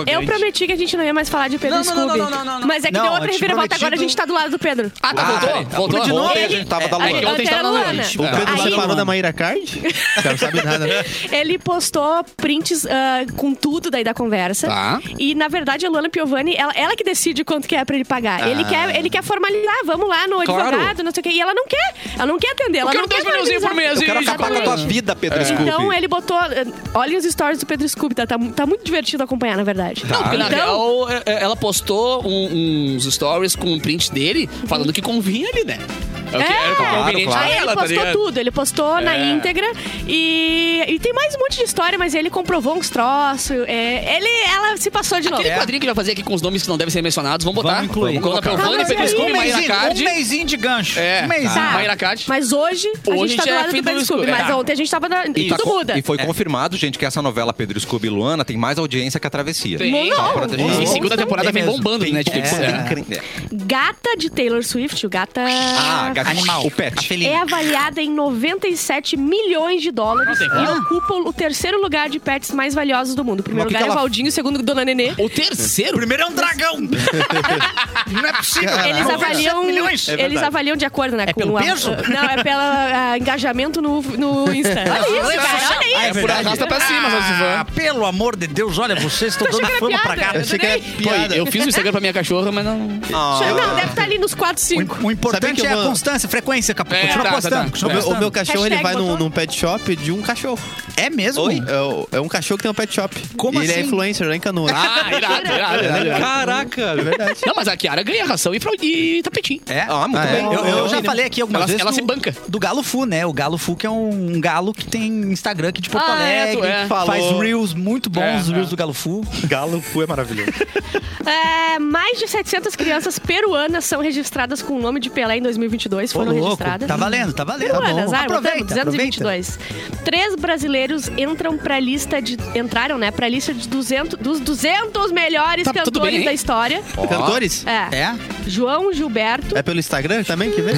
Speaker 4: Eu prometi que a gente não ia mais falar de Pedro
Speaker 1: Não, não, não,
Speaker 4: Scooby.
Speaker 1: não, não, não, não.
Speaker 4: Mas é que
Speaker 1: Não,
Speaker 4: deu uma
Speaker 1: eu tinha
Speaker 4: reviravolta
Speaker 1: prometido-
Speaker 4: agora, a gente tá do lado do Pedro.
Speaker 3: Ah, tá, voltou? voltou.
Speaker 2: De novo,
Speaker 3: Voltou.
Speaker 2: a gente tava da
Speaker 4: Aí,
Speaker 2: Luana.
Speaker 3: que ontem
Speaker 4: ontem
Speaker 3: estava
Speaker 4: era
Speaker 3: na
Speaker 4: Luana.
Speaker 3: noite.
Speaker 5: O Pedro
Speaker 4: Aí-
Speaker 5: separou da Maíra Card? O cara não sabe nada, né?
Speaker 4: Ele postou prints ah, com tudo daí da conversa.
Speaker 3: Tá.
Speaker 4: E, na verdade, a Luana Piovani, ela, ela que decide quanto que é pra ele pagar. Ele, quer, ele quer formalizar, vamos lá no
Speaker 3: Ah. Claro.
Speaker 4: advogado, não sei o quê. E ela não quer. Ela não quer atender. Ela
Speaker 3: Eu quero
Speaker 4: não quer
Speaker 3: 10 milhãozinhos por
Speaker 4: formalizar.
Speaker 3: mês.
Speaker 2: Eu quero
Speaker 3: Exatamente.
Speaker 2: acabar com a tua vida, Pedro Scooby.
Speaker 4: Então ele botou. eh, Olhem os stories do Pedro Scooby, tá, tá, tá muito divertido acompanhar, na verdade.
Speaker 3: Não, porque na
Speaker 4: então,
Speaker 3: real, é, é, ela postou um- uns stories com um print dele falando que convinha ali, né? É o que
Speaker 4: É.
Speaker 3: era
Speaker 4: Claro,
Speaker 3: conveniente
Speaker 4: aí
Speaker 3: a
Speaker 4: ele
Speaker 3: ela, tá
Speaker 4: postou
Speaker 3: ligado?
Speaker 4: tudo, ele postou na
Speaker 3: É.
Speaker 4: íntegra e, e tem mais um monte de história, mas ele comprovou uns troços. é, ele, ela se passou de novo.
Speaker 3: Aquele quadrinho que vai fazer aqui com os nomes que não devem ser mencionados, vamos botar.
Speaker 1: Vamos incluir.
Speaker 3: Coluna
Speaker 1: Vamos
Speaker 4: colocar.
Speaker 3: Pelvani,
Speaker 4: Ah, mas
Speaker 3: Pedro
Speaker 4: aí-
Speaker 3: Scooby,
Speaker 1: um,
Speaker 3: Maíra
Speaker 1: meizinho, um
Speaker 3: Card.
Speaker 1: meizinho de gancho.
Speaker 3: É,
Speaker 1: Um meizinho.
Speaker 4: Tá.
Speaker 3: Maíra Card.
Speaker 4: Mas hoje, a
Speaker 3: Hoje
Speaker 4: gente tá
Speaker 3: é
Speaker 4: do lado
Speaker 3: fim
Speaker 4: do
Speaker 3: do
Speaker 4: Pedro Scooby.
Speaker 3: escuro.
Speaker 4: Mas
Speaker 3: É.
Speaker 4: ontem a gente tava na...
Speaker 2: E, tá
Speaker 4: tudo
Speaker 2: co-
Speaker 4: muda.
Speaker 2: e foi confirmado, gente, que essa novela Pedro Scooby e Luana tem mais audiência que a Travessia.
Speaker 3: Tem.
Speaker 4: Não.
Speaker 2: Só pra deixar-
Speaker 3: E segunda temporada vem bombando no Netflix.
Speaker 2: É,
Speaker 3: né?
Speaker 2: incrível.
Speaker 4: Gata de Taylor Swift, o gata...
Speaker 2: Ah, gato-
Speaker 1: Animal.
Speaker 2: O pet.
Speaker 1: Feliz.
Speaker 4: é avaliada em 97 milhões de dólares
Speaker 3: Não tem
Speaker 4: e
Speaker 3: como.
Speaker 4: ocupa o terceiro lugar de pets mais valiosos do mundo. O
Speaker 2: Mas
Speaker 4: primeiro
Speaker 2: o que
Speaker 4: lugar
Speaker 2: que
Speaker 4: é
Speaker 2: ela-
Speaker 4: Valdinho, o segundo Dona Nenê.
Speaker 3: O terceiro?
Speaker 1: Primeiro é um dragão. não é possível.
Speaker 4: Eles
Speaker 1: Porra,
Speaker 4: avaliam,
Speaker 1: milhões.
Speaker 4: eles avaliam de acordo, né? É
Speaker 1: pelo peso?
Speaker 4: [LAUGHS] não, é pelo ah, engajamento no, no Insta. Olha isso, cara. Olha isso.
Speaker 1: Ah,
Speaker 3: É por
Speaker 1: verdade.
Speaker 3: arrasta pra cima, Zé Zivan.
Speaker 1: Ah, pelo amor de Deus, olha, vocês estão dando
Speaker 4: achando que
Speaker 1: fama
Speaker 4: era
Speaker 1: pra
Speaker 4: piada.
Speaker 1: gata.
Speaker 4: Eu
Speaker 5: é
Speaker 4: achei que era
Speaker 3: Pô, eu fiz o Instagram pra minha cachorra, mas não.
Speaker 4: Não, deve estar ali nos 4,
Speaker 1: O,
Speaker 4: 5.
Speaker 1: im- o importante
Speaker 5: que eu
Speaker 1: é a
Speaker 5: vou-
Speaker 1: constância, frequência, Capu.
Speaker 3: É,
Speaker 1: Continua
Speaker 3: tá, tá,
Speaker 1: postando.
Speaker 3: tá.
Speaker 5: O
Speaker 1: continua
Speaker 5: meu, o
Speaker 1: postando.
Speaker 5: meu cachorro ele
Speaker 4: Hashtag
Speaker 5: vai num,
Speaker 4: botou.
Speaker 5: num pet shop de um cachorro.
Speaker 1: É mesmo?
Speaker 5: É, o- é um cachorro que tem um pet shop.
Speaker 1: Como
Speaker 5: E ele
Speaker 1: assim?
Speaker 5: é influencer lá em Canoas. Né?
Speaker 3: Ah, irado, irado, irado, irado.
Speaker 5: Caraca,
Speaker 3: [LAUGHS]
Speaker 5: é verdade.
Speaker 3: Não, mas a Kiara ganha ração e, frau- e tapetinho.
Speaker 1: É.
Speaker 2: Ah, muito
Speaker 5: Ah, é?
Speaker 2: bem.
Speaker 1: Eu, eu já falei aqui algumas
Speaker 3: Ela-
Speaker 1: vezes.
Speaker 3: ela
Speaker 1: do-
Speaker 3: se banca.
Speaker 1: Do Galo Fu, né? O Galo Fu, que é um galo que tem Instagram aqui de Porto
Speaker 3: Ah, é, tu
Speaker 1: Alegre.
Speaker 3: é.
Speaker 1: Faz
Speaker 5: Falou.
Speaker 1: reels muito bons,
Speaker 3: É,
Speaker 1: os reels
Speaker 3: é.
Speaker 1: do Galo Fu.
Speaker 5: Galo Fu é maravilhoso.
Speaker 4: É, mais de 700 crianças peruanas são registradas com o nome de Pelé em 2022.
Speaker 1: Ô,
Speaker 4: Foram
Speaker 1: louco.
Speaker 4: registradas.
Speaker 1: Tá valendo, tá valendo. Tá
Speaker 4: Peruanas,
Speaker 1: bom.
Speaker 4: ah,
Speaker 1: Aproveita,
Speaker 4: botamos 222. Três brasileiros entram pra lista de... Entraram, né? Pra lista de 200, dos 200 melhores
Speaker 3: Tá, tudo
Speaker 4: cantores
Speaker 3: bem, hein?
Speaker 4: da história.
Speaker 5: Cantores?
Speaker 4: É.
Speaker 1: É?
Speaker 4: João Gilberto,
Speaker 5: É pelo Instagram também que vem?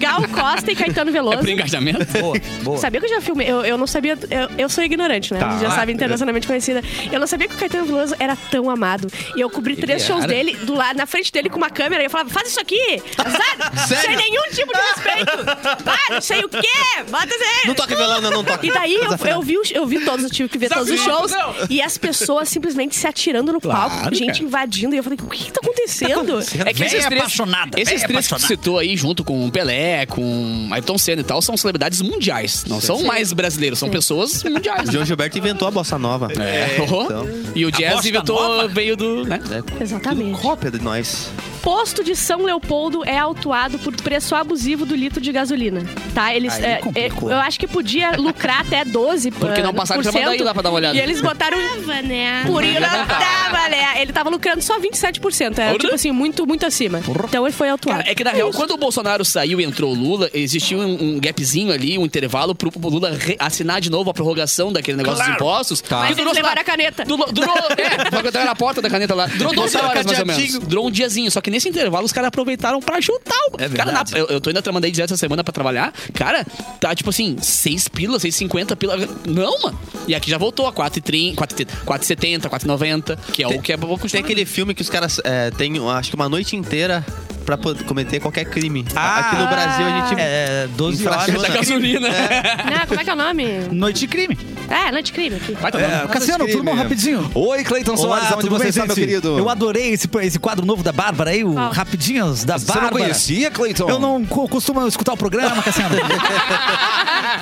Speaker 4: Gal Costa
Speaker 1: [LAUGHS]
Speaker 4: e Caetano
Speaker 3: É
Speaker 4: Veloso.
Speaker 3: por engajamento.
Speaker 1: Boa, boa.
Speaker 4: Sabia que eu já filmei? Eu, eu não sabia. Eu, eu sou ignorante, né? Vocês já sabem, internacionalmente conhecida. Eu não sabia que o Caetano Veloso era tão amado. E eu cobri três shows
Speaker 3: era.
Speaker 4: dele, do lado, na frente dele com uma câmera. E eu falava, faz isso aqui! azar, Sem nenhum tipo de respeito! Para, não sei o quê! Bota isso aí! [LAUGHS]
Speaker 5: Não Tá toca violão, não, não toca.
Speaker 4: E daí eu, eu, vi, o- eu vi todos, eu tive que ver todos os shows. E as pessoas simplesmente se atirando no palco, gente invadindo. E eu falei, o que, que tá acontecendo?
Speaker 3: É
Speaker 1: Bem
Speaker 3: que esses três,
Speaker 1: apaixonada,
Speaker 3: esses
Speaker 1: bem
Speaker 3: três que tu
Speaker 1: apaixonada.
Speaker 3: citou aí, junto com o Pelé, com Ayrton Senna e tal, são celebridades mundiais. Não são mais brasileiros, são pessoas [LAUGHS] mundiais. né?
Speaker 5: João Gilberto inventou a bossa nova.
Speaker 3: É,
Speaker 5: então.
Speaker 3: E o jazz
Speaker 1: bosta
Speaker 3: inventou,
Speaker 1: nova?
Speaker 3: veio do. Né?
Speaker 4: Exatamente.
Speaker 5: Então, Cópia de nós.
Speaker 4: Posto de São Leopoldo é autuado por preço abusivo do litro de gasolina. Tá? Eles,
Speaker 1: Aí
Speaker 4: é,
Speaker 1: complicou.
Speaker 4: é, eu acho que podia lucrar até 12
Speaker 3: Porque não passaram
Speaker 4: por
Speaker 3: pra mandar
Speaker 4: cento.
Speaker 3: ir lá pra dar uma olhada.
Speaker 4: E eles botaram.
Speaker 7: Tava, né?
Speaker 4: Por isso não tava, né? Ele tava lucrando só 27%. Era,
Speaker 3: Porra.
Speaker 4: tipo assim, muito, muito acima. Então ele foi autuado.
Speaker 3: Cara, é que na real, quando o Bolsonaro saiu e entrou o Lula, existiu um, um gapzinho ali, um intervalo pro, pro Lula re- assinar de novo a prorrogação daquele negócio dos impostos.
Speaker 4: Mas
Speaker 3: Que
Speaker 4: eles
Speaker 3: durou, sei lá,
Speaker 4: levaram a caneta.
Speaker 3: Durou,
Speaker 1: [LAUGHS]
Speaker 3: durou, é, vai botar na porta da caneta lá. Durou 12
Speaker 1: Botaram
Speaker 3: horas, mais ou menos.
Speaker 1: cadeadinho.
Speaker 3: Durou um diazinho. Só que nesse intervalo, os caras aproveitaram pra chutar o...
Speaker 1: É
Speaker 3: cara, na-
Speaker 1: verdade.
Speaker 3: eu, eu tô indo até mandei direto essa semana pra trabalhar. Cara, tá tipo assim, 6 pila, 6,50 pila. Não, mano. E aqui já voltou a 4,30, 4,70, 4,90, que é o que é pouco
Speaker 5: Tem aquele filme que os caras é, têm, acho que uma noite inteira pra poder cometer qualquer crime.
Speaker 1: Ah.
Speaker 5: Aqui no Brasil a gente...
Speaker 1: É, 12 horas.
Speaker 5: Infração
Speaker 3: [LAUGHS] da gasolina.
Speaker 4: Não, como é que é o nome?
Speaker 1: Noite de crime.
Speaker 4: É, Noite Crime aqui.
Speaker 3: Vai, tá
Speaker 1: É,
Speaker 3: dando-
Speaker 1: Cassiano, tudo bom? Rapidinho.
Speaker 2: Oi, Cleiton Soares, onde você está, meu
Speaker 1: gente?
Speaker 2: querido?
Speaker 1: Eu adorei esse, esse quadro novo da Bárbara aí, o
Speaker 4: Qual?
Speaker 1: Rapidinhos da
Speaker 2: Você não
Speaker 1: Bárbara.
Speaker 2: conhecia, então. Cleiton?
Speaker 1: Eu não co- costumo escutar o programa, Cassiano.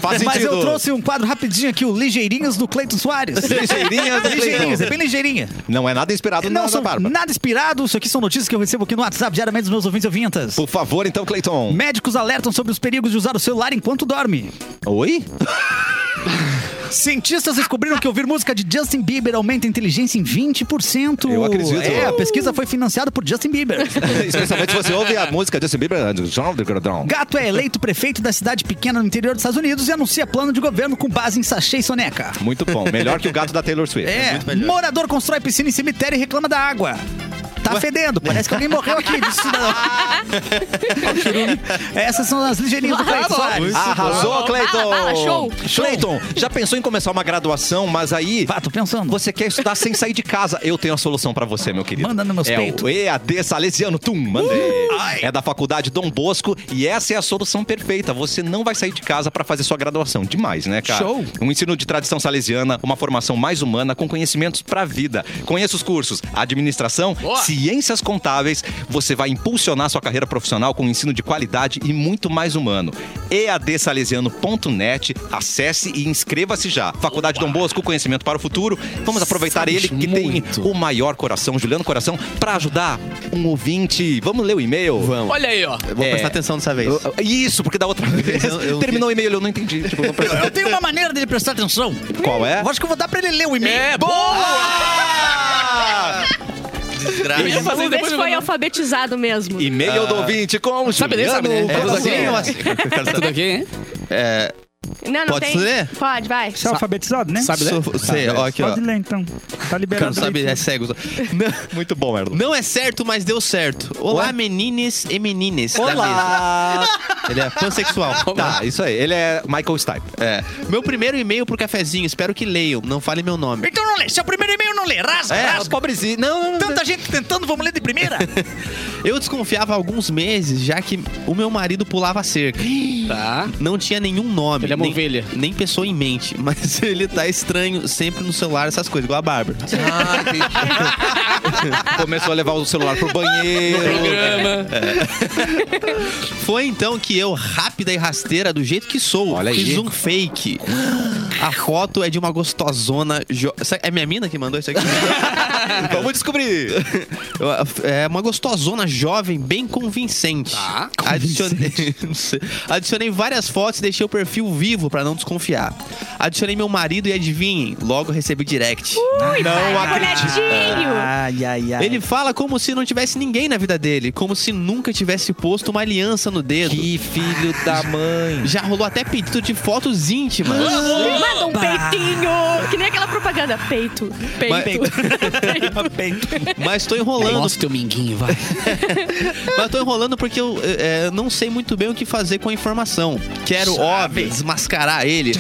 Speaker 2: Faz
Speaker 1: Mas
Speaker 2: sentido.
Speaker 1: eu trouxe um quadro rapidinho aqui, o Ligeirinhos do Cleiton Soares.
Speaker 2: Ligeirinhas do
Speaker 1: Ligeirinhos, é
Speaker 2: Cleiton.
Speaker 1: bem ligeirinha.
Speaker 2: Não é nada inspirado
Speaker 1: Não
Speaker 2: na
Speaker 1: são
Speaker 2: Bárbara.
Speaker 1: nada inspirado, isso aqui são notícias que eu recebo aqui no WhatsApp diariamente dos meus ouvintes e ouvintas.
Speaker 2: Por favor, então, Cleiton.
Speaker 1: Médicos alertam sobre os perigos de usar o celular enquanto dorme.
Speaker 2: Oi?
Speaker 1: Cientistas descobriram que ouvir música de Justin Bieber aumenta a inteligência em 20%.
Speaker 2: Eu acredito.
Speaker 1: É, a pesquisa foi financiada por Justin Bieber.
Speaker 2: [LAUGHS] Especialmente se você ouve a música Justin Bieber. John de Gordon.
Speaker 1: Gato é eleito prefeito da cidade pequena no interior dos Estados Unidos e anuncia plano de governo com base em sachê e soneca.
Speaker 2: Muito bom. Melhor que o gato da Taylor Swift.
Speaker 1: É, morador constrói piscina em cemitério e reclama da água. Tá fedendo, parece que alguém morreu aqui. disse o cidadão. Essas são as ligeirinhas do Cleiton. Soares.
Speaker 2: Ah,
Speaker 1: Ah,
Speaker 2: Arrasou, Cleiton!
Speaker 4: Bala, bala, show.
Speaker 2: Cleiton, já pensou em começar uma graduação, mas aí
Speaker 1: Vá, tô pensando.
Speaker 2: você quer estudar sem sair de casa? Eu tenho a solução pra você, meu querido.
Speaker 1: Manda no meus
Speaker 2: é
Speaker 1: peitos. Uh!
Speaker 2: o EAD Salesiano. Tum, mandei. É da Faculdade Dom Bosco e essa é a solução perfeita. Você não vai sair de casa pra fazer sua graduação. Demais, né, cara?
Speaker 1: Show.
Speaker 2: Um ensino de tradição salesiana, uma formação mais humana com conhecimentos pra vida. Conheça os cursos Administração,
Speaker 3: Boa.
Speaker 2: Ciências Contáveis. Você vai impulsionar sua carreira profissional com um ensino de qualidade e muito mais humano. eadsalesiano.net. Acesse e inscreva-se já. Faculdade Dom Bosco, conhecimento para o futuro. Vamos aproveitar ele que tem o maior coração, Juliano Coração, pra ajudar um ouvinte. Vamos ler o e-mail?
Speaker 3: [LAUGHS]
Speaker 5: Vamos.
Speaker 3: Olha aí, ó.
Speaker 5: Eu Vou
Speaker 2: É.
Speaker 5: prestar atenção dessa vez.
Speaker 2: Eu- Isso, porque da outra vez
Speaker 5: eu- eu-
Speaker 2: terminou o e-mail, eu não entendi. Tipo, vou prestar-
Speaker 1: Eu tenho uma maneira dele prestar atenção.
Speaker 2: Qual é?
Speaker 1: Eu acho que eu vou dar pra ele ler o e-mail.
Speaker 3: É, boa!
Speaker 4: Eu
Speaker 5: Desgraça.
Speaker 4: Vamos ver
Speaker 3: depois,
Speaker 4: se
Speaker 3: mas
Speaker 4: foi
Speaker 3: não.
Speaker 4: alfabetizado
Speaker 2: [LAUGHS]
Speaker 4: mesmo.
Speaker 2: E-mail do ouvinte com
Speaker 3: Sabe ler, sabe
Speaker 2: Juliano
Speaker 3: ler. É,
Speaker 2: Coração.
Speaker 3: tudo
Speaker 5: Cara,
Speaker 3: Tudo aqui, hein?
Speaker 4: Não, não
Speaker 5: Pode
Speaker 4: tem.
Speaker 5: ler?
Speaker 4: Pode, vai.
Speaker 10: Você é alfabetizado, né?
Speaker 3: Sabe ler?
Speaker 5: sou- sei, ó, aqui, ó.
Speaker 10: Pode ler, então. Tá
Speaker 5: O cara
Speaker 10: liberado.
Speaker 5: não sabe, é
Speaker 10: direito.
Speaker 5: cego. Não,
Speaker 2: Muito bom, Erlon.
Speaker 5: não é certo, mas deu certo. Olá,
Speaker 2: Ué?
Speaker 5: menines e menines. da
Speaker 2: Olá!
Speaker 5: mesa. Ele é pansexual.
Speaker 2: Tá, isso aí. Ele é Michael Stipe.
Speaker 5: É. Meu primeiro e-mail pro cafezinho. Espero que leiam. Não fale meu nome.
Speaker 1: Então não lê. Seu primeiro e-mail não lê. Rasga,
Speaker 5: É,
Speaker 1: rasga.
Speaker 5: pobrezinho. Não, não, não.
Speaker 1: Tanta gente tentando, vamos ler de primeira?
Speaker 5: Eu desconfiava há alguns meses, já que o meu marido pulava
Speaker 3: [GASPS]
Speaker 5: a cerca.
Speaker 3: Tá.
Speaker 5: Não tinha nenhum nome.
Speaker 3: Ele é uma
Speaker 5: nem,
Speaker 3: ovelha.
Speaker 5: Nem pessoa em mente. [LAUGHS] Mas ele tá estranho sempre no celular, essas coisas, igual a Bárbara.
Speaker 3: [LAUGHS]
Speaker 2: Começou a levar o celular pro
Speaker 3: [LAUGHS]
Speaker 2: banheiro.
Speaker 3: Programa.
Speaker 5: Foi então que eu, rápida e rasteira, do jeito que sou,
Speaker 2: Olha aí.
Speaker 5: fiz um fake. [GASPS] A foto é de uma gostosona. jo- Sa- É minha mina que mandou
Speaker 3: [LAUGHS]
Speaker 5: isso aqui?
Speaker 2: Vamos descobrir.
Speaker 5: é uma gostosona jovem, bem convincente.
Speaker 3: Tá.
Speaker 5: Adicionei, [LAUGHS] não sei. Adicionei várias fotos e deixei o perfil vivo pra não desconfiar. Adicionei meu marido e adivinhem, logo recebi
Speaker 2: Uh!
Speaker 5: direct.
Speaker 2: Não
Speaker 4: Bonetinho.
Speaker 10: Ai, ai, ai.
Speaker 5: Ele fala como se não tivesse ninguém na vida dele, como se nunca tivesse posto uma aliança no dedo.
Speaker 2: Que filho da mãe.
Speaker 5: Já rolou até pedido de fotos íntimas.
Speaker 2: [LAUGHS]
Speaker 4: Me manda um peitinho. Que nem aquela propaganda. Peito. Peito.
Speaker 5: Mas tô enrolando.
Speaker 3: Nossa, teu minguinho, vai.
Speaker 5: Mas tô enrolando porque eu é, é, não sei muito bem o que fazer com a informação. Quero, óbvio, desmascarar ele,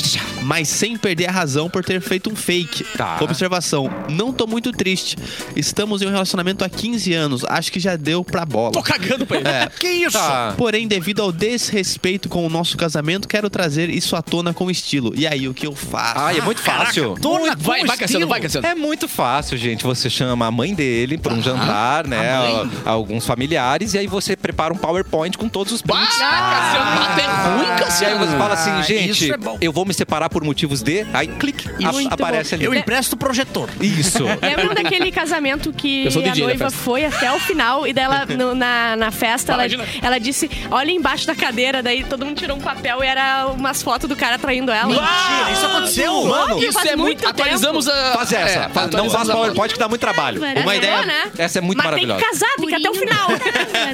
Speaker 5: mas sem perder a razão por ter feito um fake.
Speaker 2: Tá.
Speaker 5: Observação: não tô muito triste. Estamos em um relacionamento há 15 anos. Acho que já deu pra bola.
Speaker 3: Tô cagando pra ele.
Speaker 1: que isso?
Speaker 2: Tá.
Speaker 5: Porém, devido ao desrespeito com o nosso casamento, quero trazer isso à tona com estilo. E aí, o que eu faço?
Speaker 2: Ai, é muito fácil.
Speaker 1: Torna
Speaker 3: Vai,
Speaker 1: com
Speaker 3: vai, Cassiano,
Speaker 1: estilo.
Speaker 3: vai, Cassiano.
Speaker 2: É muito fácil, gente. Você chama a mãe dele pra um jantar, né? a- Alguns familiares, e aí você prepara um PowerPoint com todos os
Speaker 3: Bah,
Speaker 2: prints. Ah,
Speaker 3: Cassiano, tá até ruim,
Speaker 2: E aí
Speaker 3: Cassiano.
Speaker 2: você fala assim, gente,
Speaker 1: isso é bom.
Speaker 2: eu vou me separar por motivos de. Aí clique, a-
Speaker 4: Muito
Speaker 2: aparece
Speaker 4: bom.
Speaker 2: ali.
Speaker 1: Eu empresto o projetor.
Speaker 2: Isso.
Speaker 4: Lembra É um daquele casamento que
Speaker 3: Eu sou
Speaker 4: a
Speaker 3: DJ da
Speaker 4: noiva
Speaker 3: festa.
Speaker 4: foi até o final e daí ela, no- na, na festa, ela,
Speaker 3: Imagina.
Speaker 4: ela disse: olha embaixo da cadeira, daí todo mundo tirou um papel e era umas fotos do cara traindo ela.
Speaker 1: Mentira, isso aconteceu?
Speaker 2: Mano,
Speaker 4: Óbvio.
Speaker 3: Isso
Speaker 4: faz
Speaker 3: é
Speaker 4: muito
Speaker 3: muito.
Speaker 4: tempo.
Speaker 3: Atualizamos a.
Speaker 2: faz essa. Faz-
Speaker 3: É,
Speaker 2: não faz
Speaker 3: atualizamos a-
Speaker 2: PowerPoint que dá muito trabalho.
Speaker 4: Era
Speaker 2: Uma ideia.
Speaker 4: boa, né?
Speaker 2: Essa é muito
Speaker 4: Mas
Speaker 2: maravilhosa.
Speaker 4: tem que casar, tem que até o final.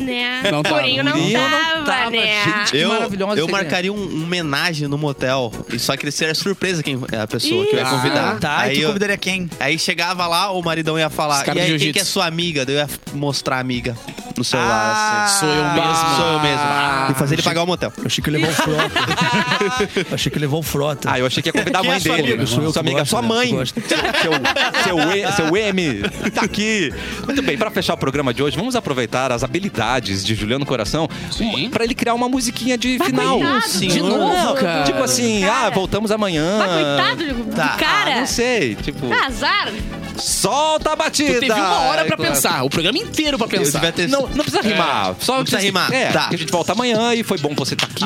Speaker 7: né?
Speaker 4: [LAUGHS]
Speaker 3: Não tá.
Speaker 4: Purinho não
Speaker 2: Purinho não
Speaker 4: tava,
Speaker 2: tava,
Speaker 4: né?
Speaker 2: gente.
Speaker 5: Eu,
Speaker 3: maravilhosa
Speaker 5: eu
Speaker 3: ideia.
Speaker 5: marcaria um, um homenagem no motel. E só que seria surpresa quem é a pessoa que eu ia
Speaker 3: Ih,
Speaker 5: convidar.
Speaker 1: Tá, e
Speaker 5: aí,
Speaker 1: tu
Speaker 5: eu,
Speaker 1: convidaria quem?
Speaker 5: aí chegava lá, o maridão ia
Speaker 3: Os
Speaker 5: falar.
Speaker 3: caras
Speaker 5: E
Speaker 3: do
Speaker 5: aí, quem
Speaker 3: jiu-jitsu.
Speaker 5: que é sua amiga? Daí eu ia f- mostrar a amiga no celular. assim.
Speaker 3: Sou eu mesmo. Ah.
Speaker 5: Sou eu mesmo. e fazer ele
Speaker 1: achei-
Speaker 5: pagar o motel.
Speaker 1: Eu achei que levou o Frota. achei que levou o Frota.
Speaker 2: Ah, eu achei que ia convidar a
Speaker 5: Quem
Speaker 2: mãe
Speaker 5: é sua
Speaker 2: dele.
Speaker 5: amiga?
Speaker 2: Sua
Speaker 1: Sou eu que
Speaker 2: amiga,
Speaker 1: gosto,
Speaker 2: sua
Speaker 1: né?
Speaker 2: mãe.
Speaker 1: Eu
Speaker 2: Seu,
Speaker 1: gosto.
Speaker 2: seu, E- seu M, tá aqui. Muito bem, pra fechar o programa de hoje, vamos aproveitar as habilidades de Juliano Coração
Speaker 3: Sim.
Speaker 2: um- pra ele criar uma musiquinha de final.
Speaker 4: coitado,
Speaker 5: senhor.
Speaker 3: De novo,
Speaker 2: Não,
Speaker 3: cara.
Speaker 2: Tipo assim,
Speaker 4: Cara.
Speaker 2: ah, voltamos amanhã.
Speaker 4: Mas coitado do
Speaker 5: Tá.
Speaker 4: cara. Ah.
Speaker 2: Não sei, tipo,
Speaker 4: Azar.
Speaker 2: solta a batida.
Speaker 3: Teve uma hora pra pensar, o programa inteiro pra
Speaker 5: Eu
Speaker 3: pensar.
Speaker 5: devia ter-
Speaker 2: Não, não precisa rimar. Só
Speaker 5: Não precisa
Speaker 2: que-
Speaker 5: rimar.
Speaker 2: É,
Speaker 5: Tá.
Speaker 2: que a gente volta amanhã e foi bom você estar aqui.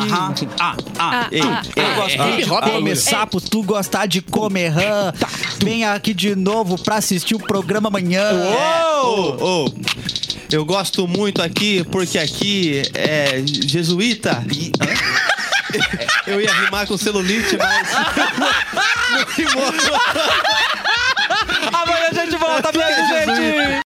Speaker 1: Ah, ah,
Speaker 5: Ei,
Speaker 4: ah,
Speaker 5: ei,
Speaker 4: ah,
Speaker 3: gosto de hip hop,
Speaker 1: comer
Speaker 3: Ei.
Speaker 1: sapo, tu gostar de comer rã. Vem aqui de novo pra assistir o programa amanhã.
Speaker 5: Ô, ô. Eu gosto muito aqui porque aqui é jesuíta. [LAUGHS] Eu ia rimar com celulite, mas. [LAUGHS] não rimou.
Speaker 2: Amanhã a gente volta, beijo, gente!